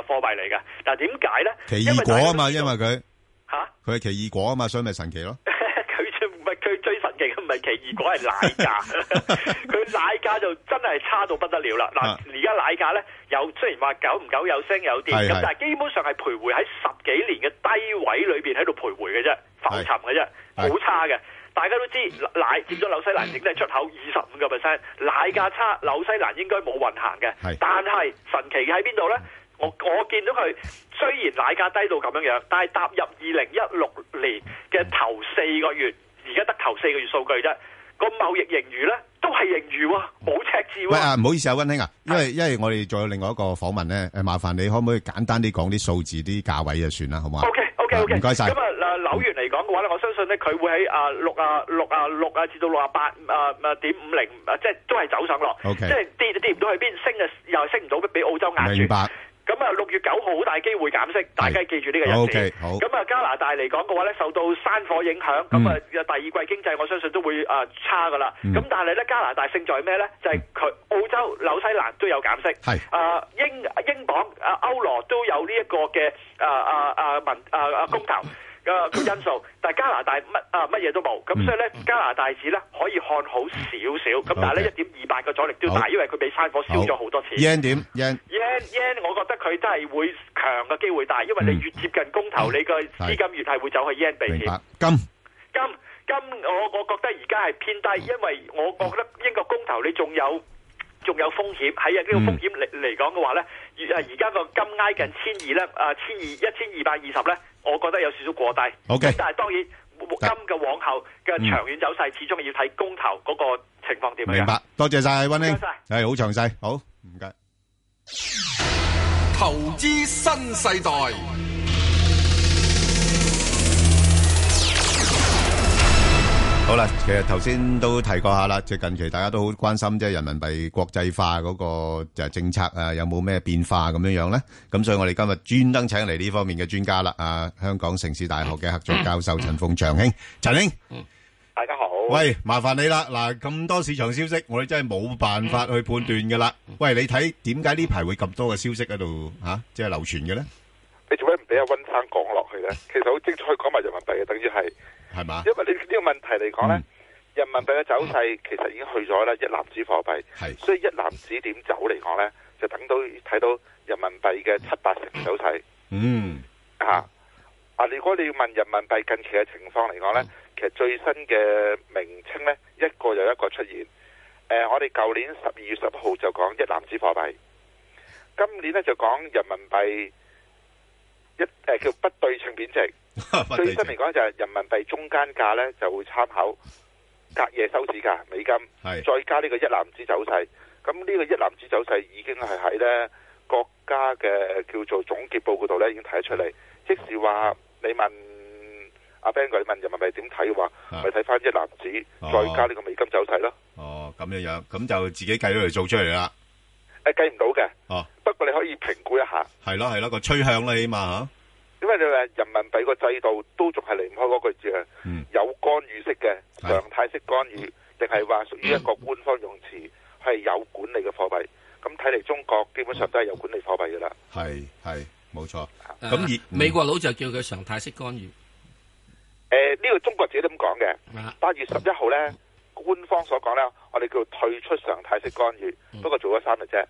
S18: 貨幣嚟嘅。嗱點解咧？
S5: 奇異果啊嘛，因為佢-
S18: 嚇？
S5: 佢係奇異果啊嘛，所以咪神奇咯。
S18: 佢最唔係佢最神奇嘅唔係奇異果係 奶價，佢奶價就真係差到不得了啦！嗱
S5: 啊，
S18: 而家奶價咧有雖然話久唔久有升有跌，
S5: 係
S18: 咁
S5: 係
S18: 但係基本上係徘徊喺十幾年嘅低位裏邊喺度徘徊嘅啫，浮沉嘅啫，好差嘅。大家都知奶佔咗紐西蘭整體出口二十五個 percent，奶價差紐西蘭應該冇運行嘅
S5: 係，
S18: 但係神奇嘅喺邊度呢？我我見到佢雖然奶價低到咁樣樣，但係踏入二零一六年嘅頭四個月，而家得頭四個月數據啫，個貿易盈餘呢都係盈餘喎，冇赤字喎。
S5: 喂，啊，唔好意思啊，溫兄啊，因為-因為我哋仲有另外一個訪問呢，誒，麻煩你可唔可以簡單啲講啲數字、啲價位就算啦，好唔好啊？
S18: O K O K O K，
S5: 唔該晒。
S18: 咁啊，嗱紐元嚟講嘅話咧，我相信咧佢會喺啊六啊六啊六啊至到六啊八啊啊點五零啊，即係都係走上落
S5: OK
S18: 即係跌跌唔到去邊，升啊又係升唔到，俾澳洲壓住。
S5: 明白。
S18: 咁啊，六月九號好大機會減息，大家記住呢個日子。
S5: OK，好
S18: 咁啊，加拿大嚟講嘅話咧，受到山火影響，咁啊、第二季經濟我相信都會啊、差噶啦。咁、但係咧，加拿大勝在咩咧？就係、佢澳洲、紐西蘭都有減息，
S5: 係
S18: 啊英英鎊、啊歐羅都有呢一個嘅啊啊啊民啊啊公投。個個因素。但係加拿大乜啊乜嘢都冇，咁所以咧加拿大市咧可以看好少少，咁但係咧一點二八個阻力都大，
S5: 好
S18: 因為佢俾山火燒咗好多次。
S5: yen 點 yen
S18: yen yen，我覺得佢真係會強嘅機會大，因為
S5: 嗯
S18: 你越接近公投，你個資金越係會走去 yen 避險。
S5: 金
S18: 金金，我我覺得而家係偏
S5: 嗯
S18: 低，因為我我覺得英國公投你仲有。仲有風險，喺啊呢個
S5: 嗯
S18: 風險嚟嚟講嘅話咧，而而家個金挨近千二咧，啊千二一千二百二十咧，我覺得有少少過低。
S5: OK
S18: 但係當然金嘅往後嘅
S5: 嗯
S18: 長遠走勢，始終要睇公投嗰個情況點樣。
S5: 明白，多謝晒温兄
S18: 唔該晒，
S5: 係好詳細，好唔該。
S1: 投資新世代，
S5: 好啦，其實頭先都提過下啦，即係近期大家都好關心即係人民幣國際化嗰個就係政策啊，有冇咩變化咁樣樣咧？咁所以我哋今日專登請嚟呢方面嘅專家啦，啊，香港城市大學嘅客座教授陳鳳翔兄，陳兄。
S7: 大家好。
S5: 喂，麻煩你啦，嗱咁多市場消息，我哋真係冇辦法去判斷噶啦。喂，你睇點解呢排會咁多嘅消息喺度吓，即係流傳嘅咧？
S7: 你做咩唔俾阿温生講落去呢？其實好精彩講埋人民幣啊嘅，等於係
S5: 係嘛？嗯
S7: 因為你呢個問題嚟講呢，人民幣嘅走勢其實已經去咗啦，一籃子貨幣，所以一籃子點走嚟講呢，就等到睇到人民幣嘅七八成走勢
S5: 嗯，
S7: 嚇。啊如果你要問人民幣近期嘅情況嚟
S5: 嗯
S7: 講呢，其實最新嘅名稱呢，一個又一個出現。誒、呃我哋舊年十二月十號就講一籃子貨幣，今年呢就講人民幣。一誒、呃叫不對稱貶值。最新嚟講就係人民幣中間價呢就會參考隔夜收市價美金，再加呢個一籃子走勢。咁呢個一籃子走勢已經係喺呢國家嘅呃叫做總結報告度呢已經睇得出嚟。即使話你問阿 Ben 哥，你問人民幣點睇嘅話，咪睇翻一籃子，
S5: 哦
S7: 再加呢個美金走勢咯。
S5: 哦，咁樣樣，咁就自己計咗嚟做出嚟啦。
S7: 誒計唔到嘅，
S5: 哦，
S7: 不過你可以評估一下。
S5: 係咯係咯，個趨向啦，起碼
S7: 因為你話人民幣個制度都仲係離唔開嗰句字啊，有干預式嘅常態式干預，
S5: 嗯
S7: 定係話屬於一個官方用詞係有管理嘅貨幣。咁睇嚟中國基本上都係有管理貨幣噶啦。
S5: 吓，係係冇錯。
S7: 咁而
S6: 誒啊
S5: 嗯
S6: 美國佬就叫佢常態式干預。
S7: 誒呃呢個中國自己都咁講嘅。
S5: 啊
S7: 八月十一號呢，官方所講呢，我哋叫退出常態式干
S5: 嗯
S7: 預，不過做咗三日啫。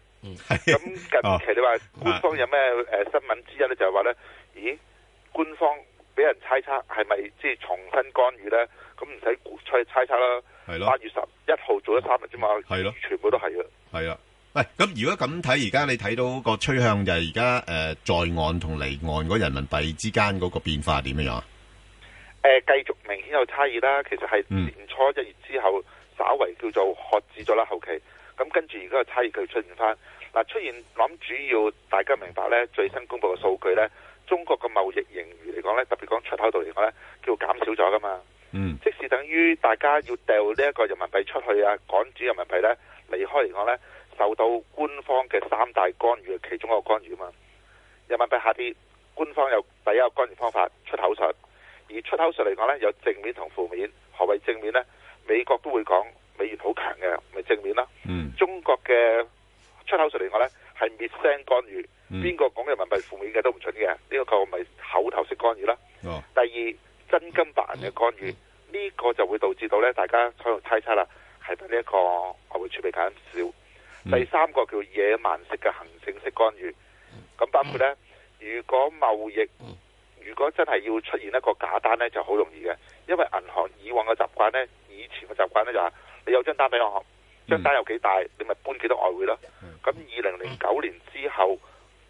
S7: 咁
S5: 哦
S7: 近期你話官方有咩誒新聞之一呢？就係話呢，咦，官方俾人猜測係咪即係重新干預呢？咁唔使估猜猜測啦。
S5: 係咯
S7: 八月十一號做咗三日啫嘛。
S5: 係咯，
S7: 全部都係嘅。
S5: 係啊啦。喂，咁如果咁睇，而家你睇到個趨向就係而家诶在岸同離岸嗰人民幣之間嗰個變化點樣樣啊？
S7: 誒、呃繼續明顯有差異啦。其實係年初一月之後，稍為叫做喝止咗啦。後期咁跟住而家個差異佢出現翻嗱、出現我諗主要大家明白呢，最新公布嘅數據呢，中國嘅貿易盈餘嚟講呢，特別講出口度嚟講呢，叫減少咗噶嘛。
S5: 嗯，
S7: 即使等於大家要掉呢一個人民幣出去啊，趕住人民幣呢離開嚟講呢，受到官方嘅三大干預嘅其中一個干預嘛。人民幣下跌，官方有第一個干預方法出口術，而出口術嚟講呢，有正面同負面。何謂正面呢？美國都會講美元好強嘅，咪正面啦。
S5: 嗯，
S7: 中國嘅出口術嚟講呢，係滅聲干預，
S5: 嗯
S7: 邊個講人民幣負面嘅都唔準嘅，呢、個咪口頭式干預啦。
S5: 哦，嗯
S7: 第二真金白銀嘅干預，呢、個就會導致到呢，大家喺度猜測啦，係咪呢一個外匯儲備減少？
S5: 嗯
S7: 第三個叫野蠻式嘅行政式干預，咁包括呢，如果貿易如果真係要出現一個假單呢，就好容易嘅，因為銀行以往嘅習慣呢，以前嘅習慣呢，就係你有張單俾我，張單有幾大，你咪搬幾多外匯咯。咁二零零九年之後，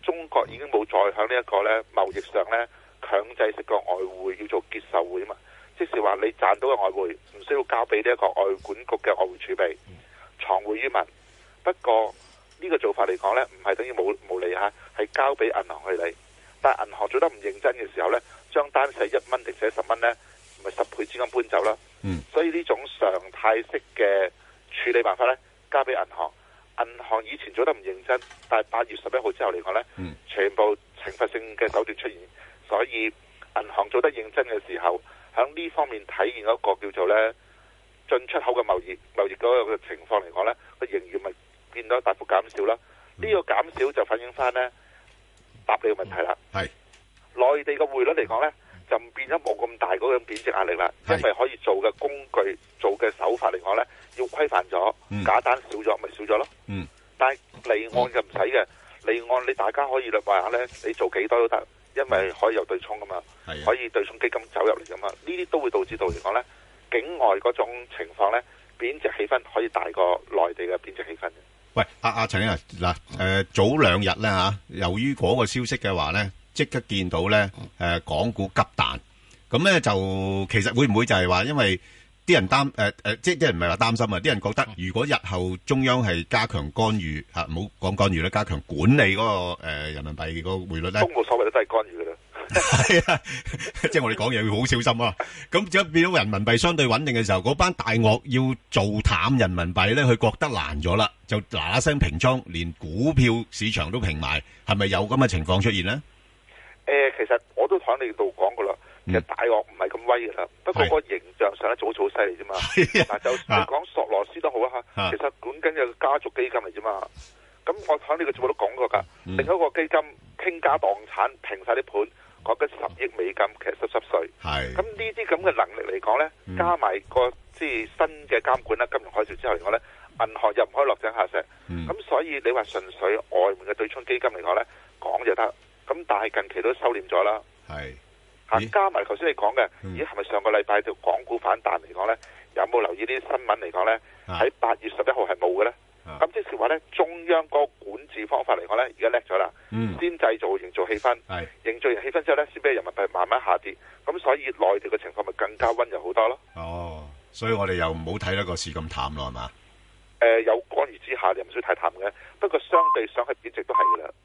S7: 中國已經冇再響呢一個呢貿易上呢強制式嘅外匯要做結售匯啊嘛，即是話你賺到嘅外匯唔需要交俾呢一個外管局嘅外匯儲備，藏匯於民。不過呢個做法嚟講呢，唔係等於冇冇理嚇，係交俾銀行去理。但係銀行做得唔認真嘅時候呢，將單寫一蚊定寫十蚊呢，咪十倍資金搬走啦。
S5: 嗯，
S7: 所以呢種常態式嘅處理辦法呢，交俾銀行。銀行以前做得唔認真，但係八月十一號之後嚟講呢，
S5: 嗯
S7: 全部懲罰性嘅手段出現，所以銀行做得認真嘅時候，喺呢方面體現一個叫做呢進出口嘅貿易貿易嗰個情況嚟講呢個盈餘咪變咗大幅減少啦。呢、個減少就反映翻呢答你個問題啦。
S5: 係
S7: 內地嘅匯率嚟講呢，就變咗冇咁大嗰個貶值壓力啦，因為可以做嘅工具、做嘅手法嚟講咧，要規範咗，假單少咗咪少咗咯。
S5: 嗯，
S7: 但係離岸就唔使嘅，離岸你大家可以話下咧，你做幾多都得，因為可以有對沖噶嘛，
S5: 啊
S7: 可以對沖基金走入嚟噶嘛，呢啲都會導致到嚟講咧，境外嗰種情況咧，貶值氣氛可以大過內地嘅貶值氣氛嘅。
S5: 喂，阿阿陳啊，嗱，誒早兩日咧嚇，由於嗰個消息嘅話咧，即刻見到咧誒港股急彈，咁咧就其實會唔會就係話因為啲人擔誒誒，即係啲人唔係話擔心啊，啲人覺得如果日後中央係加強干預嚇，唔好講干預啦，加強管理嗰個誒人民幣嗰個匯率咧，
S7: 都冇所謂啦，都係干預噶啦。
S5: 係啊， 即係我哋講嘢要好小心啊！咁而家變咗人民幣相對穩定嘅時候，嗰班大鱷要做淡人民幣咧，佢覺得難咗啦，就嗱嗱聲平倉，連股票市場都平埋，係咪有咁嘅情況出現呢？
S7: 誒，其實我都喺你度講過啦，其實大鱷唔係咁威噶啦，不過個形象上咧早早犀利啫嘛。嗱，就你講索羅斯都好啦嚇，其實管緊嘅家族基金嚟啫嘛。咁我喺呢個節目都講過㗎，另一個基金傾家蕩產平晒啲盤。講緊十億美金，其實濕濕碎。
S5: 係。
S7: 咁呢啲咁嘅能力嚟講呢，嗯、加埋個即係新嘅監管啦，金融海嘯之後嚟講呢，銀行又唔可以落井下石。咁、嗯、所以你話純粹外面嘅對沖基金嚟講呢，講就得。咁但係近期都收斂咗啦。
S5: 係。
S7: 加埋頭先你講嘅，咦係咪上個禮拜條港股反彈嚟講呢？有冇留意啲新聞嚟講呢？喺八月十一號係冇嘅呢。咁即是話咧，中央嗰個管治方法嚟講咧，而家叻咗啦，
S5: 嗯、
S7: 先製造營造氣氛，營造完氣氛之後咧，先俾人民幣慢慢下跌，咁所以內地嘅情況咪更加溫柔好多咯。
S5: 哦，所以我哋又唔好睇得個市咁淡咯，係嘛？
S7: 誒、呃，有干預之下，你唔需要太淡嘅，不過相對上去貶值都係噶啦。